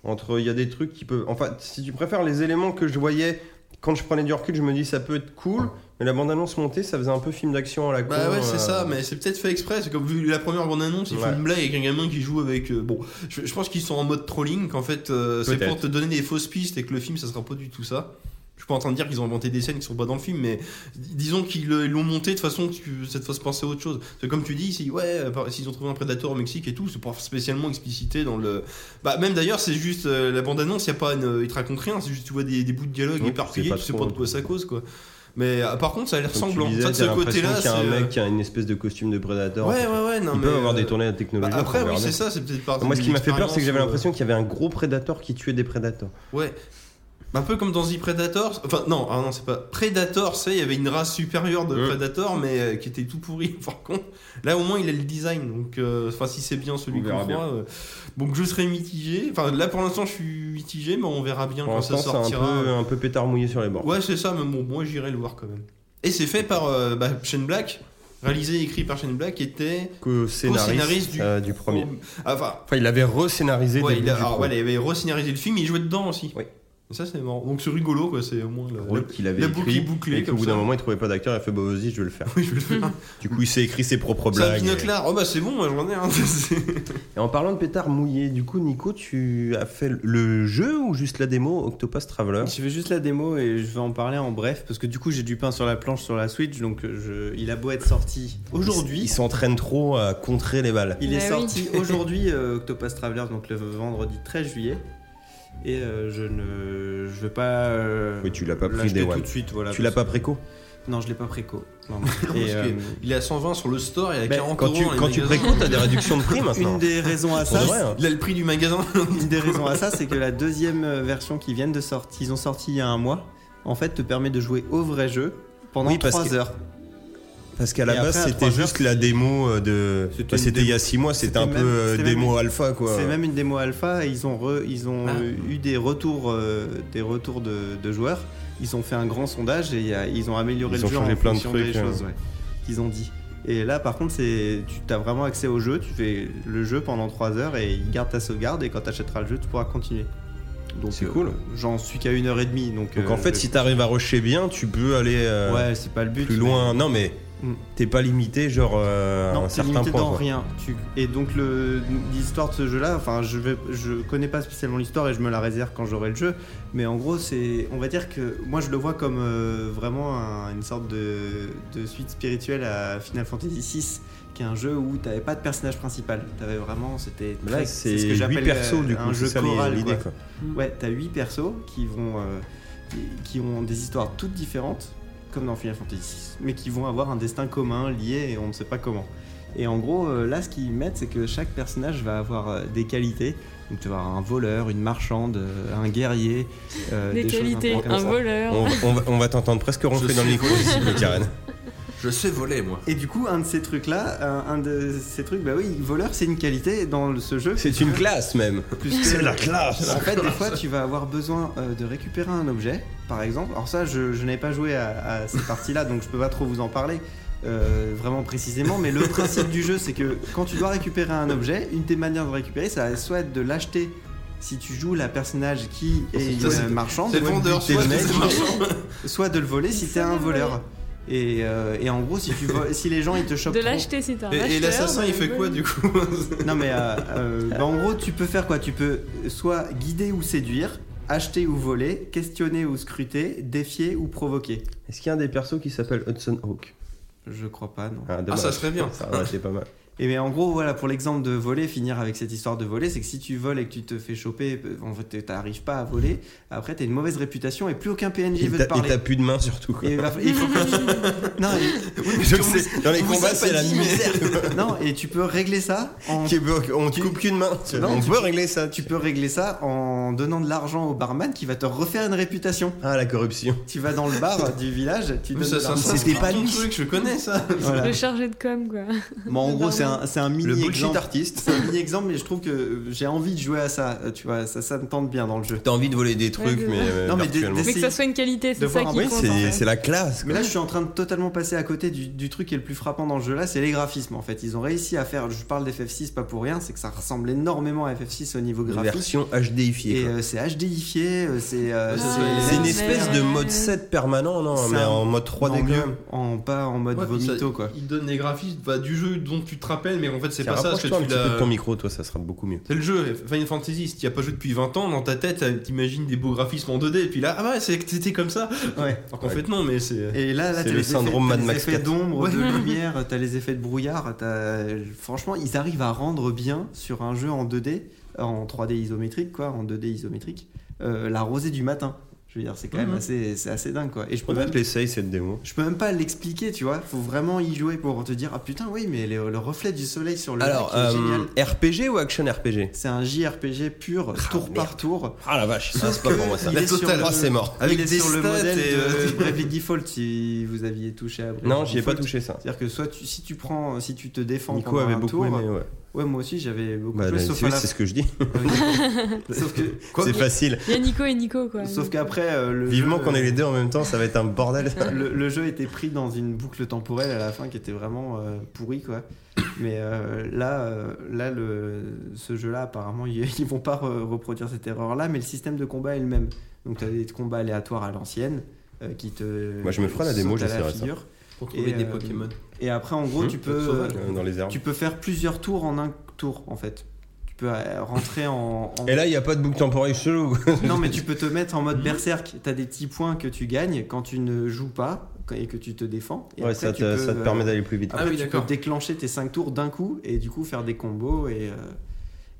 entre. Il y a des trucs qui peuvent. Enfin, si tu préfères, les éléments que je voyais quand je prenais du recul, je me dis ça peut être cool, mais la bande-annonce montée, ça faisait un peu film d'action à la
Bah
con,
ouais,
euh,
c'est ça, mais c'est peut-être fait exprès. C'est comme vu la première bande-annonce, ils
Ouais.
font une blague avec un gamin qui joue avec. euh, bon, je, je pense qu'ils sont en mode trolling, qu'en fait, euh, c'est
Peut-être.
pour te donner des fausses pistes et que le film, ça sera pas du tout ça. Je suis pas en train de dire qu'ils ont inventé des scènes qui sont pas dans le film, mais dis- disons qu'ils le- ils l'ont monté de façon que tu- ça te fasse penser à autre chose. C'est comme tu dis, si, ouais, euh, par- s'ils ont trouvé un prédateur au Mexique et tout, c'est pas spécialement explicité dans le. Bah, même d'ailleurs, c'est juste euh, la bande-annonce, y a pas une, euh, ils te racontent rien, c'est juste tu vois des, des bouts de dialogue
Oui,
éparpillés,
c'est pas
tu sais
trop-
pas de quoi ça cause, quoi. Mais euh, par contre, ça a l'air
comme tu
sanglant.
disais,
Ça, de
t'as
ce côté-là,
l'impression
c'est.
qu'il y a un
euh,
mec qui a une espèce de costume de prédateur.
Ouais, ouais, ouais, non,
Ils
mais.
peuvent avoir
euh,
détourné la
bah,
technologie. pour
après,
faire
oui,
des-
c'est ça, c'est peut-être par.
Moi, ce qui m'a fait peur,
l'expérience,
c'est que j'avais
euh,
l'impression qu'il y avait un gros prédateur qui tuait des prédateurs.
Ouais. Un peu comme dans The Predator. Enfin, non, ah non, c'est pas. Predator, c'est, il y avait une race supérieure de
Ouais.
Predator, mais euh, qui était tout pourri, par contre. Là, au moins, il a le design. Donc, euh, enfin, si c'est bien celui
On
qu'on
verra
croit. euh, donc, je serai mitigé. Enfin, là, pour l'instant, je suis mitigé, mais on verra bien
Pour
quand ça
l'instant, c'est un
sortira.
peu, euh, un peu pétard mouillé sur les bords.
Ouais, c'est ça, mais bon, moi j'irai le voir quand même. Et c'est fait par euh, bah, Shane Black, réalisé et écrit par Shane Black, qui était.
Co-scénariste
Co-scénariste du-
euh, du premier.
Enfin,
Enfin, il avait re-scénarisé
Ouais,
dès
il
le
a,
début du
alors,
premier.
voilà, il avait re-scénarisé le film, il jouait dedans aussi.
Oui.
Et ça, c'est marrant. Donc c'est rigolo, quoi. C'est au moins. Le...
rôle qu'il avait
la boucle
écrit.
est bouclée,
et qu'au
comme
bout d'un
ça.
moment, il trouvait pas d'acteur, il a fait bah vas-y, je vais le faire.
Oui, je vais le faire.
Du coup, il s'est écrit ses propres
Ça,
blagues. Et...
Pinocchio, oh bah c'est bon, moi j'en ai un. C'est-
et en parlant de pétard mouillé, du coup, Nico, tu as fait le jeu ou juste la démo Octopus Traveler
Je vais juste la démo et je vais en parler en bref parce que du coup j'ai du pain sur la planche sur la Switch donc euh, je- il a beau être sorti
Il
aujourd'hui.
s- il s'entraîne trop à contrer les balles.
Il
Ah
est
oui.
sorti aujourd'hui euh, Octopus Traveler donc le vendredi 13 juillet et euh, je ne je veux pas euh,
Oui, tu l'as pas pris
l'acheter
Day One.
tout de suite voilà.
Tu l'as
parce-
pas préco
Non, je l'ai pas préco. Non, non.
Parce
Et,
que
euh,
Il est à 120 sur le store, il est à
Bah,
40
Quand tu,
euros. dans les
quand tu
magasins.
préco, t'as des réductions de prix maintenant.
une des raisons à
Pour
ça
de vrai, hein.
Il a le prix du magasin.
Une des raisons à ça, c'est que la deuxième euh, version qu'ils viennent de sortir, ils ont sorti il y a un mois, en fait, te permet de jouer au vrai jeu pendant
Oui, parce
3
que-
heures.
Parce qu'à
Et
la
après,
base,
à
c'était
trois heures,
juste la démo euh, de.
C'était
bah,
une
C'était il y a 6 mois, c'était un
C'était
peu
même-
euh,
c'était même
démo alpha quoi.
C'est même une démo alpha et ils ont, re- ils ont
Ah.
euh, eu des retours, euh, des retours de, de joueurs. Ils ont fait un grand sondage et il y a- ils ont amélioré
Ils
le
ont
jeu
changé
en
plein de
fonction
trucs,
des
euh.
choses ouais, qu'ils ont dit. Et là, par contre, c'est tu as vraiment accès au jeu. Tu fais le jeu pendant 3 heures et ils gardent ta sauvegarde. Et quand tu achèteras le jeu, tu pourras continuer. Donc,
C'est
euh,
cool.
J'en suis qu'à une heure et demie. Donc,
Donc
euh,
en fait,
je-
si t'arrives à rusher bien, tu peux aller euh,
ouais, c'est pas le but.
plus loin. Non, mais
Mm.
t'es pas limité, genre, euh, à
Non,
un
c'est
certain
limité
point.
dans
quoi.
rien. Tu- Et donc le- l'histoire de ce jeu-là, enfin, je vais, je connais pas spécialement l'histoire et je me la réserve quand j'aurai le jeu. Mais en gros, c'est, on va dire que moi je le vois comme euh, vraiment un- une sorte de, de suite spirituelle à Final Fantasy VI, qui est un jeu où t'avais pas de personnage principal. T'avais vraiment, c'était
Mais
très-
Là, c'est
ce que
huit
j'appelle euh,
persos, du
un
coup,
jeu
c'est ça les-
choral.
l'idée.
quoi.
quoi.
Ouais, t'as 8 persos qui vont euh, qui- qui ont des histoires toutes différentes, comme dans Final Fantasy VI, mais qui vont avoir un destin commun lié et on ne sait pas comment. Et en gros, euh, là, ce qu'ils mettent, c'est que chaque personnage va avoir euh, des qualités. Donc, tu vas avoir un voleur, une marchande, euh, un guerrier. euh,
Des
choses
qualités,
un peu comme
un
ça.
voleur.
On, on va- on va t'entendre presque ronfler dans le
suis
micro ici, Karen.
Je sais voler, moi.
Et du coup, un de ces trucs-là, un, un de ces trucs, bah oui, voleur, c'est une qualité dans le- ce jeu.
C'est une classe même.
Plus que-
classe.
En fait, des fois, tu vas avoir besoin euh, de récupérer un objet, par exemple. Alors ça, je, je n'ai pas joué à, à cette partie-là, donc je peux pas trop vous en parler euh, vraiment précisément. Mais le principe du jeu, c'est que quand tu dois récupérer un objet, une des manières de récupérer, ça va soit être de l'acheter. Si tu joues la personnage qui est
Ça, c'est-
une marchande,
C'est le vendeur,
buter
soit
le mec,
c'est marchand.
soit de le voler si
Il
t'es
sait
un
le voler.
voleur. Et, euh, et en gros, si, tu voles- si les gens ils te chopent
De
trop-
l'acheter, c'est un bah,
Et, et l'assassin, il fait quoi du coup
Non mais euh, euh, bah, en gros tu peux faire quoi Tu peux soit guider ou séduire, acheter ou voler, questionner ou scruter, défier ou provoquer.
Est-ce qu'il y a un des persos qui s'appelle Hudson Hawk
Je crois pas non.
Ah,
dommage.
ça serait bien.
Ça aurait été pas mal.
Et mais en gros voilà pour l'exemple de voler, finir avec cette histoire de voler, c'est que si tu voles et que tu te fais choper, en fait t'arrives pas à voler, après t'as une mauvaise réputation et plus aucun PNJ
Et
veut te
t'as et
parler.
t'as plus de main surtout. quoi.
Et il va- il faut que- non,
Je sais, dans les
vous
combats,
a
c'est
pas
la
dit,
misère.
et- non, et tu peux régler ça en
Tu peux- On te coupe qu'une main.
Non,
on
tu
peut régler ça.
tu peux régler ça en donnant de l'argent au barman qui va te refaire une réputation.
Ah, la corruption.
Tu vas dans le bar du village, tu
Mais
donnes
ça,
de
ça,
l'argent.
ça, c'est ton truc, je connais ça.
Voilà.
Le chargé de com, quoi.
Mais en
Le
gros, c'est un, c'est un mini
Le bullshit
exemple.
artiste.
C'est un mini exemple, mais je trouve que euh, j'ai envie de jouer à ça. euh, Tu vois, ça, ça me tente bien dans le jeu.
T'as envie de voler des trucs,
Ouais,
mais.
de-
euh,
Non, mais des-
virtuellement.
des-
Mais que ça soit une qualité, c'est
De
ça
voir un-
qui
Oui,
compte. en
c'est
fait.
c'est la classe. quoi.
Mais là, je suis en train de totalement passer à côté du, du truc qui est le plus frappant dans le jeu là, c'est les graphismes en fait. Ils ont réussi à faire, je parle d'FF6 pas pour rien, c'est que ça ressemble énormément à FF6 au niveau
Une
graphique.
version HDifiée.
Et
quoi.
euh, c'est HDifié, euh, c'est. euh,
Ouais, ça,
c'est-
c'est-
C'est une
mais
espèce
ouais.
de mode 7 permanent, non
C'est
Mais
un-
en mode 3D
en
quand
mieux,
même.
En pas en mode
Ouais, puis ça-
vomito quoi.
Il donne les graphismes bah, du jeu dont tu te rappelles, mais en fait, c'est
Tiens,
pas ça. parce que
rapproche-toi un
tu
petit peu
l'as-
de ton micro, toi, ça sera beaucoup mieux.
C'est le jeu, Final Fantasy. Si tu as pas joué depuis 20 ans, dans ta tête, t'imagines des beaux graphismes en 2D, et puis là, ah ouais, c'est- c'était comme ça.
Ouais.
Alors qu'en
Ouais.
fait, non, mais c'est.
Et là, là
C'est
t'as
le
les effets-
syndrome
t'as
Mad
les
Max
effets
4.
d'ombre, de
Ouais.
lumière, t'as les effets de brouillard. t'as- Franchement, ils arrivent à rendre bien sur un jeu en 2D, euh, en 3D isométrique, quoi, en 2D isométrique, euh, la rosée du matin. Je veux dire, c'est quand même
Mhm.
assez, c'est assez dingue, quoi. Et je peux,
Faudrait
même,
que l'essaye cette démo.
je peux même pas l'expliquer, tu vois. Faut vraiment y jouer pour te dire, ah putain, oui, mais le, le reflet du soleil sur le
Alors,
lac est génial.
euh, RPG ou action RPG
C'est un JRPG pur, tour par tour.
Ah la vache, ça c'est pas
que
pour moi ça.
il est
La
sur
totale.
le-
Ah, c'est mort.
Avec
Il est
des
sur le
stats
modèle
et,
de
euh,
Bravely Default, si vous aviez touché à Bravely
Non, j'y ai pas
Default.
touché ça.
C'est-à-dire que soit tu- si tu prends, si tu te défends
Nico
pendant
avait
un
beaucoup
tour,
aimé, ouais.
ouais moi aussi j'avais beaucoup
Bah,
plus,
là,
sauf,
c'est
à la-
c'est ce que je dis.
sauf que
C'est facile.
Il y a Nico et Nico quoi.
sauf qu'après euh, le
Vivement
jeu, euh,
qu'on ait les deux en même temps, ça va être un bordel.
le, le jeu était pris dans une boucle temporelle à la fin qui était vraiment euh, pourrie quoi. Mais euh, là euh, là le ce jeu là apparemment ils, ils vont pas re- reproduire cette erreur là, mais le système de combat est le même. Donc tu as des combats aléatoires à l'ancienne euh, qui te
Moi, je me ferai la démo,
sautent à
j'essaierai ça.
figure.
Pour trouver
et,
des
euh,
Pokémon.
Et après en gros
Hum,
tu peux
sauvage.
Euh, Dans les herbes.
Tu peux faire plusieurs tours en un tour, en fait. Tu peux euh, rentrer en. en-
Et là, Mhm. il n'y a pas de boucle temporelle chelou.
non, mais tu peux te mettre en mode berserk. T'as des petits points que tu gagnes quand tu ne joues pas quand- et que tu te défends. Et
Ouais,
après,
ça
tu
te
peux,
ça te
euh,
permet d'aller plus vite.
Ah
Après,
oui,
tu peux
d'accord.
déclencher tes 5 tours d'un coup et du coup faire des combos et, euh,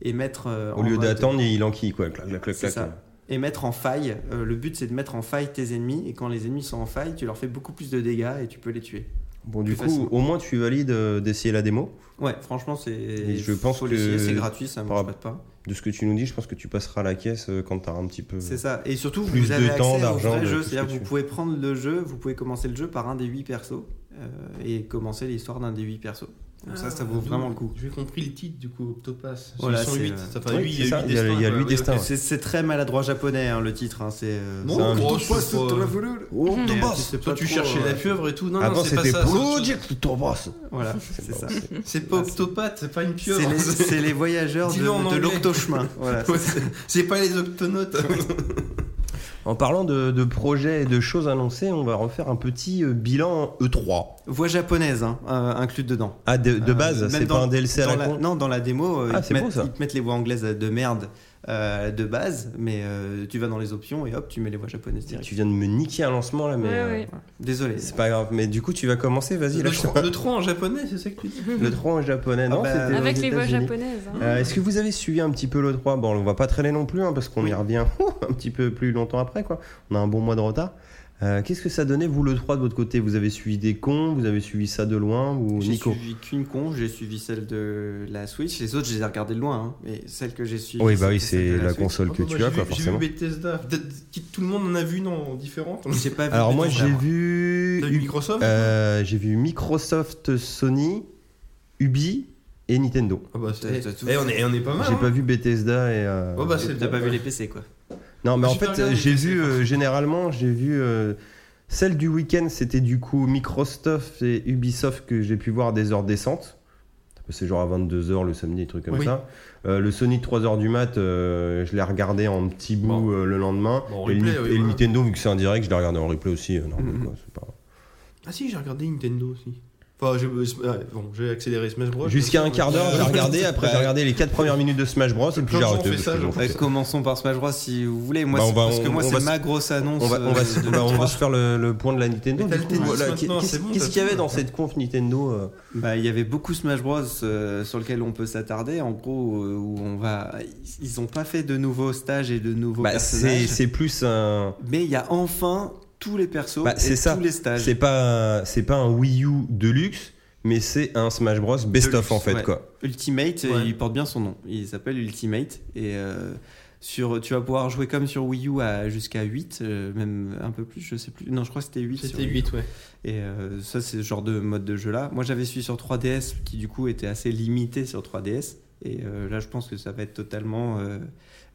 et mettre. euh,
Au
en
lieu
mode-
d'attendre, il enquille quoi. Clac, clac, clac,
C'est
clac.
ça. Et mettre en faille. Euh, le but, c'est de mettre en faille tes ennemis. Et quand les ennemis sont en faille, tu leur fais beaucoup plus de dégâts et tu peux les tuer.
Bon, du
Plus
coup,
facile.
au moins tu valides euh, d'essayer la démo.
Ouais, franchement, c'est.
Et je pense
faut
que-
l'essayer, C'est gratuit, ça ne
par-
pas de pain.
De ce que tu nous dis, je pense que tu passeras à la caisse euh, quand t'auras un petit peu.
C'est ça. Et surtout,
Plus
vous
de
avez
temps,
accès au
d'argent,
vrai
de
jeu.
tout ce
C'est-à-dire
que
que vous
tu veux.
pouvez prendre le jeu, vous pouvez commencer le jeu par un des 8 persos euh, et commencer l'histoire d'un des 8 persos. Donc ça, ça vaut
D'où-
vraiment le coup.
Ah, J'ai compris le titre du coup, Octopass.
Voilà,
Ils sont
c'est,
huit,
euh,
ça fait
oui,
huit,
c'est
il y a
ça,
huit
il y a-
destins,
il y a
quoi,
huit
ouais,
destins.
ok.
Ouais.
C'est- C'est très maladroit japonais, hein, le titre. hein, c'est. euh,
Non,
c'est
un
gros,
Octopus
c'est pas-
de la volure.
Oh,
euh, Mais,
ton
euh, tu
boss
sais
Toi,
pas
tu
trop,
cherchais
euh,
la pieuvre et tout. Non, non,
Avant,
c'est pas
c'était
ça.
Project ton boss.
Voilà, c'est ça.
C'est pas Octopathe, c'est pas une
C'est
pieuvre.
les, c'est les voyageurs de,
Dis-le en
de
anglais.
l'octochemin. Voilà.
Ouais, c'est- C'est pas les octonautes.
En parlant de, de projets et de choses annoncées, on va refaire un petit euh, bilan E3.
Voix japonaise hein, euh, incluse dedans.
Ah, de, de
Euh,
base,
même
c'est
dans-
pas un DLC à
dans
la, con
Non, dans la démo, euh,
Ah,
ils, te
c'est beau,
mettent,
ça.
ils te mettent les voix anglaises de merde euh, de base, mais euh, tu vas dans les options et hop, tu mets les voix japonaises direct.
Tu viens de me niquer un lancement là, mais.
Ouais,
euh,
ouais.
Désolé.
C'est pas grave, mais du coup, tu vas commencer, vas-y.
Le
lâche
tronc- le tronc en japonais, c'est ça que tu dis
Le 3 en japonais, non
Ah bah,
c'était
Avec
aux
les voix
États-Unis.
japonaises. hein.
Euh, Est-ce que vous avez suivi un petit peu le 3 Bon, on va pas traîner non plus, hein, parce qu'on y revient un petit peu plus longtemps après, quoi. On a un bon mois de retard. Euh, Qu'est-ce que ça donnait, vous, le 3 de votre côté Vous avez suivi des cons Vous avez suivi ça de loin Ou
J'ai
Nico
suivi qu'une con, j'ai suivi celle de la Switch. Les autres, je les ai regardées de loin, hein, mais celle que j'ai suivie.
Oui, bah oui,
c'était celle
c'est
de
la
Switch.
console que
Oh, moi,
tu
j'ai
as, quoi,
vu- J'ai vu
forcément.
Bethesda. Peut-être que Tout le monde en a vu, non, différentes.
J'ai pas vu
Alors,
le
moi,
Bethesda,
j'ai vu.
T'as vu Microsoft
Euh, j'ai vu Microsoft, Sony, Ubi et Nintendo.
Ah bah,
T'as-
c'est.
t'as tout
Eh, on est, eh, on est pas mal.
J'ai
hein.
pas vu Bethesda et. euh,
Oh, bah,
T'as
c'est
Ah, t'as pas
bon.
vu les PC, quoi.
Non, mais en
J'ai pas
fait,
regardé,
j'ai
c'est
vu
pas
euh, généralement, j'ai vu euh, celle du week-end, c'était du coup Microsoft et Ubisoft que j'ai pu voir à des heures décentes. C'est genre à 22h le samedi, des trucs comme
Oui.
ça. Euh, le Sony 3h du mat, euh, je l'ai regardé en petit bout
Bon.
euh, le lendemain.
Bon, en
et, le,
replay,
Ni-
oui,
et le
voilà. Mm-hmm.
Nintendo, vu que c'est en direct, je l'ai regardé en replay aussi. euh, normal,
Mhm.
quoi, c'est pas-
Ah si, j'ai regardé Nintendo aussi. Enfin, j'ai ouais, bon, j'ai accéléré Smash Bros.
Jusqu'à un quart d'heure, j'ai regardé. Après, j'ai regardé les 4 premières minutes de Smash Bros. Et puis
Plein
j'ai
de gens
arrêté.
ont fait
parce
ça,
que
genre.
j'en fais
Ouais,
ça.
Bah, commençons par Smash Bros si vous voulez. Moi,
Bah, on
c'est-
va-
parce que
on-
moi,
on
c'est
va se-
ma grosse annonce.
On va, on, va,
euh, de
on va- on va
l'E3.
se faire le, le point de la Nintendo. du
Mais t'as
coup.
le tennis
Voilà, qu'est-
maintenant,
Qu'est-ce
c'est bon,
qu'est-ce
t'as
qu'il y
tout.
avait dans cette conf Nintendo euh,
Bah, il y avait beaucoup Smash Bros euh, sur lequel on peut s'attarder. En gros, euh, où on va, ils ont pas fait de nouveaux stages et de nouveaux
Bah, c'est
personnages.
c'est plus un.
Mais il y a enfin tous les persos
Bah, c'est
et
ça.
tous les stages.
C'est pas, c'est pas un Wii U de luxe, mais c'est un Smash Bros best-of
luxe,
en fait
ouais.
quoi.
Ultimate,
Ouais.
il porte bien son nom. Il s'appelle Ultimate et euh, Sur, tu vas pouvoir jouer comme sur Wii U à jusqu'à 8, euh, même un peu plus, je sais plus. Non, je crois que c'était 8. sur
C'était
Wii U.
8, ouais.
Et euh, ça, c'est ce genre de mode de jeu là. Moi, j'avais su sur 3DS qui, du coup, était assez limité sur 3DS. Et euh, là, je pense que ça va être totalement euh,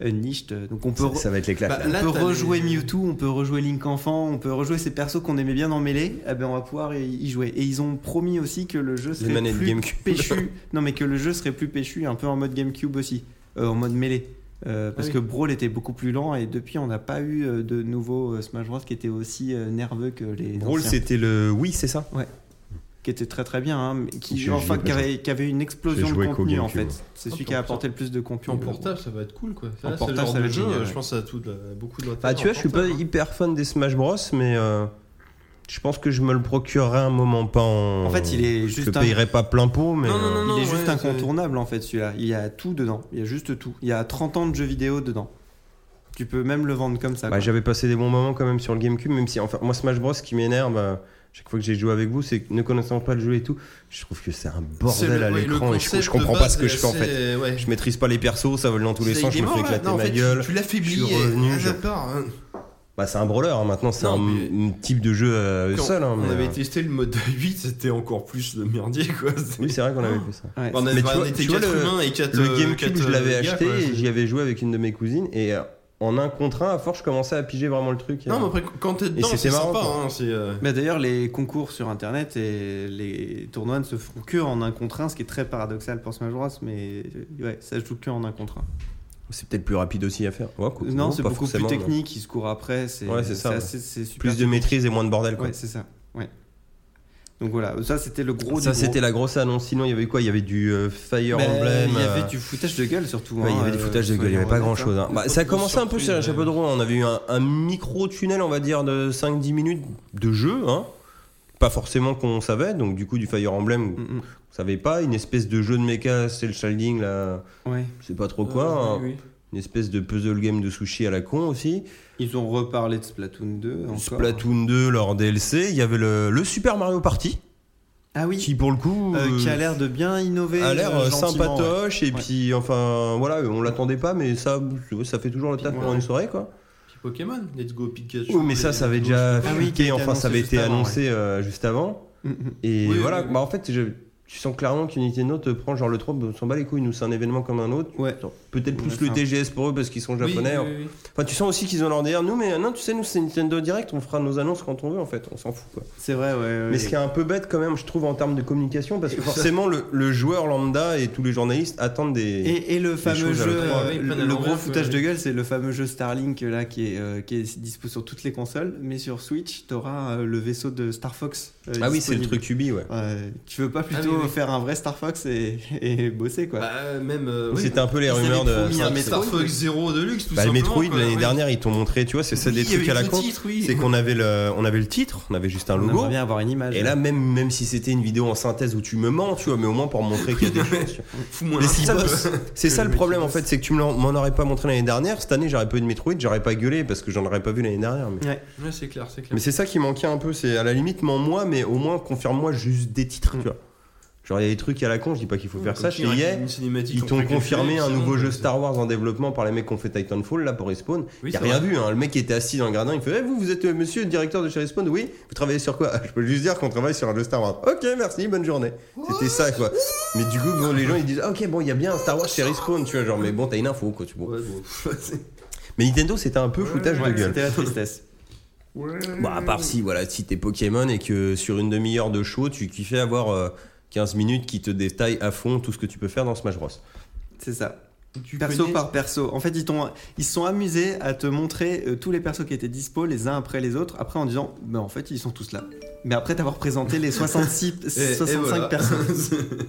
unleashed. Donc, on peut, re-
Ça va être l'éclat.
Bah,
là.
là,
on peut
t'as
rejouer
les-
Mewtwo, on peut rejouer Link Enfant, on peut rejouer ces persos qu'on aimait bien dans Melee. Eh ben, on va pouvoir y- y jouer. Et ils ont promis aussi que le jeu
les
serait
manettes
plus
GameCube.
péchu. non, mais que le jeu serait plus péchu, un peu en mode GameCube aussi, euh, en mode mêlée. Euh, parce
Ah oui.
que Brawl était beaucoup plus lent et depuis on n'a pas eu euh, de nouveau euh, Smash Bros qui était aussi euh, nerveux que les
Brawl,
anciens.
c'était le. Oui, c'est ça.
qui était très très bien hein, mais qui
J'ai
enfin
joué,
qui avait, qui avait une explosion
J'ai
de
joué qu'au
contenu en
GameCube.
fait c'est celui
Ah, pour
qui a
ça.
apporté le plus de contenu
En portable, ça va être cool quoi.
En
Ça, c'est le
portable,
genre
ça
de
va être
jeu,
génial, ouais.
Je pense que ça a tout de- beaucoup de
Bah,
l'intérêt
tu vois,
en
je suis pas
portable, hein.
hyper fan des Smash Bros, mais euh, je pense que je me le procurerai un moment pas en.
En fait, il est
Je
juste
le
un-
payerai pas plein pot, mais.
Non, non,
euh,
non, non.
il est juste
ouais,
incontournable en fait celui-là il y a tout dedans il y a juste tout il y a 30 ans de jeux vidéo dedans tu peux même le vendre comme ça
Bah,
quoi.
j'avais passé des bons moments quand même sur le GameCube, même si enfin moi Smash Bros ce qui m'énerve euh, chaque fois que j'ai joué avec vous, c'est que ne connaissant pas le jeu et tout, je trouve que c'est un
C'est
bordel
le-
à
ouais, le
l'écran et je,
concept
je comprends
de
pas
base
ce que
est
je fais en fait.
assez- ouais.
Je maîtrise pas les persos, ça vole dans tous les
C'est-
sens, je
il est
me
mort,
fais
là.
éclater
Non, en
ma
fait, tu-
gueule.
Tu l'affaiblis.
Je suis
et-
revenu,
ah,
je-
d'accord, hein.
Bah c'est un brawler hein, maintenant, c'est
Non,
un
mais-
un type de jeu euh,
Quand
seul. hein,
on
mais,
avait
euh,
testé le mode 8, c'était encore plus de merdier quoi. C'est-
Oui, c'est vrai qu'on avait fait ça.
Ouais,
On, avait,
Mais tu
on
vois-
était
tu vois
4
le-
humains et 4
Ah. Le GameCube,
euh,
je l'avais acheté et j'y avais joué avec une de mes cousines et euh, en un contre un, à force, je commençais à piger vraiment le truc.
Non,
euh.
mais après, quand t'es dedans,
c'était
c'est
marrant,
sympa.
quoi.
Hein, c'est, euh,
Bah, d'ailleurs, les concours sur internet et les tournois ne se font que en un contre un, ce qui est très paradoxal pour Smash Bros. Mais euh, ouais, ça se joue que en un contre un.
C'est peut-être plus rapide aussi à faire. Ouais, quoi.
non, c'est
pas
beaucoup plus
forcément, non.
technique, ils se courent après. C'est
Ouais, c'est ça,
c'est
ouais.
assez- c'est super
Plus de maîtrise et moins de bordel quoi.
Ouais, c'est ça. Ouais. Donc voilà, ça c'était le gros.
Ça,
du
c'était
gros.
la grosse annonce. Sinon, il y avait quoi Il y avait du euh, Fire
Bah,
Emblem.
Il y
euh,
avait du foutage de gueule surtout.
ouais, il y
hein,
avait du
euh,
foutage de gueule, il n'y
soyons
avait pas grand
honnêtes,
chose.
hein.
Pas
ça a
de
commencé un peu
surprise,
sur
euh,
la chapeau
ouais.
de roue. hein. On avait eu un, micro-tunnel, on va dire, de 5-10 minutes de jeu. hein. Pas forcément qu'on savait. Donc, du coup, du Fire Emblem, on
Mm, mm.
savait pas. Une espèce de jeu de mecha, c'est le Shalding, là,
mm. Ouais.
je sais pas trop
Euh,
quoi. hein. Une espèce de puzzle game de sushi à la con aussi.
Ils ont reparlé de Splatoon 2 encore.
Splatoon 2, leur DLC. Il y avait le, le Super Mario Party,
Ah oui.
qui pour le coup.
euh, qui a
euh,
l'air de bien innover.
a l'air
euh,
euh,
gentiment, ouais.
sympatoche et
Ouais.
puis enfin voilà on l'attendait pas mais ça ça fait toujours le taf
Puis,
pendant
ouais.
une soirée quoi
Puis Pokémon, Let's Go Pikachu.
oui mais ça ça avait
Let's Go,
déjà
je sais pas.
Ah oui, qui a
fuité
été
enfin ça avait
annoncé
été annoncé
juste avant,
euh, juste avant
Mm, mm.
et
Oui,
voilà
oui, oui.
bah en fait je- tu sens clairement qu'Unité Note prend genre le 3 on s'en bat les couilles nous c'est un événement comme un autre
Ouais.
peut-être
Ouais,
plus
c'est
le
un-
TGS pour eux parce qu'ils sont
Oui,
japonais hein.
oui, oui, oui.
enfin tu sens aussi qu'ils ont leur délire nous mais euh, non tu sais nous c'est Nintendo Direct on fera nos annonces quand on veut en fait on s'en fout quoi
C'est vrai, ouais. ouais,
mais ce qui est un peu bête quand même je trouve en termes de communication parce que forcément le, le joueur lambda et tous les journalistes attendent des
Et, et le fameux
choses à
jeu,
l'autre.
euh,
Ouais, ils
le,
prennent
le
un
gros
envers,
foutage
ouais.
de gueule, c'est le fameux jeu Starlink là qui est, euh, qui est dispo sur toutes les consoles, mais sur Switch, t'auras euh, le vaisseau de Star Fox. euh,
ah oui c'est le
disponible.
truc Ubi ouais
Ouais, tu veux pas plutôt
oui, oui.
faire un vrai Star Fox et, et bosser quoi
Bah, même. euh, oui,
C'était un peu les
Ils
rumeurs
avaient
de.
promis un
Star- Star
Metroid.
Fox Zero Deluxe, tout
Bah, le
simplement.
Metroid
quoi,
l'année
ouais.
dernière, ils t'ont montré, tu vois, c'est ça
Oui,
des
il y
trucs à
avait
la
le
con.
titre, oui.
C'est qu'on avait le, on avait le titre, on avait juste un
On
logo.
aimerait bien avoir une image.
Et là, même, même si c'était une vidéo en synthèse où tu me mens, tu vois, mais au moins pour montrer qu'il y a des choses. tu vois.
Fous-moi
Mais
un
c'est
sable.
ça- C'est ça le problème en fait, c'est que tu me l'en- m'en aurais pas montré l'année dernière. Cette année, j'aurais pas eu de Metroid, j'aurais pas gueulé parce que j'en aurais pas vu l'année dernière. Mais,
Ouais, c'est clair, c'est clair.
mais c'est ça qui manquait un peu, c'est à la limite, mens-moi, mais au moins confirme-moi juste des titres,
Mm.
tu vois. Genre, il y a des trucs à la con, je dis pas qu'il faut faire ça, chez
Une
EA,
cinématique
Ils t'ont
en précalculé,
confirmé un
c'est
nouveau
bon,
jeu
c'est-
Star Wars en développement par les mecs qui ont fait Titanfall là pour Respawn.
Oui,
y a
c'est
rien
vrai.
vu, hein. le mec était assis dans le gradin, il fait Eh, Vous, vous êtes euh, monsieur le directeur de chez Respawn Oui, vous travaillez sur quoi Ah, Je peux juste dire qu'on travaille sur un jeu Star Wars. Ok, merci, bonne journée. C'était ça quoi. Mais du coup, bon, les gens ils disent Ah, Ok, bon, il y a bien un Star Wars chez Respawn, tu vois, genre, mais bon, t'as une info quoi. Tu vois.
Ouais, bon.
Mais Nintendo c'était un peu foutage
Ouais,
de gueule.
C'était la tristesse.
Bon, Bah, à part si, voilà, si t'es Pokémon et que sur une demi-heure de show, tu kiffais avoir euh, 15 minutes qui te détaillent à fond tout ce que tu peux faire dans Smash Bros.
C'est ça.
Tu
Perso
connais-
par perso. En fait, ils t'ont, ils se sont amusés à te montrer euh, tous les persos qui étaient dispo les uns après les autres, après en disant, mais en fait, ils sont tous là. Mais après t'avoir présenté les 66,
Et- et
65
voilà.
personnes.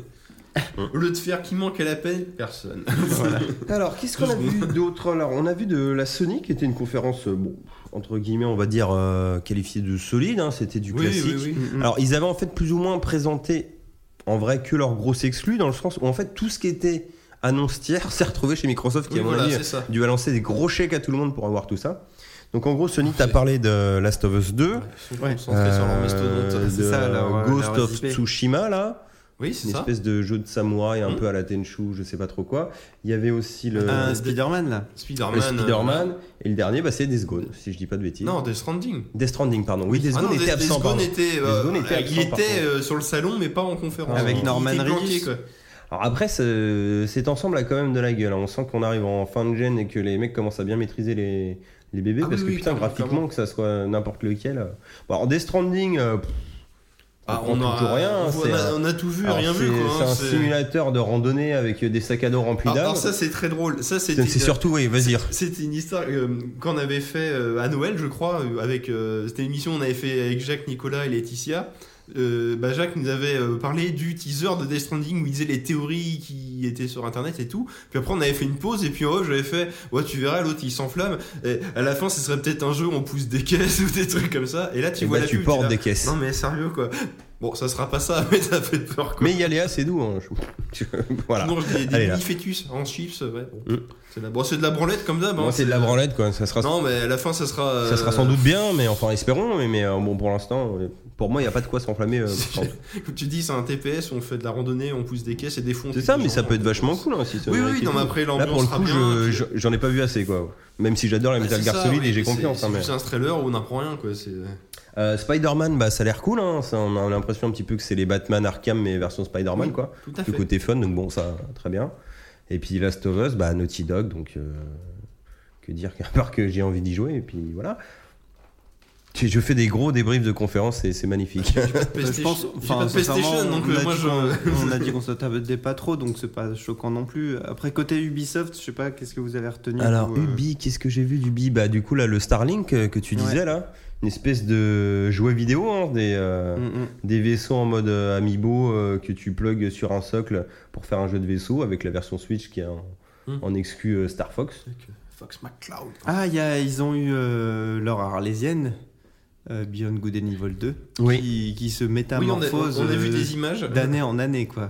Au lieu de faire qui manque à la peine, personne.
Alors, qu'est-ce qu'on a vu d'autre Alors, on a vu de la Sony qui était une conférence, euh, bon, entre guillemets, on va dire euh, qualifiée de solide. hein, C'était du classique. mm. Alors, ils avaient en fait plus ou moins présenté en vrai que leur grosse exclus dans le sens où en fait tout ce qui était annonce tiers s'est retrouvé chez Microsoft qui
Oui,
à mon
voilà,
avis,
c'est ça.
dû lancer des gros chèques à tout le monde pour avoir tout ça. Donc en gros, Sony t'a parlé de Last of Us 2,
Ouais, ils sont concentrés sur leur
euh,
mastodonte.
de
ça, leur-
Ghost
leur
of
IP.
Tsushima là.
Oui, c'est
une
ça.
espèce de jeu de samouraï un
Mhm.
peu à la Tenchu, je sais pas trop quoi. Il y avait aussi le,
Ah,
Euh,
de-
Spider-Man là
Spider-Man. euh,
le Euh, Spider-Man et le dernier, bah, c'est Days Gone, si je dis pas de bêtises.
Non, Death Stranding.
Death Stranding, pardon. Oui, Days
Ah
Gone
non,
était
Death-
absent.
Death Gone
pardon.
était, euh,
Death Gone était
euh,
absent,
il
par
était
contre.
euh, sur le salon, mais pas en conférence.
Avec
Il était
Norman
planqué,
Reedus.
quoi.
Alors après, ce- cet ensemble a quand même de la gueule. hein. On sent qu'on arrive en fin de gène et que les mecs commencent à bien maîtriser les, les bébés.
Ah
parce
oui,
que
oui,
putain,
clairement,
graphiquement,
clairement.
que ça soit n'importe lequel. euh. Bon, alors, Death Stranding, euh, pff,
Ah,
comprend
on,
toujours
a,
rien. hein.
on,
C'est
voit- on a,
un-
on a tout vu,
alors,
rien vu.
c'est-
quoi,
C'est
hein,
un
c'est-
simulateur de randonnée avec des sacs à dos remplis
Alors, alors
d'arbres.
ça, c'est très drôle. Ça,
C'est
c'était.
c'est surtout, oui, vas-y.
C'était une histoire euh, qu'on avait fait euh, à Noël, je crois, euh, avec euh, cette émission, on avait fait avec Jacques, Nicolas et Laetitia. Euh, bah, Jacques nous avait euh, parlé du teaser de Death Stranding où il disait les théories qui étaient sur internet et tout. Puis après, on avait fait une pause et puis en haut, j'avais fait Ouais, tu verras, l'autre il s'enflamme. Et à la fin, ce serait peut-être un jeu où on pousse des caisses ou des trucs comme ça. Et là, tu
Et
vois
bah,
la
tu
pub,
portes
t'es là,
des caisses.
Non, mais sérieux quoi. Bon, ça sera pas ça, mais ça fait peur quoi.
Mais il y a les assez doux. hein. Je- voilà.
Tu manges des, des
Allez, là.
mini fœtus en chips, ouais. Bon,
Mm.
c'est de la- bon, c'est de la branlette comme d'hab. hein.
Moi, c'est de la branlette, quoi. Ça sera,
Non, mais à la fin, ça sera. euh,
ça sera sans doute bien, mais enfin, espérons. Mais, mais, euh, bon, pour l'instant, euh, pour moi, il n'y a pas de quoi s'enflammer. euh,
C'est- Comme tu dis, c'est un TPS, on fait de la randonnée, on pousse des caisses et des fonds.
C'est ça, mais ça peut être vachement cool hein, si ça
Oui,
mérite
oui,
et
non,
tout.
mais après,
Là, pour
l'ambiance
le
sera
coup,
bien.
je-
puis-
je- j'en ai pas vu assez, quoi. Même si j'adore la
Bah,
Metal
c'est
Gear
ça,
Solid
oui,
et j'ai
c'est-
confiance. hein,
C'est
mais-
juste un trailer où on apprend rien, quoi. c'est-
Euh, Spider-Man, bah, ça a l'air cool. Hein. Ça, on a l'impression un petit peu que c'est les Batman Arkham, mais version Spider-Man,
Oui,
quoi.
Tout à
Du
fait.
côté fun, donc bon, ça, très bien. Et puis Last of Us, bah, Naughty Dog, donc euh, que dire qu'à part que j'ai envie d'y jouer, et puis voilà. Je je fais des gros débriefs de conférences et c'est magnifique.
Je pense,
PlayStation- J'ai pas de PlayStation,
sincèrement,
donc
on
euh,
a
moi
dit
je.
qu'on- on a dit qu'on se tabatait pas trop, donc c'est pas choquant non plus. Après, côté Ubisoft, je sais pas, qu'est-ce que vous avez retenu
Alors,
vous, euh,
Ubi, qu'est-ce que j'ai vu d'Ubi Bah, du coup, là, le Starlink euh, que tu disais, là, une espèce de jouet vidéo, hein, des, euh,
mm, mm.
des vaisseaux en mode euh, amiibo euh, que tu plugues sur un socle pour faire un jeu de vaisseau avec la version Switch qui est en,
Hmm.
en exclu euh, Star Fox.
Fox McCloud.
Ah, il y a- ils ont eu euh, leur arlésienne, euh, Beyond Good and Evil 2,
Oui.
qui, qui se
Oui, on a,
métamorphose
on a vu
euh,
des images.
d'année en année, quoi.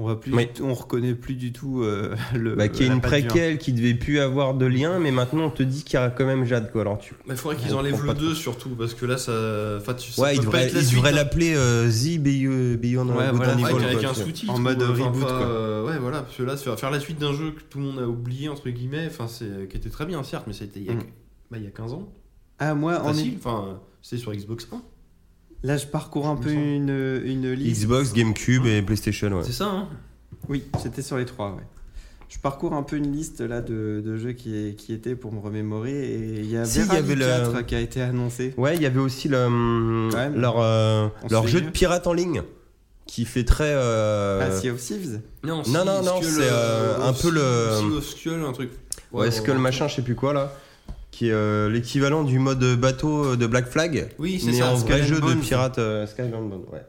On va plus,
Oui.
du tout- on reconnaît plus du tout euh, le.
Bah, qui est
la
une
patte
hein.
du un.
préquelle qui devait plus avoir de lien, mais maintenant on te dit qu'il y a quand même Jade, quoi. Alors tu.
Il faudrait qu'ils
On
enlèvent
comprend
le
pas
2 surtout, parce que là, ça. Enfin, tu ça
Ouais, il
peut pas
devrait
être la
il
suite,
devrait
hein.
l'appeler euh, The Beyond Beyond
Ouais,
Good
voilà,
and
Ouais,
Evil,
avec,
quoi.
un sous-titre.
En mode
ou, enfin,
reboot,
pas,
quoi.
euh, ouais, voilà, parce que là, faire, faire la suite d'un jeu que tout le monde a oublié, entre guillemets, enfin, c'est, qui était très bien, certes, mais c'était il y a,
Mm.
bah, il y a 15 ans.
Ah, moi, en
Facile, enfin, c'était sur Xbox 1.
là, je parcours un
Il me
peu
semble.
une, une liste.
Xbox, GameCube et PlayStation, ouais.
C'est ça, hein.
Oui, c'était sur les trois, ouais. Je parcours un peu une liste là de, de jeux qui, est- qui étaient pour me remémorer et il y avait,
Si, il y avait le-
4 qui a été annoncé.
Ouais, il y avait aussi le, hum,
Ouais, mais
leur, euh,
on se
leur
fait
jeu
mieux.
de pirate en ligne qui fait très. euh,
Ah, Sea of Thieves
Non,
Non, non, non,
Skull,
c'est, euh, un
Sea-
peu le-
Sea of Skull, un truc.
ouais, Skull
Oh,
machin, je sais plus quoi là. Qui est euh, l'équivalent du mode bateau euh, de Black Flag.
Oui, c'est
Mais
ça,
en
Skull
vrai
and
jeu de
Bones.
pirate euh, Skybound Bone, ouais.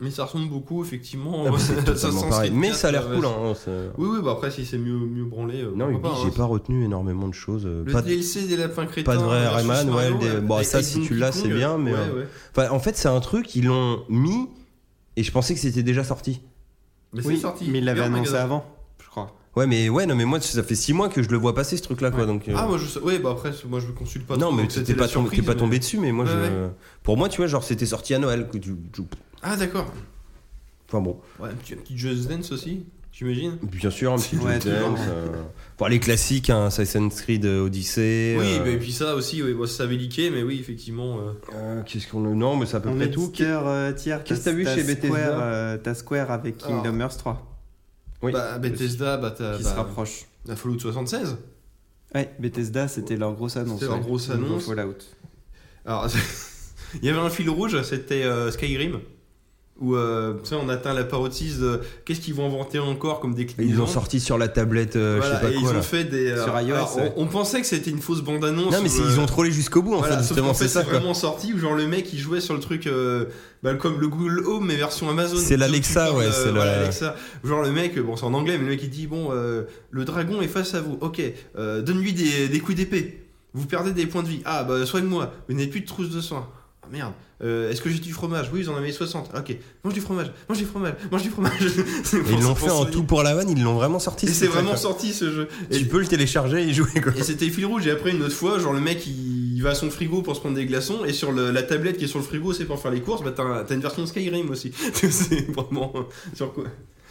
Mais ça ressemble beaucoup, effectivement.
Ah bah,
Ça
c'est totalement
sent
pareil.
Street
Mais
Cat,
ça a l'air
ouais,
cool.
ouais.
Hein, c'est-
Oui, oui, bah après, si c'est mieux, mieux branlé. euh,
non, Ubi,
pourquoi pas,
j'ai
hein.
pas retenu énormément de choses. euh,
Le
pas de-
DLC des lapins crétins.
pas de vrai
versus
Rayman, ouais,
Mario,
le dé- bon,
avec
ça, si
Donkey
tu l'as,
Kong,
c'est
euh,
bien, mais,
ouais,
euh,
ouais.
Enfin, en fait, c'est un truc, ils l'ont mis et je pensais que c'était déjà sorti.
Mais c'est
Oui,
sorti.
mais il l'avait
Et en
annoncé
magasin.
avant, je crois.
Ouais, mais ouais, non, mais moi, ça fait 6 mois que je le vois passer ce truc là, quoi.
Ouais.
Donc, euh,
Ah, moi, je sais. Ouais, bah après, c'est- moi, je me consulte pas.
non,
trop,
mais
donc
t'es
c'était
pas,
la
tombé- t'es
surprise,
pas
mais-
tombé dessus, mais moi,
Ouais,
je...
ouais.
pour moi, tu vois, genre, c'était sorti à Noël. que tu- tu-
Ah, d'accord.
Enfin bon,
Ouais, un petit, un petit Just Dance aussi, j'imagine.
bien sûr, un petit
Ouais,
Just
toujours.
Dance, euh, bon, les classiques, hein, Assassin's Creed euh, Odyssey.
Oui,
euh,
bah, et puis ça aussi, oui, bon, ça avait liqué, mais oui, effectivement. euh,
euh, Qu'est-ce qu'on a Non, mais c'est à peu
On
près
est
tout.
tout. tiers,
qu'est-ce que t'as vu chez Bethesda
Square, euh, T'as Square avec
Ah.
Kingdom Hearts 3
Oui.
Bah, Bethesda, bah, t'as.
qui
bah,
se rapproche.
La Fallout 76
Ouais, Bethesda, c'était leur grosse annonce.
C'était leur
ouais,
grosse
au niveau
annonce.
Fallout.
Alors, il y avait un fil rouge, c'était euh, Skyrim. Où euh, tu sais, on atteint la parodie de qu'est-ce qu'ils vont inventer encore comme
Ils
déclinaison.
l'ont sorti sur la tablette, euh,
Voilà,
je sais
et
pas
ils
quoi.
ont
là.
fait des. euh,
Sur iOS,
alors, on-
ouais.
on, pensait que c'était une fausse bande-annonce.
Non, mais
où,
c'est-
euh,
ils ont trollé jusqu'au bout, en
voilà,
fait,
sauf
justement,
qu'en fait,
c'est ça,
C'est
quoi.
vraiment sorti où, genre, le mec il jouait sur le truc euh, bah, comme le Google Home, mais version Amazon.
C'est l'Alexa,
Donc, tu
ouais,
parles, euh,
c'est
voilà,
la-
Alexa. Genre, le mec, bon, c'est en anglais, mais le mec il dit Bon, euh, le dragon est face à vous, ok, euh, donne-lui des, des coups d'épée. Vous perdez des points de vie. Ah, bah, soigne-moi, vous n'avez plus de trousse de soins. Ah, merde. Euh, Est-ce que j'ai du fromage Oui, ils en avaient 60. Ah, Ok, mange du fromage, mange du fromage, mange du fromage. C'est
Ils
pour-
l'ont
pour
fait en
souligner.
tout pour la vanne, ils l'ont vraiment sorti.
Et
ce
c'est
truc,
vraiment
quoi.
sorti ce jeu. Et
Tu peux le télécharger et y jouer quoi.
Et c'était fil rouge. Et après, une autre fois, genre le mec il, il va à son frigo pour se prendre des glaçons. Et sur le- la tablette qui est sur le frigo, c'est pour faire les courses. Bah, t'as un- t'as une version Skyrim aussi. c'est vraiment. euh, Sur quoi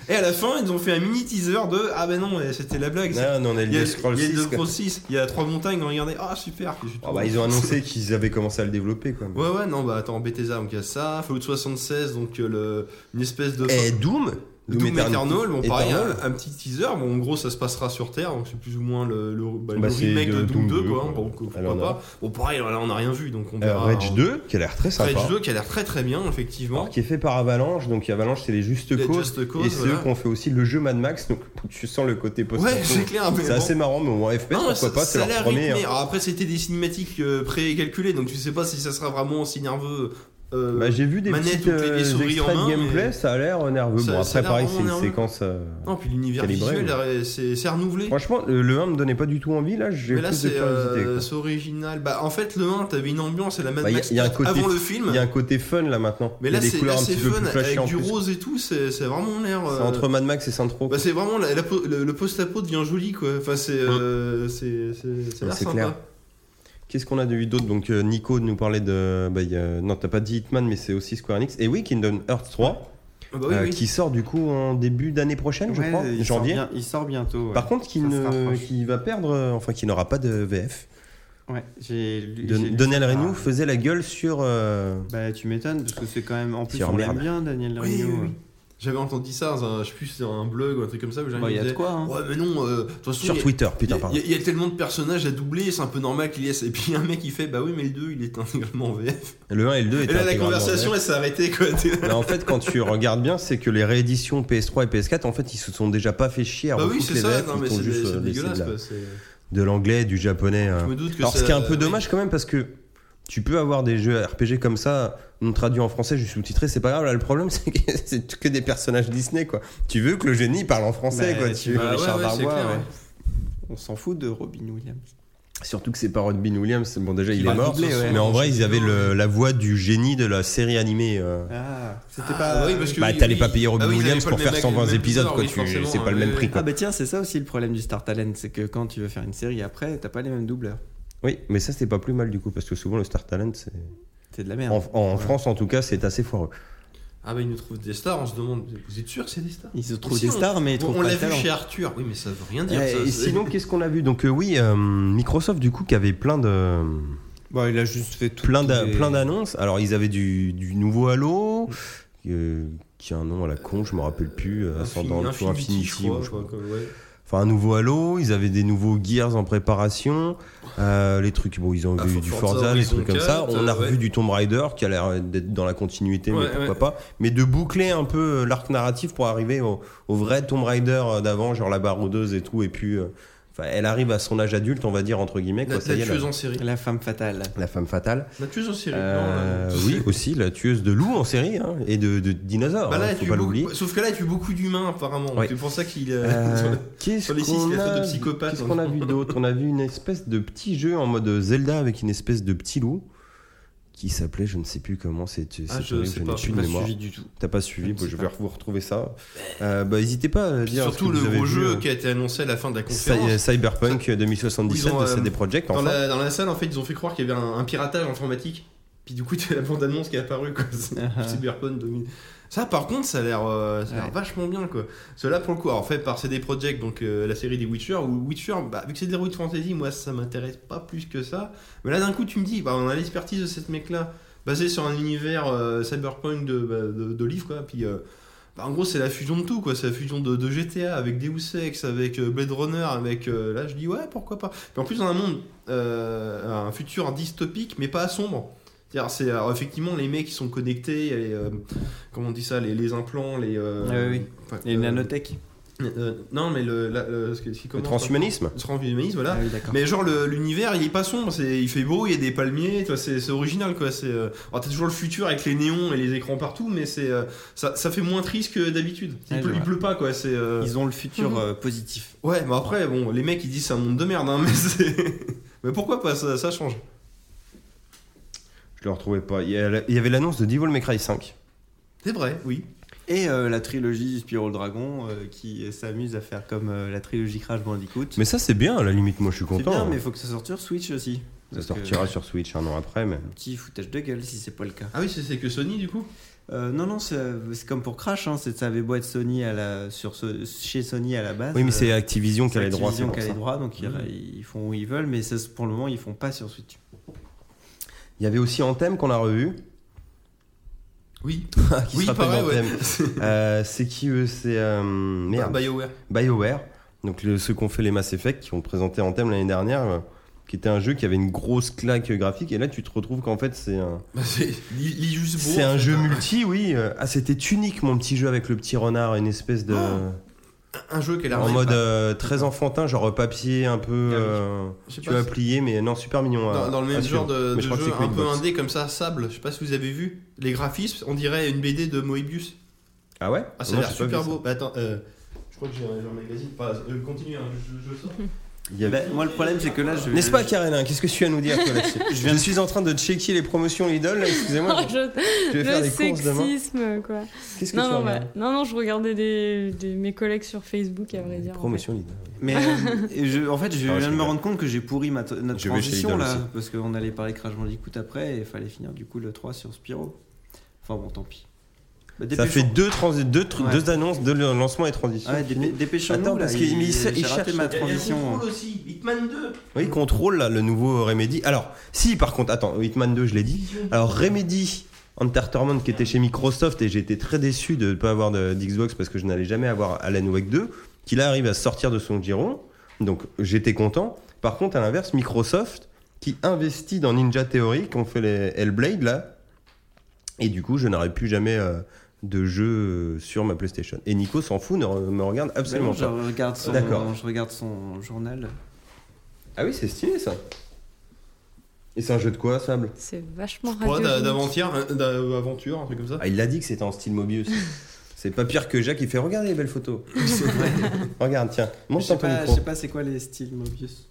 Et à la fin, ils ont fait un mini teaser de Ah ben non, mais c'était la blague. ça.
Ah, non, on a le
Il y a,
Death Scroll
il y a
6,
le
quoi.
Cross 6, il y a trois montagnes, regardez, ah super je suis
Ah
tout-
bah, ils ont annoncé qu'ils avaient commencé à le développer quoi.
Ouais ouais non bah attends Bethesda donc il y a ça, Fallout 76 donc euh, le, une espèce de...
Et Doom
Doom Eternal, bon pareil,
Eternal.
un, un petit teaser, bon en gros ça se passera sur Terre, donc c'est plus ou moins le, le, bah,
Bah,
le
c'est
remake de
de Doom
Doom 2 quoi,
deux,
hein,
quoi.
donc pourquoi
Alors, on a-
pas. Bon pareil là on n'a rien vu donc on
Euh,
verra...
Rage
hein.
2 qui a l'air très sympa.
Rage 2 qui a l'air très très bien effectivement.
Alors, qui est fait par Avalanche, donc Avalanche c'est les Justes
Les
Cause,
Just Cause,
et ceux
voilà.
qui ont fait aussi le jeu Mad Max, donc tu sens le côté post
Ouais c'est clair mais
C'est
bon.
assez marrant, mais en FPS,
Non,
pourquoi
ça-
pas,
ça
c'est
a l'air
leur premier.
rythmé.
hein.
Alors après, c'était des cinématiques euh, précalculées, donc tu sais pas si ça sera vraiment aussi nerveux. euh,
Bah, j'ai vu des
Manette
petites
ou clavier
euh,
souris en
extraits de
main,
gameplay,
mais-
ça a l'air nerveux.
Ça-
bon,
ça
après,
a l'air
pareil,
vraiment
c'est une
nerveux.
séquence. euh,
non, puis l'univers
Calibré,
visuel,
ouais.
euh, c'est c'est renouvelé.
Franchement, le, le 1 me donnait pas du tout envie, là, j'ai
Mais là,
plus de
c'est
curiosité.
euh,
quoi.
c'est original. Bah, en fait, le 1, t'avais une ambiance à la Mad
Bah, y a-
Max
y a un
4
côté-
avant le film.
Il y a un côté fun là maintenant.
Mais
Il y a
là,
des
c'est là,
couleurs un
c'est
petit peu
fun
plus flashy
avec
en
du
plus.
rose et tout. C'est c'est vraiment l'air.
C'est
euh,
entre Mad Max et Sintro.
bah, c'est vraiment la- la po- le, le post-apo devient joli quoi. Enfin, c'est euh, c'est c'est- ça a
Ouais,
l'air
c'est
sympa.
clair. Qu'est-ce qu'on a eu d'autre Donc euh, Nico nous parlait de... bah, il y a- Non, t'as pas dit Hitman, mais c'est aussi Square Enix. Et oui, Kingdom Hearts 3,
Ah bah oui,
euh,
oui.
qui sort du coup en début d'année prochaine, je
Ouais,
crois,
il sort
janvier.
bien- il sort bientôt. ouais.
Par contre, qui,
Ça se
ne-
rapproche.
qui va perdre, euh, enfin qui n'aura pas de VF.
Ouais, j'ai lu-
De-
j'ai lu
Donnel
ça.
Ah,
Ah,
Renou faisait la gueule sur... euh,
Bah, tu m'étonnes, parce que c'est quand même. En plus,
Sur
on
merde.
l'aime bien, Daniel
Oui,
Renaud.
oui, oui. J'avais entendu ça dans un, je sais plus, c'est un blog ou un truc comme ça. mais j'avais
Bah, il y a de
disais,
quoi, hein.
Ouais, mais non, euh, de toute façon,
sur
il y a-
Twitter, putain,
Il y,
pardon.
a- il y a tellement de personnages à doubler, c'est un peu normal qu'il y ait. Et puis un mec il fait Bah oui, mais le 2 il est intégralement en VF.
Le 1 et le 2
Et
étaient
là la
intégralement
conversation
en VF.
elle s'est arrêtée quoi.
Mais en fait, quand tu regardes bien, c'est que les rééditions PS3 et PS4, en fait, ils se sont déjà pas fait chier. à
bah oui,
refoutre
c'est
les
ça,
VF,
non
ils
mais
t'ont
c'est
juste,
c'est
euh, laissé de
dégueulasse
la-
quoi. c'est-
de l'anglais, du japonais.
Je
hein.
me doute que
Alors, ce
ça-
qui est un peu
oui.
dommage quand même, parce que tu peux avoir des jeux RPG comme ça, non traduits en français, juste sous-titrés, c'est pas grave. Là, le problème, c'est que c'est que des personnages Disney, quoi. Tu veux que le génie parle en français,
Bah,
quoi.
tu
Tu...
vois,
Bah,
Richard
ouais, ouais, c'est
Darbois,
clair,
ouais.
ouais.
On s'en fout de Robin Williams.
Surtout que c'est pas Robin Williams. Bon, déjà, il
va
est mort.
doubler, ouais.
Mais en vrai, ils
Champion,
avaient le- la voix du génie de la série animée. euh.
Ah, c'était
Ah,
pas.
oui, parce que
bah,
oui,
t'allais
oui.
pas payer
Ah
Robin
oui, ils
Williams
avaient
pour
pas le
faire
même-
120
même
épisodes,
acteur,
quoi.
oui,
tu-
forcément,
c'est
hein,
pas le
oui,
même
oui.
prix, quoi.
Ah bah tiens, c'est ça aussi le problème du Star Talent, c'est que quand tu veux faire une série après, t'as pas les mêmes doubleurs.
Oui, mais ça, c'est pas plus mal, du coup, parce que souvent, le Star Talent, c'est.
C'est de la merde.
En, en France, en tout cas, c'est assez foireux.
Ah bah ils nous trouvent des stars, on se demande Vous êtes sûr que c'est des stars
Ils se trouvent
Sinon,
des stars, mais ils
On,
trouvent
on
pas
l'a
de
vu
talent.
chez Arthur, oui mais ça veut rien dire
Euh,
ça.
et
c'est-
sinon, qu'est-ce qu'on a vu Donc euh, oui, euh, Microsoft du coup qui avait plein de
Bon, Bah, il a juste fait tout.
plein d'a-
tous les-
plein d'annonces. Alors ils avaient du, du nouveau Halo. euh, qui a un nom à la con, je me rappelle plus, euh, Ascendant,
Infini-
ou Infinity,
je crois,
ou je sais pas.
quoi, ouais.
enfin un nouveau Halo, ils avaient des nouveaux Gears en préparation, euh, les trucs, bon ils ont
Ah,
eu
For-
du
Forza
Forza, les
Horizon
trucs comme ça,
4,
on a
euh,
revu
ouais.
du Tomb Raider qui a l'air d'être dans la continuité, mais
Ouais,
pourquoi
ouais.
pas, mais de boucler un peu euh, l'arc narratif pour arriver au, au vrai Tomb Raider euh, d'avant, genre la baroudeuse et tout, et puis euh, enfin, elle arrive à son âge adulte, on va dire entre guillemets,
La,
quoi, ça
la
y est, la,
tueuse en série.
La femme fatale.
la femme fatale.
La tueuse en série.
Euh,
non, là,
oui, aussi la tueuse de loups en série hein, et de, de dinosaures,
Bah là,
hein,
elle
faut
tue
pas
beaucoup-
l'oublier.
Sauf que là, il tue beaucoup d'humains, apparemment.
Ouais.
C'est pour ça qu'il.
Euh,
a
Qu'est-ce
sur les six,
qu'on
il y a fait de
a,
psychopathes,
qu'est-ce
hein.
qu'on a vu d'autre On a vu une espèce de petit jeu en mode euh, Zelda avec une espèce de petit loup qui s'appelait, je ne sais plus comment, c'est c'est
Ah, je
horrible,
sais
n'ai
pas,
plus
j'ai
de
Pas
mémoire.
suivi du tout.
T'as pas suivi,
Je
bon,
sais
je
pas.
vais vous retrouver ça. Euh, bah, n'hésitez pas à
Puis
dire.
surtout
ce que
le
vous avez
gros
vu,
jeu
euh,
qui a été annoncé à la fin de la
Cy-
conférence.
Cyberpunk 2077
Ils ont,
de
euh,
CD Projekt,
Dans,
enfin.
la, dans la salle, en fait, ils ont fait croire qu'il y avait un, un piratage informatique. Puis du coup, t'as la bande-annonce qui est apparue. Quoi. C'est- Cyberpunk 2000. Ça, par contre, ça a l'air euh, ça a l'air
Ouais.
vachement bien. quoi. Cela, pour le coup, alors fait par CD Projekt, donc euh, la série des Witcher. Ou Witcher, bah, vu que c'est des de fantasy, moi, ça m'intéresse pas plus que ça. Mais là, d'un coup, tu me dis, bah, on a l'expertise de cette mec-là, basée sur un univers euh, cyberpunk de, bah, de, de livres, quoi. Puis. euh, bah, en gros, c'est la fusion de tout, quoi. C'est la fusion de, de GTA avec Deus Ex, avec euh, Blade Runner, avec. euh, là, je dis ouais, pourquoi pas. Puis en plus, dans un monde, euh, un futur dystopique, mais pas sombre. C'est-à-dire, c'est alors, effectivement les mecs qui sont connectés, il y a les, euh, comment on dit ça, les, les implants, les. euh,
Ah oui, oui.
enfin,
Et
euh,
une nanothèque.
euh, non, mais le, la- le- ce que- ce qui
Le
commence- hein.
transhumanisme
Le transhumanisme, voilà.
Ah oui, d'accord.
Mais genre le- l'univers il est pas sombre, c'est- il fait beau, il y a des palmiers, tu vois, c'est c'est original quoi. C'est euh, alors t'as toujours le futur avec les néons et les écrans partout, mais c'est euh, ça, ça fait moins triste que d'habitude. Il,
Ouais, je
pleut, il
vois.
pleut pas quoi. C'est euh,
Ils ont le futur
Hmm.
Mhm.
euh, positif.
ouais, mais après bon, les mecs ils disent c'est un monde de merde, hein, mais c'est mais pourquoi pas ça, ça change.
Je le retrouvais pas. Il y, a la- il y avait l'annonce de Devil May Cry 5.
C'est vrai, oui.
Et euh, la trilogie Spyro le Dragon euh, qui s'amuse à faire comme euh, la trilogie Crash Bandicoot.
Mais ça, c'est bien, à la limite, moi je suis
c'est
content.
bien, mais il faut que ça sorte sur Switch aussi.
Ça
Parce que-
sortira sur Switch un an après, mais.
Petit foutage de gueule si c'est pas le cas.
Ah oui, c'est- c'est que Sony du coup
Euh, non, non, c'est c'est comme pour Crash, hein, c'est- ça avait beau être Sony à la, sur ce- chez Sony à la
Ah,
base.
Oui, mais
euh,
c'est Activision qui a les droits.
Activision
c'est pour
qui a les
ça. Mm.
droits, donc ils, ils font où ils veulent, mais ça, pour le moment, ils font pas sur Switch.
Il y avait aussi Anthem qu'on a revu.
Oui.
qui
oui,
se rappelle
pareil, ouais.
d'Anthem. Euh, c'est qui eux C'est. euh, merde.
BioWare.
BioWare, donc le- ceux qui ont fait les Mass Effect, qui ont présenté en thème l'année dernière, euh, qui était un jeu qui avait une grosse claque graphique, et là tu te retrouves qu'en fait c'est un,
Bah, c'est Li- Lius Bo,
c'est un
en fait, hein.
jeu multi, oui. euh, Ah, c'était unique mon petit jeu avec le petit renard, une espèce de.
Un jeu qui a l'air
en
j'ai
mode
Ah, pas-
euh, très enfantin, genre papier un peu.
Ah oui.
euh,
je sais
tu
pas
vas
si-
plier, mais non, super mignon. à-
dans, dans le
à
même
suivre.
genre de,
Mais je
de jeu
crois que c'est
un peu
Quickbox.
indé comme ça, sable. Je sais pas si vous avez vu. Les graphismes, on dirait une BD de Moebius.
Ah ouais
Ah, ça
Non,
a l'air
j'ai pas
super
vu ça.
beau. Bah, attends, euh, je crois que j'ai un, j'ai un magazine. Pas, euh, continue, hein, je, je, je sors.
Il y avait-
Bah, moi, le problème, c'est que là, je.
N'est-ce pas, Karen hein, Qu'est-ce que tu as à nous dire toi, là-dessus je, suis en train de checker les promotions Lidl, là, excusez-moi.
Oh, je-
je vais faire
le
des courses demain.
sexisme, quoi.
Qu'est-ce que
Non,
tu
non,
regardes
bah, non, non, je regardais des, des- mes collègues sur Facebook, à vrai dire. en fait.
Promotion Lidl.
Mais euh, et je- en fait, je
Ah, je
viens de me
rigole.
rendre compte que j'ai pourri ma t- notre
Je vais chez
transition
Lidl
là,
aussi.
parce qu'on allait parler Crash Bandicoot après et il fallait finir du coup le 3 sur Spyro. Enfin bon, tant pis. Bah,
Ça fait
dépêchons-
deux, transi- deux, tru-
Ouais.
deux annonces de lancement et transition.
Ouais, dépê- dépêchons-nous
Attends,
là,
parce qu'il- il-
j'ai
il
raté
cherche-
ma
Il y a- il y a
transition. hein.
Control aussi, Hitman 2.
Oui, contrôle là, le nouveau Remedy. Alors, si par contre, attends, Hitman 2, je l'ai dit. Alors, Remedy Entertainment qui était chez Microsoft et j'étais très déçu de ne pas avoir de- d'Xbox parce que je n'allais jamais avoir Alan Wake 2, qui là arrive à sortir de son giron. Donc, j'étais content. Par contre, à l'inverse, Microsoft qui investit dans Ninja Theory, qui ont fait les Hellblade là. Et du coup, je n'aurai plus jamais euh, de jeu euh, sur ma PlayStation. Et Nico s'en fout, ne re- me regarde
Bah non,
absolument
je
pas.
regarde son,
D'accord.
je regarde son journal.
Ah oui, c'est stylé ça. Et c'est un jeu de quoi, Sable
C'est vachement
Pour
radio.
d'aventure, hein, d'a- aventure, un truc comme ça.
Ah, il l'a dit que c'était en style Mobius. c'est pas pire que Jacques, il fait Regarde les belles photos. Regarde, tiens,
Je
monte
sais
dans ton
pas, je
micro.
sais pas c'est quoi les styles Mobius.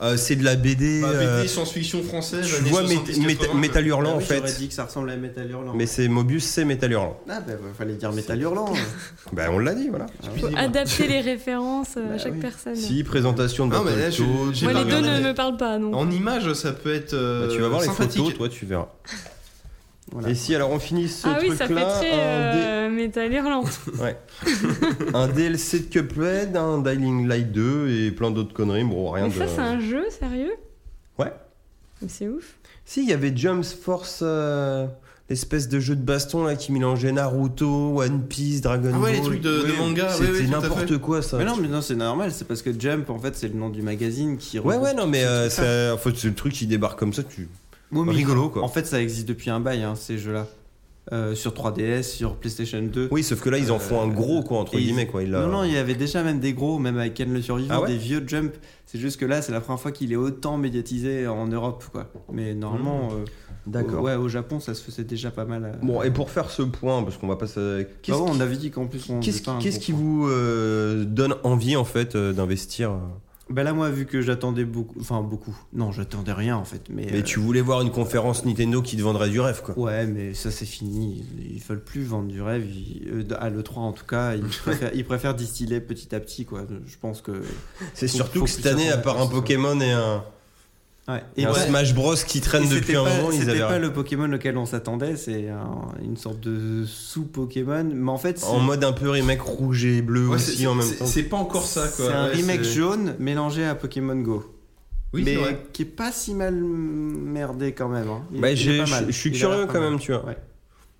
Euh, c'est de la BD.
Bah,
euh,
BD, science-fiction française.
tu
années
vois
70,
Mét- Mét-
80,
Metal Hurlant
Ah
en
oui, J'aurais
fait.
dit que ça ressemble à Metal Hurlant.
Mais c'est Mobius, c'est Metal Hurlant.
Ah bah bah, fallait dire Metal Hurlant.
Bah, on l'a dit, voilà.
Ah,
Faut adapter les références euh, à chaque personne.
Si, présentation de
Non, mais
Battle
là, je-
Toad,
j'ai
Moi,
pas
les deux
regardé.
ne me parlent pas, non.
En image, ça peut être.
Bah,
euh,
tu vas voir les
sympathique.
photos, toi tu verras.
Voilà.
Et si alors on finit ce
Ah oui, ça fait
truc-là,
très
un dé-
euh, métal hurlant.
un DLC de Cuphead, un Dying Light 2 et plein d'autres conneries. Bon, rien
Mais
de.
ça, c'est un jeu, sérieux
Ouais.
Mais c'est ouf.
Si, il y avait Jumps Force, euh, l'espèce de jeu de baston là qui mélangeait Naruto, One Piece, Dragon
Ah
Ball.
ouais, les trucs de, de
Oui,
manga.
C'était
ouais, ouais, tout à fait.
n'importe quoi ça.
Mais non, mais non, c'est normal, c'est parce que Jump, en fait, c'est le nom du magazine qui.
Ouais,
regroupe
ouais, non, mais
tout
euh,
ça.
c'est en fait, c'est le truc qui débarque comme ça, tu.
Oui, mais
Rigolo quoi.
En fait, ça existe depuis un bail, hein, ces jeux-là. Euh, sur 3DS, sur PlayStation 2.
Oui, sauf que là, ils en font un gros quoi, entre
Et ils-
guillemets quoi. Il a-
Non, non, il y avait déjà même des gros, même avec Ken le Survivant,
Ah ouais
des vieux Jump. C'est juste que là, c'est la première fois qu'il est autant médiatisé en Europe, quoi. Mais normalement, euh,
Hmm. D'accord.
ouais, au Japon, ça se faisait déjà pas mal. à-
Bon, et pour faire ce point, parce qu'on va passer.
Bah
Qu'est-ce
ouais,
qui-
on avait dit qu'en plus, on
qu'est-ce
faisait pas
qui,
un
qu'est-ce
gros
qui
point.
vous euh, donne envie en fait euh, d'investir euh
Bah là, moi, vu que j'attendais beaucoup. Enfin, beaucoup. Non, j'attendais rien, en fait. Mais,
Mais
euh,
tu voulais voir une conférence Nintendo qui te vendrait du rêve quoi.
Ouais, mais ça c'est fini. Ils veulent plus vendre du rêve. Ils- euh, à l'E3 en tout cas, ils préfèrent, ils préfèrent distiller petit à petit. quoi. Je pense que.
C'est
Faut-
surtout
faut
que cette
plus
année, à
attendre
part un
que ce soit-
Pokémon et un.
Ouais.
Et un
ouais,
Smash Bros qui traîne
et
depuis
c'était
un
pas-
moment, ils
C'était
avaient
pas le Pokémon auquel on s'attendait, c'est un- une sorte de sous-Pokémon. Mais en fait, c'est
en mode un peu remake rouge et bleu
Ouais, c'est-
aussi en même
c'est-
temps.
C'est pas encore ça quoi.
c'est un
Ouais,
remake
c'est-
jaune mélangé à Pokémon Go.
Oui, c'est
mais
vrai.
qui est pas si mal merdé quand même. hein. Il-
Bah,
il est
j'ai-
pas mal.
je je suis
Il a l'air
curieux
pas
quand
mal.
même, tu vois.
Ouais.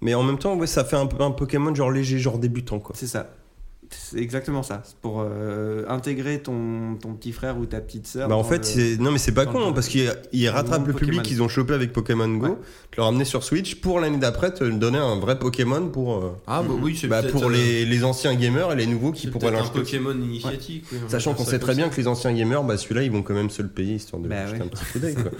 Mais en même temps, ouais, ça fait un, peu un Pokémon genre léger, genre débutant quoi.
C'est ça. C'est exactement ça. C'est pour euh, intégrer ton, ton petit frère ou ta petite sœur.
Bah en
dans
fait,
le-
c'est- non mais c'est pas
dans
con
le-
hein, parce qu'ils ils rattrapent
monde
le public
Pokémon.
qu'ils ont chopé avec Pokémon Go,
Ouais.
te le ramener sur Switch pour l'année d'après te donner un vrai Pokémon pour euh,
Ah bah oui, c'est
bah,
peut-être,
pour
euh,
les, les anciens gamers et les nouveaux
c'est
qui pourraient
peut-être un
l'acheter.
Pokémon initiatique. oui, on va
Sachant
dire
qu'on
ça
sait
comme
très
ça.
bien que les anciens gamers, bah celui-là ils vont quand même se le payer histoire de
Bah
jeter
ouais.
un petit coup d'œil quoi.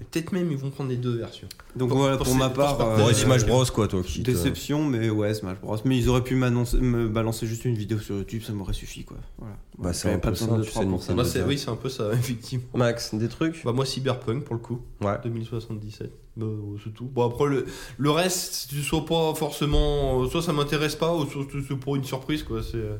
Et Peut-être même ils vont prendre les deux versions.
Donc
Pour-
voilà,
pour
pour,
ces-
ma
pour ce
part,
partage.
euh,
Bon, et Smash Bros, quoi, toi. qui te-
déception, mais ouais, Smash Bros. Mais ils auraient pu m'annoncer- me balancer juste une vidéo sur YouTube, ça m'aurait suffi, quoi. Voilà.
Bah, c'est
J'avais
un peu
besoin
ça,
de
tu
trois
sais,
pour
nous, ça
ça.
Moi,
me
Bah, c'est,
fait.
oui, c'est un peu ça, effectivement.
Max, des trucs
Bah, moi, Cyberpunk pour le coup,
Ouais.
2077. Bah, euh, c'est tout. Bon, après, le, le reste, c'est soit pas forcément. euh, Soit ça m'intéresse pas, ou soit c'est pour une surprise, quoi. C'est. euh,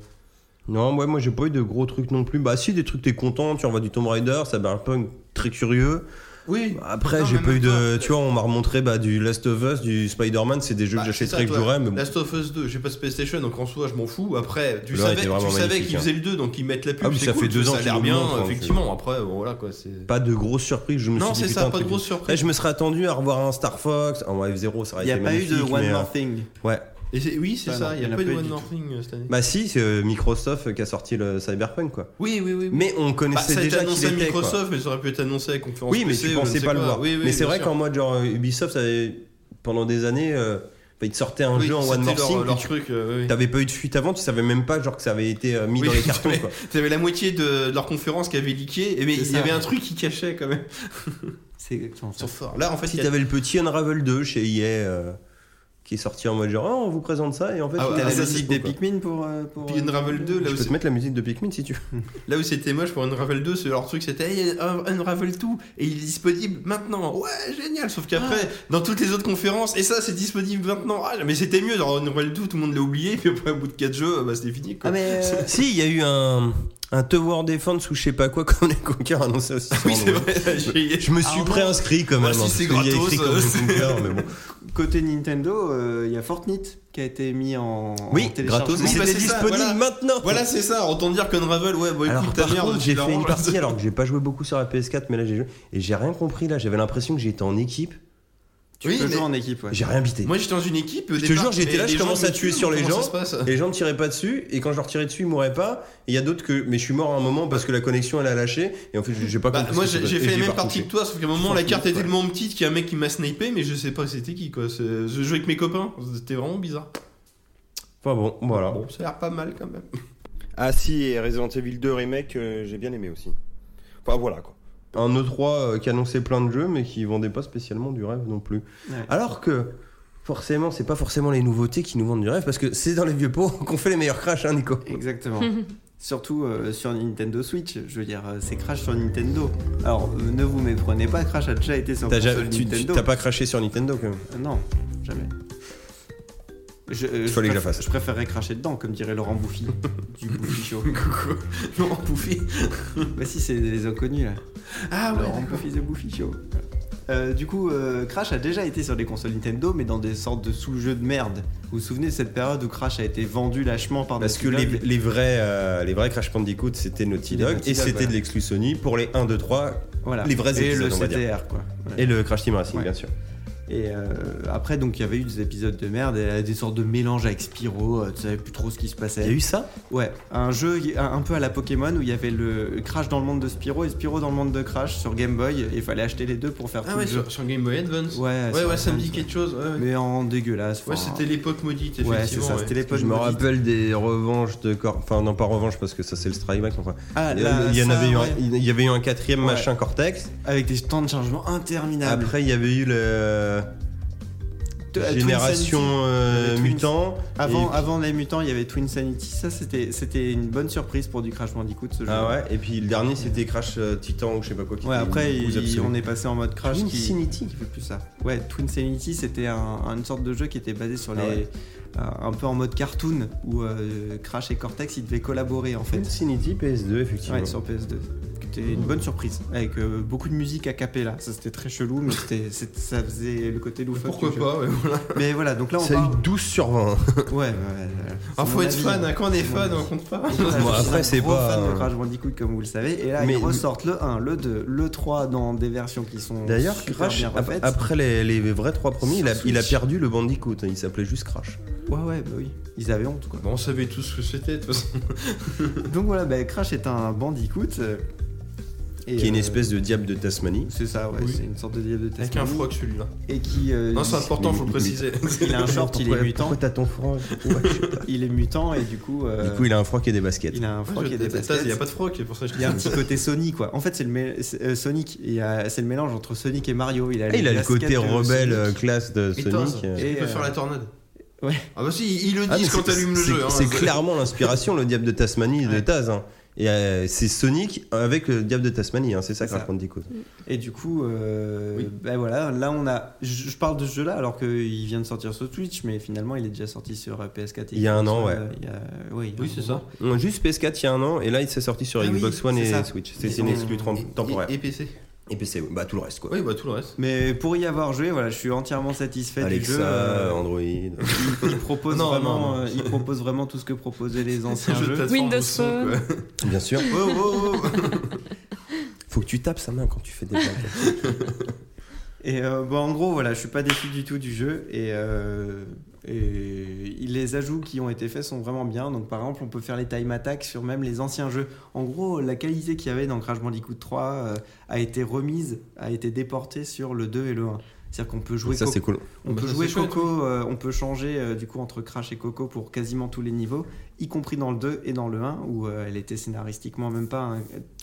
Non, ouais, moi j'ai pas eu de gros trucs non plus. Bah, si, des trucs, t'es content, tu revois du Tomb Raider, ça bah, un peu très curieux.
Oui,
Après,
Non,
j'ai
mais
pas eu
même
de.
toi,
Tu vois, on m'a remontré bah, du Last of Us, du Spider-Man, c'est des jeux
Bah,
que
c'est ça,
j'achèterais que
toi.
j'aurais, mais bon.
Last of Us 2, j'ai pas de PlayStation, donc en soi, je m'en fous. Après, tu
Le
savais,
était
tu
vraiment
savais
magnifique,
qu'ils
hein.
faisaient le 2, donc ils mettent la pub.
Ah oui,
c'est
ça
cool,
fait deux ans
ça a
qu'ils
l'air
nous
bien,
montrent, hein,
effectivement. Après, bon, voilà quoi. C'est...
Pas de grosses surprises, je me
Non,
suis dit.
c'est
putain,
ça, pas
un
de
truc
grosses
de-
surprises.
Ouais, je me serais attendu à revoir un Star Fox. En Live Zero, ça aurait
Il n'y a
été
pas eu de
magnifique,
One
mais, euh,
More Thing.
Ouais.
Et c'est- oui, c'est
Ah
ça,
non,
il n'y a, pas eu de One Nothing cette année.
Bah, si, c'est euh, Microsoft euh, qui a sorti le Cyberpunk, quoi.
oui, oui, oui. oui.
Mais on
Bah,
connaissait
ça a été
déjà qu'il
annoncé à
était. quoi.
Microsoft, mais ça aurait pu être annoncé à la conférence.
Oui, mais
PC,
tu
ou je
pensais
ne sais
pas le
quoi.
voir.
Oui, oui,
mais c'est
bien
vrai
sûr.
qu'en mode, genre, euh, Ubisoft, ça avait- pendant des années, euh, bah, ils sortaient un
Oui,
jeu en
c'était
One More
leur-
Thing,
leur
puis tu-
truc. euh, oui.
T'avais pas eu de fuite avant, tu savais même pas genre que ça avait été euh, mis
Oui,
dans les
tu
cartons.
savais.
Quoi.
T'avais la moitié de de leur conférence qui avait leaké, et mais
C'est
il y
ça.
avait un truc qui cachait quand même.
C'est exactement
Ils
ça.
sont forts. Là, en fait,
Si
il y a-
t'avais le petit Unravel 2 chez EA euh, qui est sorti en mode genre Ah, on vous présente ça et en fait
Ah
il
ouais,
est
T'as
ah,
la
ça,
dispo,
musique des
quoi.
Pikmin pour. euh, pour,
Puis
euh,
Unravel 2, là
Je
où
peux
c'est-
te mettre la musique de Pikmin si tu veux.
là où c'était moche pour Unravel 2, c'est leur truc, c'était hey, Un- Unravel 2 et il est disponible maintenant. Ouais, génial. Sauf qu'après,
Ah.
dans toutes les autres conférences, et ça, c'est disponible maintenant. Ah, mais c'était mieux. Genre Unravel 2, tout le monde l'a oublié, puis après, au bout de 4 jeux, bah, c'était fini. Quoi.
Ah, mais. euh,
si, il y a eu un, un Tower Defense ou je sais pas quoi comme les Conquer annoncé aussi. sur
oui, c'est
Android.
vrai. j'ai-
Je me suis
Alors,
préinscrit quand
moi,
même.
si
hein,
c'est
parce qu'il y a
gratos,
écrit comme
euh,
les
c'est-
Conquer, mais bon.
Côté Nintendo, euh, il y a Fortnite qui a été mis en. en
Oui,
téléchargement.
gratos.
Oui,
mais
bah,
C'était
c'est ça,
disponible
voilà.
maintenant.
Voilà, c'est ça. Autant dire qu'Unravel, ouais, bon,
Alors,
écoute, ta
par
merde.
contre,
tu
j'ai
la
fait une
ranges.
partie alors que j'ai pas joué beaucoup sur la PS4, mais là j'ai joué et j'ai rien compris là. J'avais l'impression que j'étais en équipe,
Tu
Oui,
peux
mais-
jouer en équipe, ouais.
j'ai rien bité.
Moi, j'étais dans une équipe. au
Je te
départ,
jure, j'étais
mais
là, je
les gens Ah, bah,
commence
me
à tuer
tuent,
sur les
comment
gens.
ça se passe
Et les gens ne tiraient pas dessus, et quand je leur tirais dessus, ils mouraient pas. Et il y a d'autres que. Mais je suis mort à un moment parce que la connexion elle a lâché, et en fait j'ai pas
Bah,
compris.
moi
ce
j'ai
qui se
j'ai
passait,
fait
et
la
j'ai
même
pas
partie que
retouché.
toi, sauf qu'à un moment la carte est
Ouais.
tellement petite qu'il y a un mec qui m'a snipé, mais je sais pas c'était qui quoi. C'est- Je jouais avec mes copains, c'était vraiment bizarre.
Enfin bon, voilà.
Ah Bon, ça a l'air pas mal quand même.
Ah si, et Resident Evil 2 Remake, euh, j'ai bien aimé aussi. Enfin voilà quoi. Un E3 euh, qui annonçait plein de jeux, mais qui vendait pas spécialement du rêve non plus.
Ouais.
Alors que. Forcément, c'est pas forcément les nouveautés qui nous vendent du rêve parce que c'est dans les vieux pots qu'on fait les meilleurs crashs, hein, Nico.
Exactement. Surtout euh, sur Nintendo Switch, je veux dire, euh, c'est Crash sur Nintendo. Alors, euh, ne vous méprenez pas, Crash a déjà été sur
T'as
console
ja- tu- tu-
Nintendo.
t'as pas craché sur Nintendo quand même.
Euh, Non, jamais. Je, euh,
Il
je
fallait que je la
préf-
fasse.
Je préférerais cracher dedans, comme dirait Laurent Bouffy du Bouffy Show.
Coucou. Non, bouffé.
bah si, c'est les inconnus là.
Ah ouais.
Laurent Bouffy de Bouffy Show. Euh, du coup, euh, Crash a déjà été sur des consoles Nintendo, mais dans des sortes de sous-jeux de merde. Vous vous souvenez de cette période où Crash a été vendu lâchement par
Parce
des
que les, les vrais, euh, les vrais Crash Bandicoot, c'était Naughty
Les
Dog
Naughty
et
Dog,
c'était
voilà.
de l'exclus Sony pour les 1, 2, 3
voilà.
les vrais
Et le
épisodes, on va dire.
CTR, quoi. Voilà.
et le Crash Team Racing,
Ouais.
bien sûr.
Et euh, après, donc, il y avait eu des épisodes de merde, et euh, des sortes de mélanges avec Spyro, euh, tu savais plus trop ce qui se passait.
ça
Ouais, un jeu un, un peu à la Pokémon où il y avait le Crash dans le monde de Spyro et Spyro dans le monde de Crash sur Game Boy, et il fallait acheter les deux pour faire
Ah
tout
ouais,
le jeu.
sur, sur Game Boy Advance. Ouais,
Ouais,
ouais,
sur
ça me dit
Advance, ouais.
quelque chose. Ouais, ouais.
Mais en dégueulasse.
Ouais,
enfin,
c'était l'époque maudite, effectivement.
Ouais, c'est ça, c'était l'époque.
Je me
maudite.
rappelle des revanches de Cor... Enfin, non, pas revanche parce que ça, c'est le Strike Back. Enfin,
Ah, là,
il, y en
ça,
avait eu un,
ouais.
il y avait eu un quatrième
Ouais.
machin Cortex.
Avec des temps de chargement interminables.
Après, il y avait eu
Euh,
le. euh,
T- euh, Twin
Génération
Sanity.
euh,
Les Twins.
Mutant.
Avant,
Et-
avant les mutants, il y avait Twin Sanity. Ça, c'était c'était une bonne surprise pour du Crash Bandicoot ce jeu.
Ah ouais, et puis le dernier, c'était Crash euh, Titan ou je sais pas quoi. qui
Ouais,
était
après,
une
il-
cause absolue.
on est passé en mode Crash
Twin
qui,
Sanity.
qui fait plus ça. Ouais, Twin Sanity, c'était un, une sorte de jeu qui était basé sur
Ah
les. euh,
ouais.
un- un peu en mode cartoon, où euh, Crash et Cortex, ils devaient collaborer en fait.
Infinity PS2, effectivement.
Ouais, sur PS2. C'était une bonne surprise, avec euh, beaucoup de musique à cappella. Ça, c'était très chelou, mais c'était- c'est- ça faisait le côté loufoque.
Pourquoi
du jeu.
pas, ouais, voilà.
Mais voilà, donc là, on
Ça a
parle.
eu 12 sur 20.
Ouais, ouais, ouais, ouais.
Ah,
C'est
faut
mon
être
avis.
fan, hein. quand on est
C'est mon
fan,
avis.
on compte pas.
Bon,
Je suis
après,
un
c'est
gros
pas,
fan de
euh,
Crash Bandicoot, comme vous le savez. Et là,
mais-
ils ressortent le 1, le 2, le 3 dans des versions qui sont.
D'ailleurs,
super
Crash,
bien
ap-
refaites.
après les, les vrais trois premiers, il a,
Sur
il a
Switch.
perdu le Bandicoot. hein, Il s'appelait juste Crash.
Ouais, ouais, bah oui. Ils avaient honte, quoi.
Bon, on savait tous ce que c'était, de toute façon.
Donc voilà, bah, Crash est un bandicoot. euh, Et,
qui est une
euh,
espèce de diable de Tasmanie.
C'est ça, ouais,
Oui.
c'est une sorte de diable de
Avec un
Tasmanie.
froc celui-là.
Et qui. euh,
Non, c'est important, faut le préciser.
Il a un short, il est
Pourquoi-
mutant.
Pourquoi t'as ton froc
Il est mutant et du coup. euh,
Du coup, il a un froc et des baskets.
il a un froc et des baskets.
Il n'y a pas de froc, c'est pour ça que je
Il y a un
dis.
petit côté Sony quoi. En fait, c'est le mé- c'est, euh, Sonic. Il y a- C'est le mélange entre Sonic et Mario. Il a,
Ah, il a le
casquette
côté
de
rebelle euh,
Sonic.
classe de
Et Thor,
Sonic. euh.
il peut
euh,
faire la tornade.
ouais.
Ah bah si, ils le
Ah, mais
disent quand
c'est-
t'allumes le
c'est-
jeu. hein.
C'est clairement l'inspiration, le diable de Tasmanie de Taz. hein. Et euh, c'est Sonic avec le diable de Tasmanie, hein, c'est ça que
C'est ça.
raconte Dico.
Et du coup, euh,
Oui.
ben voilà. Là, on a. Je, je parle de ce jeu-là alors qu'il vient de sortir sur Twitch, mais finalement, il est déjà sorti sur euh, PS4. et
Il y a un
Xbox
an,
One,
ouais.
euh, il y a- Oui,
Oui, c'est ça.
On a Juste PS4 il y a un an, et là il s'est sorti sur
Ah oui,
Xbox One
c'est
et
ça.
Switch. C'est
Ils
une
ont-
exclue trom-
Et-
temporaire.
Et, et PC.
Et PC, oui. bah tout le reste quoi.
Oui, bah tout le reste.
Mais pour y avoir joué, voilà, je suis entièrement satisfait du
Alexa,
jeu. euh,
Android. Ouais,
il propose
Non,
vraiment,
non, non.
euh, il propose vraiment tout ce que proposaient les anciens
Jeu de
jeux.
plateforme
Windows
au son, quoi.
Bien sûr.
Oh, oh, oh.
Faut que tu tapes sa main quand tu fais des blagues.
Et euh, bon, en gros, voilà, je suis pas déçu du tout du jeu. Et, euh, et les ajouts qui ont été faits sont vraiment bien. Donc, par exemple, on peut faire les time attacks sur même les anciens jeux. En gros, la qualité qu'il y avait dans Crash Bandicoot 3 euh, a été remise, a été déportée sur le 2 et le 1. C'est-à-dire qu'on peut jouer
Ça
Coco-
c'est cool.
on
Bah,
peut
ça,
jouer
c'est chouette,
Coco, euh, on peut changer euh, du coup entre Crash et Coco pour quasiment tous les niveaux, y compris dans le 2 et dans le 1 où euh, elle était scénaristiquement même pas un-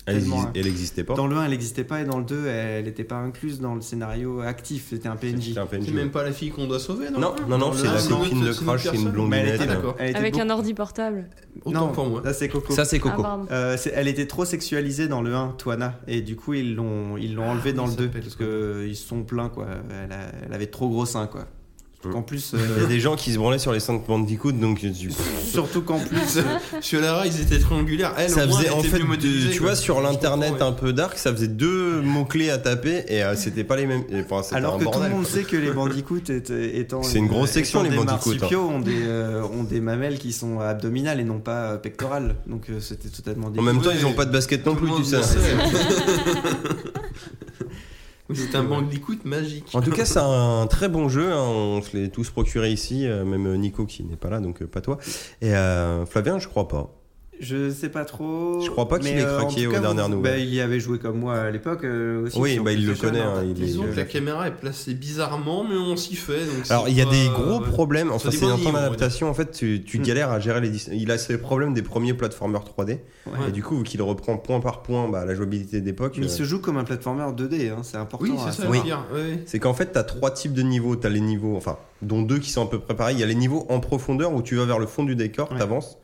Elle,
tellement
exi-
un-
elle existait pas.
dans le 1, elle n'existait pas et dans le 2, elle n'était pas incluse dans le scénario actif. C'était un PNJ.
C'était un PNJ.
C'est même pas la fille qu'on doit sauver, non
Non, non, non,
Dans
c'est
le-
la
Ah,
copine
non,
de
c'est une
Crash, c'est une
personne.
Mais
blondinette.
elle
Ah,
était,
d'accord.
elle était
Avec
beaucoup-
un ordi portable.
Autant pour moi.
Là, c'est Coco.
Ça c'est Coco.
Ah, pardon.
Euh, c'est- elle était trop sexualisée dans le 1, Toana, et du coup ils l'ont ils
Ah,
l'ont enlevée dans
oui,
le
ça
2
s'appelle
parce
Coco.
que ils se sont plaints quoi. Elle, a- elle avait trop gros seins quoi.
Mm.
En plus,
Il y
euh,
a des gens qui se branlaient sur les 5 Bandicoot, donc tu-
surtout qu'en plus, euh,
Sur Lara, ils étaient triangulaires. Elle,
ça
au Ah, moins,
faisait
elle
en
était
fait,
mieux
de-
modélisée,
tu
quoi.
vois, sur
Je
l'internet hein.
comprends, ouais.
un peu dark, ça faisait deux mots clés à taper et euh, c'était pas les mêmes. et, enfin, c'était un
alors que tout
bordel,
le monde
quoi.
sait que les bandicoots étaient- étant
C'est une grosse
euh,
section,
étant
les
des
bandicoots, hein.
marsupiaux ont des euh, ont des mamelles qui sont abdominales et non pas euh, pectorales, donc euh, c'était totalement
En même temps,
Ouais,
ils ont pas de basket non
Tout le
plus, tu
monde
sais.
le sait. Oui, C'est un banc d'écoute magique.
En tout cas, c'est un très bon jeu. hein, On se l'est tous procuré ici, euh, même Nico qui n'est pas là, donc euh, pas toi. Et euh, Flavien, je crois pas.
Je sais pas trop.
Je crois pas qu'il
mais,
ait
euh,
craqué
en tout
aux
cas,
dernières
vous-
nouvelles.
bah, il y avait joué comme moi à l'époque euh, aussi.
Oui,
sur
bah, il le
PlayStation,
connaît, hein,
t'as-
il
ils
est-
ont-
Disons que la
euh,
caméra est placée bizarrement, mais on s'y fait. donc
Alors,
c'est
il y a
pas- euh,
des gros
ouais.
problèmes.
Ça
Enfin, c'est
dépend
un
des
temps
livres,
d'adaptation. En fait, tu, tu
Mm.
Hmm.
galères à gérer les. dis- Il a ces problèmes des premiers platformers 3D.
Ouais.
Et du coup, vu qu'il reprend point par point bah, la jouabilité d'époque.
Mais
euh,
il se joue comme un platformer 2D, hein, c'est important.
Oui,
à
c'est ça
savoir.
le pire. ouais.
C'est qu'en fait, t'as trois types de niveaux. T'as les niveaux, enfin, dont deux qui sont à peu près pareils. Il y a les niveaux en profondeur où tu vas vers le fond du décor,
Ouais.
t'avances.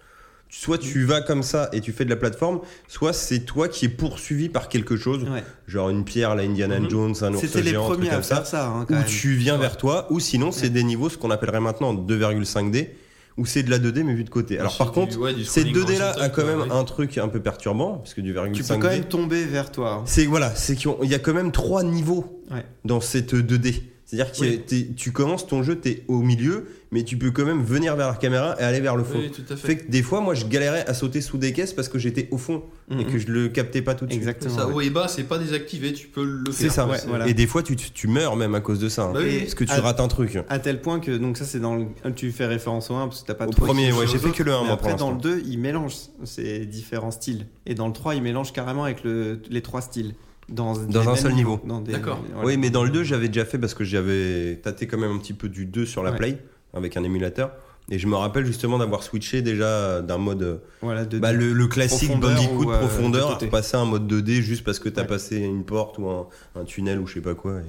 Soit tu vas comme ça et tu fais de la plateforme, soit c'est toi qui es poursuivi par quelque chose,
Ouais.
genre une pierre, la Indiana
Mhm.
Jones, un ours
C'était les
géant, un truc
premiers à
comme ça,
faire ça. hein,
où
quand même.
tu viens vers toi, ou sinon c'est des niveaux, ce qu'on appellerait maintenant 2,5D, où c'est de la 2D mais vue de côté. Alors par
C'est du-
contre,
ouais, du
ces
scrolling
2D là a
horizontal,
quand même
ouais.
un truc un peu perturbant, parce que du
Tu peux
2,5D,
quand même tomber vers toi. hein.
c'est voilà, c'est qu'il y a quand même trois niveaux
Ouais.
dans cette 2D. C'est-à-dire que
Oui.
t'es- tu commences ton jeu, t'es au milieu, mais tu peux quand même venir vers la caméra et aller vers le fond.
Oui, tout à fait.
Fait que des fois, moi, je galérais à sauter sous des caisses parce que j'étais au fond et
Mhm.
que je le captais pas tout de suite.
Exactement.
Ça,
ouais.
haut et bas, c'est pas désactivé, tu peux le faire.
C'est ça,
quoi,
ouais,
c'est-
voilà. Ah.
Et des fois, tu, tu meurs même à cause de ça. hein.
Bah oui,
Parce que tu
à-
rates un truc.
À tel point que donc ça c'est dans le... tu fais référence au 1 parce que t'as pas
Au
trop
premier,
essayé
ouais,
les
j'ai fait
autres,
que le un,
mais
moi, pour
Après dans le
l'instant.
2 ils mélangent ces différents styles et dans le 3 ils mélangent carrément avec le... les trois styles dans,
Dans
les
un
mêmes
seul
niveaux,
niveau.
dans des-
D'accord.
voilà.
Oui, mais dans le 2, j'avais déjà fait parce que j'avais tâté quand même un petit peu du 2 sur la
Ouais.
Play avec un émulateur. Et je me rappelle justement d'avoir switché déjà d'un mode. euh,
voilà de
Bah, le, le classique
Profondeur
Bandicoot
ou, euh,
profondeur,
de
à
côté.
repasser un mode 2D juste parce que t'as
Ouais.
passé une porte ou un, un tunnel ou je sais pas quoi. et-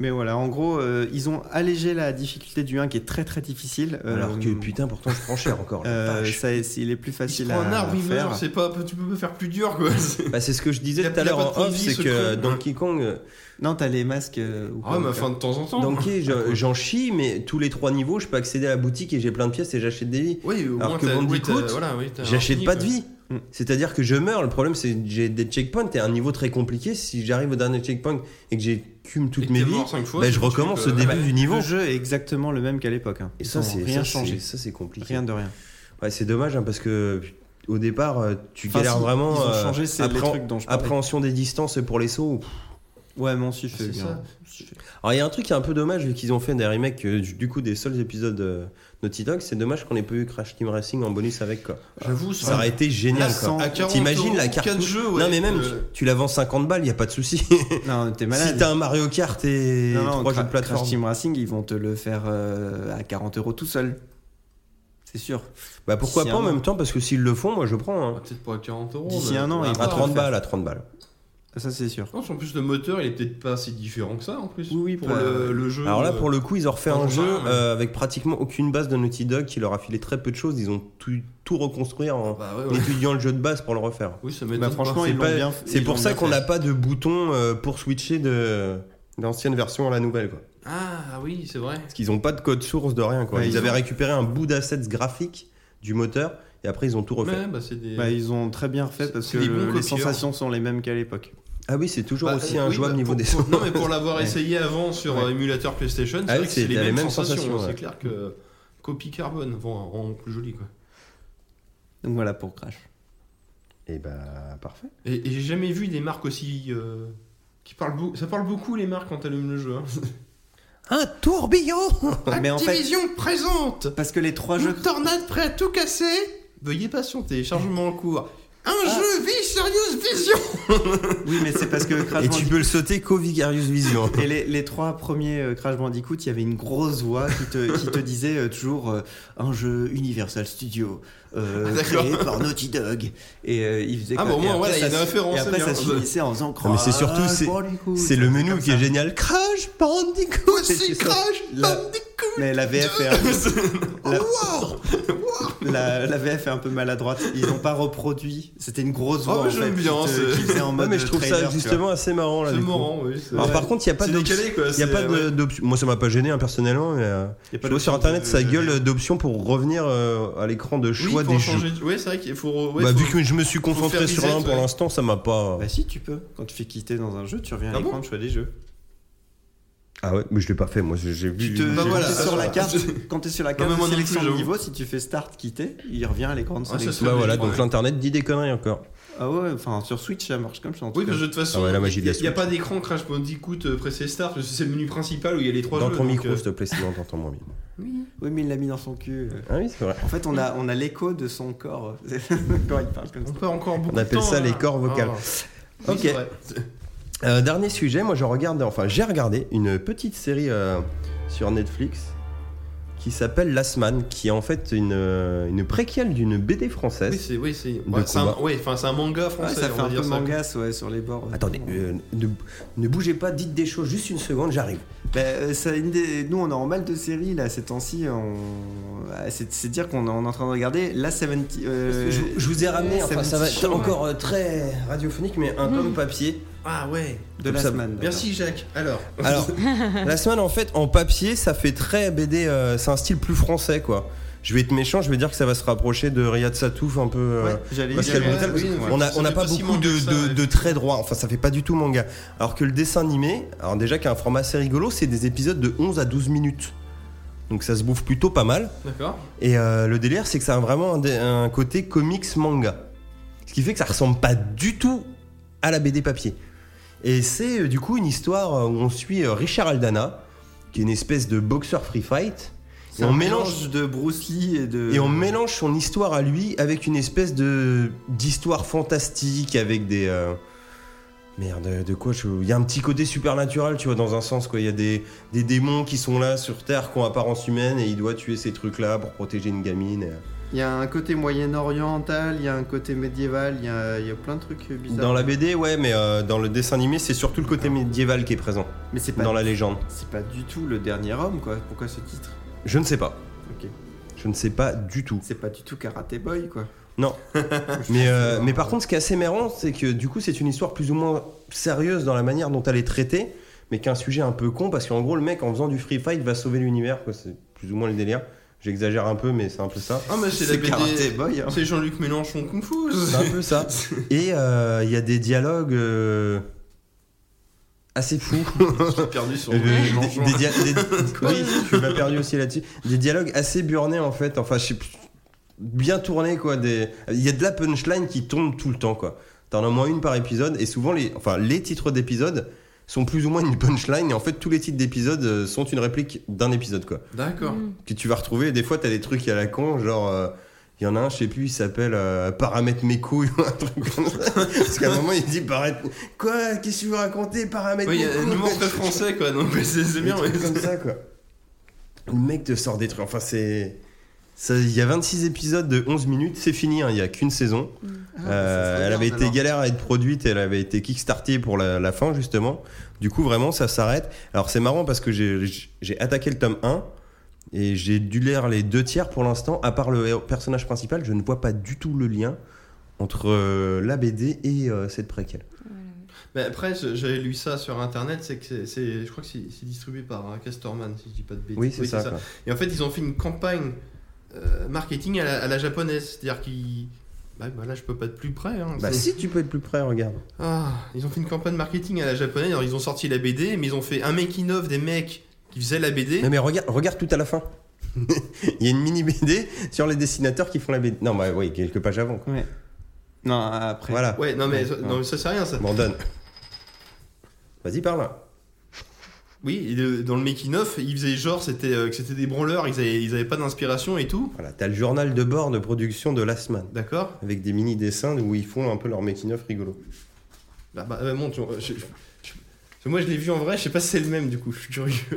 Mais voilà, en gros, euh, ils ont allégé la difficulté du 1 qui est très très difficile. euh,
Alors que putain, pourtant je prends cher encore. la
euh,
vache.
ça, c'est- il est plus
Il se
facile
prend un
à,
arbre,
à
il meurt,
faire.
c'est pas, tu peux pas faire plus dur quoi.
Bah, c'est ce que je disais
Y a-
tout à
y a
l'heure
pas de
en
point de
off,
vue,
c'est
ce
que euh,
con.
Donkey Kong, euh,
Non, t'as les masques. euh, ou
Ah,
quoi,
mais
ou
enfin de temps en temps.
Donkey, je- j'en chie, mais tous les trois niveaux, je peux accéder à la boutique et j'ai plein de pièces et j'achète des vies.
Oui, au
Alors
moins
que
t'as- oui,
Bandicoot,
t'as- voilà, oui, t'as
J'achète
infini,
pas de
quoi.
vie.
Mm.
C'est-à-dire que je meurs. Le problème, c'est que j'ai des checkpoints et un niveau très compliqué. Si j'arrive au dernier checkpoint et que j'écume
Et
toutes
que
mes
t'es
vies,
mort cinq fois,
bah,
c'est
je
que tu
recommence
peux-
au début
Ouais.
du
Le
niveau.
jeu est exactement le même qu'à l'époque. hein.
Et
Ils
ça,
ont
c'est
rien
ça, c'est-
changé.
Ça, c'est compliqué.
Rien de rien.
Ouais, c'est dommage hein, parce que au départ, euh, tu
Enfin,
galères
si,
vraiment.
ils ont
euh,
changé, c'est les
appréhen-
trucs dont je parlais.
Appréhension des distances pour les sauts. pff,
Ouais, moi aussi, je fais
C'est
bien.
ça.
Alors il y a un truc qui est un peu dommage vu qu'ils ont fait des remakes euh, du du coup des seuls épisodes euh, Naughty Dog, c'est dommage qu'on ait pas eu Crash Team Racing en bonus avec quoi.
J'avoue,
Ça aurait été génial quoi.
à 40
T'imagines
euros,
la carte
quatre jeux, ouais,
Non mais même
euh,
tu, tu la vends 50 balles, y a pas de souci.
Non, t'es malade.
si t'as un Mario Kart et
non, non,
trois jeux
Cra-
de plateforme.
Crash Team Racing, ils vont te le faire euh, à 40 euros tout seul. C'est sûr.
Bah pourquoi
D'ici
pas en
un an.
même temps parce que s'ils le font, moi je prends hein.
Peut-être pas à 40 euros.
D'ici
mais-
un an,
Ouais,
il Ah, va
à
te le
30
faire.
balles, à 30 balles.
Ça, c'est sûr.
Je pense en plus le moteur, il est peut-être pas si différent que ça en plus.
Oui, oui,
pour
pas-
le, le jeu.
bah, Alors là,
euh,
pour le coup, ils ont refait
Dans
un
le
jeu
jardin, ouais.
euh, avec pratiquement aucune base de Naughty Dog qui leur a filé très peu de choses. Ils ont tout, tout reconstruit en
bah ouais, ouais.
étudiant le jeu de base pour le refaire.
Oui, ça m'étonne
Bah,
pas.
franchement,
C'est
ils l'ont
pas-
bien
C'est
ils
pour
l'ont
ça
bien
qu'on
fait.
n'a pas de bouton euh, pour switcher de l'ancienne version à la nouvelle. Quoi.
Ah oui, c'est vrai.
Parce qu'ils n'ont pas de code source de rien. Quoi.
Ouais,
ils
ils
avaient
ont-
récupéré un bout d'assets graphiques du moteur et après ils ont tout refait.
Ouais, bah, c'est des.
Bah, ils ont très bien refait parce
C'est
que
des bons
le- les
copieurs.
sensations sont les mêmes qu'à l'époque.
Ah oui, c'est toujours
Bah,
aussi
euh, oui,
injouable
bah,
niveau
pour-
des
pour- Non, mais pour l'avoir
Ouais.
essayé avant sur
Ouais.
euh, émulateur PlayStation, c'est
Ah
vrai
oui,
que c'est
c'était
les
la
mêmes
même
sensations.
sensation,
hein.
ouais.
C'est clair que copie carbone vend rend plus joli quoi.
Donc voilà pour Crash.
Et bah parfait.
Et, et j'ai jamais vu des marques aussi. euh, qui parlent beaucoup. Ça parle beaucoup les marques quand t'allumes le jeu. hein.
Un tourbillon
Mais en fait,
Activision présente
parce que les trois jeux.
Une tornade prêt à tout casser Veuillez patienter, chargement en cours. Un jeu vie sérieuse vision
Oui, mais c'est parce que
Et
Crash
tu
Bandicoot.
peux le sauter qu'au Vicarious Vision.
Et les, les trois premiers euh, Crash Bandicoot, il y avait une grosse voix qui te, qui te disait euh, toujours euh, un jeu Universal Studio euh,
Ah, D'accord.
créé par Naughty Dog. Et euh, il faisait
Ah,
comme-
bon, au
et
moins,
après,
voilà, il y a
ça
une
se-
référence,
Et après,
c'est
ça
bien. Ah,
finissait en faisant
Non,
Crash
mais c'est surtout,
Bandicoot.
C'est le menu
comme
qui est
ça.
génial. Crash Bandicoot
C'est ça. La- Mais la VF est un peu- la... La- la VF est un peu maladroite. Ils n'ont pas reproduit. C'était une grosse voix
Oh, mais
en fait,
j'aime bien,
qui te-
c'est-
qui faisait en
Ouais,
mode
mais je trouve
trailer, tu
ça
vois.
justement assez marrant là.
C'est
du coup.
marrant, oui. c'est-
Oh, Alors par contre, il n'y a pas
C'est
de.
décalé, quoi,
Y a
c'est-
pas de-
ouais.
d'option. Moi, ça m'a pas gêné hein, personnellement, mais euh, je trouve sur internet ça gueule d'options pour revenir euh, à l'écran de
Oui,
choix
pour
des jeux.
changer de- Ouais, c'est vrai qu'il faut. re- ouais,
bah,
faut-
vu que je me suis concentré
faire
sur
reset,
l'un pour
ouais.
l'instant, ça m'a pas. euh,
Bah si tu peux. Quand tu fais quitter dans un jeu, tu reviens à
Ah
l'écran
bon
de choix des jeux.
Ah ouais, mais je l'ai pas fait. Moi, j'ai vu.
Tu te,
Bah
quand
voilà,
t'es
ça,
sur la
ça.
carte, quand t'es sur la
mais
carte de
moi non
sélection
plus,
de
j'avoue.
niveau, si tu fais start quitter, il revient à l'écran de
Ah, ça
sélection.
Bah
Ouais,
voilà,
ouais.
donc l'internet dit des conneries encore.
Ah ouais, enfin sur Switch ça marche comme ça en tout
Oui,
cas.
parce que de toute façon,
Ah ouais, la magie de la
il n'y a
Switch.
pas d'écran Crash Bandicoot euh, pressé Start, parce que c'est le menu principal où il y a les trois
Dans
jeux.
ton
donc,
micro,
euh,
s'il te plaît, sinon t'entends moins bien.
Oui, mais il l'a mis dans son cul.
Ah oui, c'est vrai.
En fait, on a, on a l'écho de son corps quand il parle comme ça.
On perd encore beaucoup
On appelle
de temps,
ça
là.
les corps vocales.
Ah. Oui,
Ok.
c'est vrai.
Euh, dernier sujet, moi je regarde, enfin j'ai regardé une petite série euh, sur Netflix qui s'appelle Last Man, qui est en fait une, euh, une préquelle d'une BD française.
Oui, c'est ouais, c'est- ouais, c'est un,
combat.
ouais, enfin, c'est un manga
Ouais,
français.
ça
on
fait
va
un peu
dire ça.
mangas ouais, sur les bords.
Attendez, euh, ne, ne bougez pas, dites des choses, juste une seconde, j'arrive.
Bah, euh, ça, une des- Nous, on est en mal de série là ces temps-ci. On... Ah, C'est c'est dire qu'on est en train de regarder la 70. euh,
je, je vous ai ramené,
ça
enfin,
me
ça va
dit
être
chaud, hein.
encore euh, très radiophonique, mais un pomme papier.
Ah ouais.
de la
ça-
semaine. d'accord.
Merci Jacques. Alors,
Alors, la semaine en fait, en papier, ça fait très BD, euh, c'est un style plus français quoi. Je vais être méchant, je vais dire que ça va se rapprocher de Riyad Satouf un peu. euh,
Ouais, j'allais
Parce
dire-
qu'elle
Ouais,
brutale,
oui,
parce
ouais.
qu'on n'a
Ça
on n'a
fait
pas
pas si
beaucoup
manga
de,
que ça,
de-
ouais.
de traits droits, enfin ça fait pas du tout manga. Alors que le dessin animé, alors déjà qu'il y a un format assez rigolo, c'est des épisodes de 11 à 12 minutes. Donc ça se bouffe plutôt pas mal.
d'accord.
Et euh, le délire, c'est que ça a vraiment un, dé- un côté comics manga. Ce qui fait que ça ressemble pas du tout à la BD papier. Et c'est euh, du coup une histoire euh, où on suit euh, Richard Aldana, qui est une espèce de boxeur free fight.
C'est
Et on
un
mélange
de Bruce Lee et de.
et on mélange son histoire à lui avec une espèce de d'histoire fantastique avec des euh, merde euh, de quoi je- il y a un petit côté supernatural tu vois dans un sens quoi il y a des, des démons qui sont là sur terre qui ont apparence humaine et il doit tuer ces trucs là pour protéger une gamine et-
Il y a un côté moyen-oriental, il y a un côté médiéval, il y a, il y a plein de trucs euh, bizarres.
dans la BD ouais mais euh, dans le dessin animé c'est surtout le côté médiéval qui est présent
Mais c'est pas,
dans la légende
c'est pas du tout le dernier homme, quoi. Pourquoi ce titre
je ne sais pas
Ok.
je ne sais pas du tout
C'est pas du tout Karate Boy, quoi.
Non. Mais, euh, mais par contre, ce qui est assez marrant, c'est que du coup, c'est une histoire plus ou moins sérieuse dans la manière dont elle est traitée, mais qu'un sujet un peu con, parce qu'en gros, le mec, en faisant du free fight, va sauver l'univers. quoi. C'est plus ou moins le délire. J'exagère un peu, mais c'est un peu ça.
Ah mais c'est la
C'est Karate
BD.
Boy, hein.
C'est Jean-Luc Mélenchon Kung Fu.
C'est un peu ça. Et euh, il y a des dialogues euh, assez fous.
J'ai perdu son
Euh,
nom,
des,
Mélenchon.
des dia- des- oui, tu m'as perdu aussi là-dessus. Des dialogues assez burnés en fait. Enfin, je sais plus, bien tournés quoi. Des... Il y a de la punchline qui tombe tout le temps quoi. T'en as au moins une par épisode et souvent les, enfin, les titres d'épisodes sont plus ou moins une punchline. Et en fait, tous les titres d'épisodes euh, sont une réplique d'un épisode, quoi.
D'accord.
Mm.
Que tu vas retrouver. Des fois, t'as des trucs à la con, genre. euh, il y en a un, je sais plus, il s'appelle euh, Paramètre mes couilles ou un truc comme ça. Parce qu'à un moment, il dit Paramètre. Quoi Qu'est-ce que tu veux raconter Paramètre
Oui, il
mes
y a un
couilles
humour très français, quoi, donc c'est c'est
Des
bien.
trucs
mais-
comme ça, quoi. Le mec te sort des trucs. Enfin, c'est. ça- Il y a 26 épisodes de 11 minutes, c'est fini, hein, il y n'y a qu'une saison. Euh, elle avait été galère à être produite, elle avait été kickstartée pour la, la fin justement. Du coup, vraiment, ça s'arrête. Alors, c'est marrant parce que j'ai- j'ai j'ai attaqué le tome 1 et j'ai dû lire les deux tiers pour l'instant. À part le héros- personnage principal, je ne vois pas du tout le lien entre euh, la BD et euh, cette préquelle.
Mais Bah, après, je- j'avais lu ça sur internet, c'est que c'est- c'est. Je crois que c'est c'est distribué par hein, Casterman, si je dis pas de bêtises.
Oui, c'est ça. quoi.
Et en fait, ils ont fait une campagne euh, marketing à la, à la japonaise. C'est-à-dire qu'ils. Bah, bah là, je peux pas être plus près. hein.
Bah,
C'est-
si tu peux être plus près, regarde.
Ah, ils ont fait une campagne marketing à la japonaise. Alors, ils ont sorti la BD, mais ils ont fait un making of des mecs qui faisaient la BD.
Non mais regarde, regarde tout à la fin. Il y a une mini BD sur les dessinateurs qui font la BD. Non, bah oui, quelques pages avant. quoi.
Non, après.
Voilà.
Ouais, non, mais,
Ouais,
non, mais ça, c'est rien, ça.
Brandon. Vas-y, parle.
Oui, et le- dans le making of, ils faisaient genre c'était, euh, que c'était des branleurs, ils avaient, ils avaient pas d'inspiration et tout.
Voilà, t'as le journal de bord de production de Last Man,
D'accord
avec des mini dessins où ils font un peu leur making-of rigolo.
Bah, bah, bah, bon, tu- je- je- je- moi je l'ai vu en vrai, je sais pas si c'est le même du coup, je suis curieux.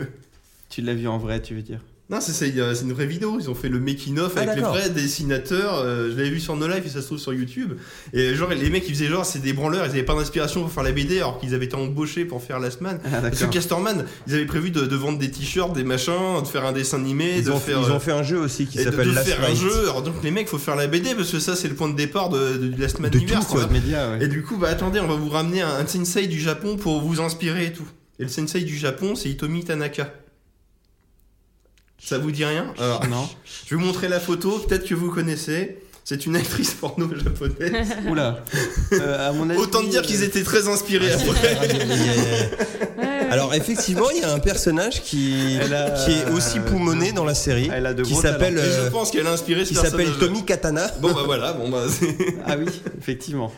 Tu l'as vu en vrai, tu veux dire
Non, c'est, c'est, euh, c'est une vraie vidéo, ils ont fait le making-of
Ah,
avec les
d'accord.
vrais dessinateurs, euh, je l'avais vu sur No Life et ça se trouve sur YouTube. Et euh, genre, les mecs ils faisaient genre, c'est des branleurs, ils avaient pas d'inspiration pour faire la BD alors qu'ils avaient été embauchés pour faire Last Man.
Ah,
Parce que Casterman, ils avaient prévu de, de vendre des t-shirts, des machins, de faire un dessin animé,
Ils
de
ont,
faire.
ils
euh,
ont fait un jeu aussi qui
et de- de,
s'appelle Last
faire un
Night.
jeu, alors donc les mecs faut faire la BD parce que ça c'est le point de départ de, de- du Last Man
De tout,
Universe,
quoi.
quoi.
média, ouais.
Et du coup, bah attendez, on va vous ramener un, un sensei du Japon pour vous inspirer et tout. Et le sensei du Japon, c'est Hitomi Tanaka. Ça vous dit rien Alors,
Non.
je vais vous montrer la photo, peut-être que vous connaissez. C'est une actrice porno japonaise.
Oula. Euh, à mon avis,
Autant te dire qu'ils étaient très
Ah,
inspirés après.
Alors effectivement, il y a un personnage qui,
Elle a-
qui est aussi poumonné dans la série,
Elle a de
qui
gros
s'appelle
Et
euh,
je pense qu'elle a inspiré ce
qui s'appelle
personnage.
Tommy Katana.
Bon bah voilà, bon bah c'est...
Ah oui, effectivement.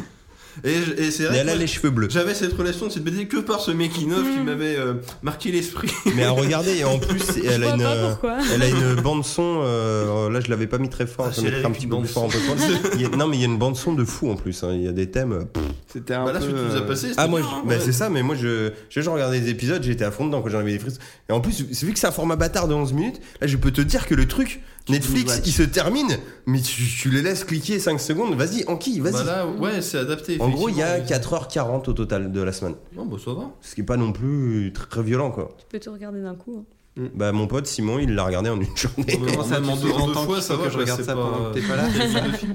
Et, je- et c'est
Et
vrai
elle
que
a les cheveux bleus.
j'avais cette relation de cette BD que par ce making of qui
Mm.
m'avait euh, marqué l'esprit.
Mais à regarder, et en plus, elle
Je
a
vois
une,
pas
euh,
pourquoi.
elle a une bande son. euh, là, je l'avais pas mis très fort.
Ah,
je
c'est
mettrai
la
un petit peu
bande
plus fort en podcast. Il y a- Non, mais il y a une bande son de fou en plus. hein. Il y a des thèmes. euh,
C'était un
Bah là,
peu.
ce que tu nous as
euh,
passé, c'était
Ah moi,
bien,
je-
hein,
bah,
ouais.
c'est ça, mais moi je, je, je regardais des épisodes, j'étais à fond dedans quand j'en avais des frissons. Et en plus, c'est vu que c'est un format bâtard de 11 minutes, là je peux te dire que le truc, Netflix,
watch.
il se termine, mais tu, tu les laisses cliquer 5 secondes, vas-y, enquille, vas-y.
Bah là, ouais, c'est adapté.
en gros, il y a
effectivement.
4h40 au total de la semaine.
Non, bah ça va.
Ce qui est pas non plus très violent quoi.
Tu peux tout regarder d'un coup. hein.
Bah mon pote Simon, il l'a regardé en une journée.
Ouais.
Comment ça
Même en
tu fais
deux- en
en
deux
temps
fois,
qu'il
ça
faut
va,
que
je
je regarde
sais
ça
pas,
pendant
euh,
que t'es pas là.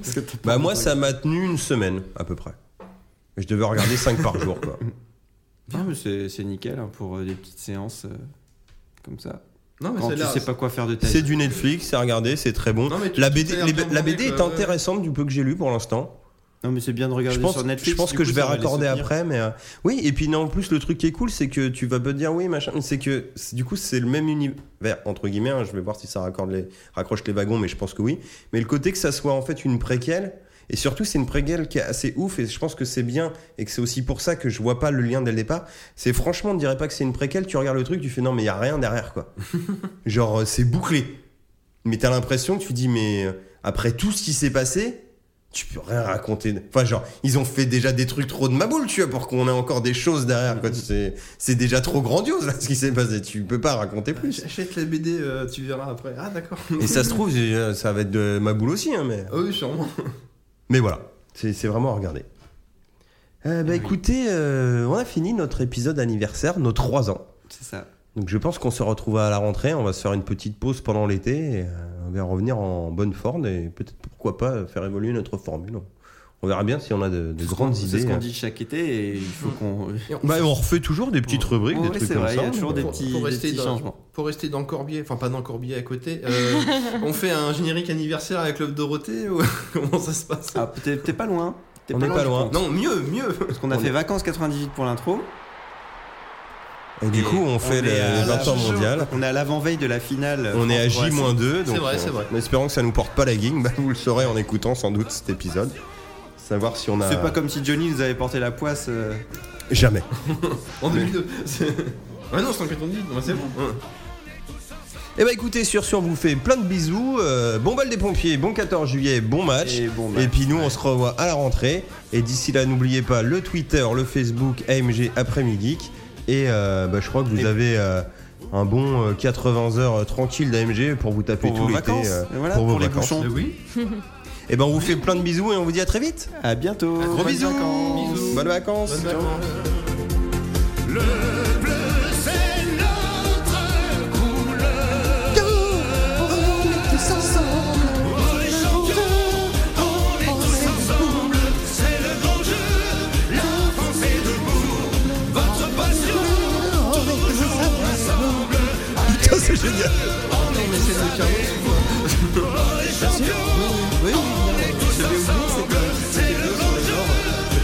Parce que t'as pas
bah moi
envie.
ça m'a tenu une semaine à peu près. Je devais regarder 5 par jour quoi.
Ah, mais c'est c'est nickel hein, pour euh, des petites séances euh, comme ça.
Non, mais
Quand
ça a
tu
l'air-
sais pas quoi faire de ta
C'est
vie.
du Netflix, c'est à regarder, c'est très bon.
Non, mais tout-
La
tout
BD,
a l'air
les-
bien
la
bandé,
BD est
quoi, ouais.
intéressante du peu que j'ai lu pour l'instant.
Non, mais c'est bien de euh, regarder
je pense,
sur Netflix.
je pense
du
que
coup,
je vais
ça va les
raccorder
soutenir.
après, mais euh, oui. Et puis non, en plus le truc qui est cool, c'est que tu vas pas te dire oui machin. C'est que c'est- du coup c'est le même univers entre guillemets. hein, je vais voir si ça raccorde les, raccroche les wagons, mais je pense que oui. Mais le côté que ça soit en fait une préquelle. Et surtout, c'est une préquelle qui est assez ouf, et je pense que c'est bien, et que c'est aussi pour ça que je vois pas le lien dès le départ. C'est franchement, on dirait pas que c'est une préquelle, tu regardes le truc, tu fais non, mais y a rien derrière, quoi. Genre, euh, c'est bouclé. Mais t'as l'impression que tu dis, mais euh, après tout ce qui s'est passé, tu peux rien raconter. Enfin, genre, ils ont fait déjà des trucs trop de ma boule, tu vois, pour qu'on ait encore des choses derrière, quoi. C'est c'est déjà trop grandiose, là, ce qui s'est passé. Tu peux pas raconter plus.
Achète la BD, euh, tu verras après. Ah, d'accord.
Et ça se trouve, euh, ça va être de ma boule aussi, hein, mais.
Ah oui, sûrement.
Mais voilà, c'est c'est vraiment à regarder. Euh, bah écoutez, euh, on a fini notre épisode anniversaire, nos 3 ans.
C'est ça.
Donc je pense qu'on se retrouve à la rentrée, on va se faire une petite pause pendant l'été, et, euh, on va revenir en bonne forme et peut-être pourquoi pas faire évoluer notre formule. On verra bien si on a de, de grandes
C'est
idées. hein.
ce qu'on dit chaque été et il
Mm.
faut qu'on.
Bah, on refait toujours des petites rubriques,
Ouais,
des
ouais,
trucs
c'est
comme
vrai,
ça.
il y a toujours des
Pour-
petits,
pour
des
rester
petits
dans-
changements.
Pour rester dans Corbier, enfin pas dans Corbier à côté, euh, on fait un générique anniversaire avec Club Dorothée ou comment ça se passe
Ah, t'es t'es pas loin. T'es
On n'est pas
je
loin.
pense.
Non, mieux, mieux.
Parce qu'on a
On
fait vacances 98 pour l'intro.
Et du
Et
coup, on fait
est
les
à
20
la-
ans mondial.
On est à l'avant-veille de la finale.
On est à
France-Croatie.
J-2, donc
C'est vrai,
euh,
c'est vrai.
en espérant que ça nous porte pas la guingue, bah, vous le saurez en écoutant sans doute cet épisode. Savoir si on a.
C'est pas comme si Johnny nous avait porté la poisse. euh.
Jamais.
En 2002. c'est- Ah non, c'est en 90, ouais, c'est bon. Ouais.
Eh bah écoutez, sur sur vous fait plein de bisous. euh, bon bal des pompiers, bon 14 juillet, bon match.
Et bon bah. match,
puis nous, on se revoit à la rentrée. Et d'ici là, n'oubliez pas le Twitter, le Facebook, AMG après-midi. Geek. Et euh, bah, je crois que vous
Et-
avez euh, un bon euh, 80 heures euh, tranquille d'AMG pour vous taper
Pour
tout
vos
l'été. euh,
vacances, et voilà,
vos
pour les
vacances.
bouchons.
Euh, oui.
Et ben on vous fait plein de bisous et on vous dit à très vite.
À bientôt.
Gros
Bonnes
bisous.
vacances.
Bisous.
Bonnes vacances.
Bonne vacances.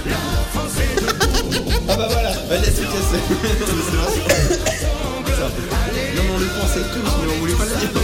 Ah bah voilà, euh, laisse le casser. C'est vrai. Non, mais on le pensait tous, mais on voulait pas le dire.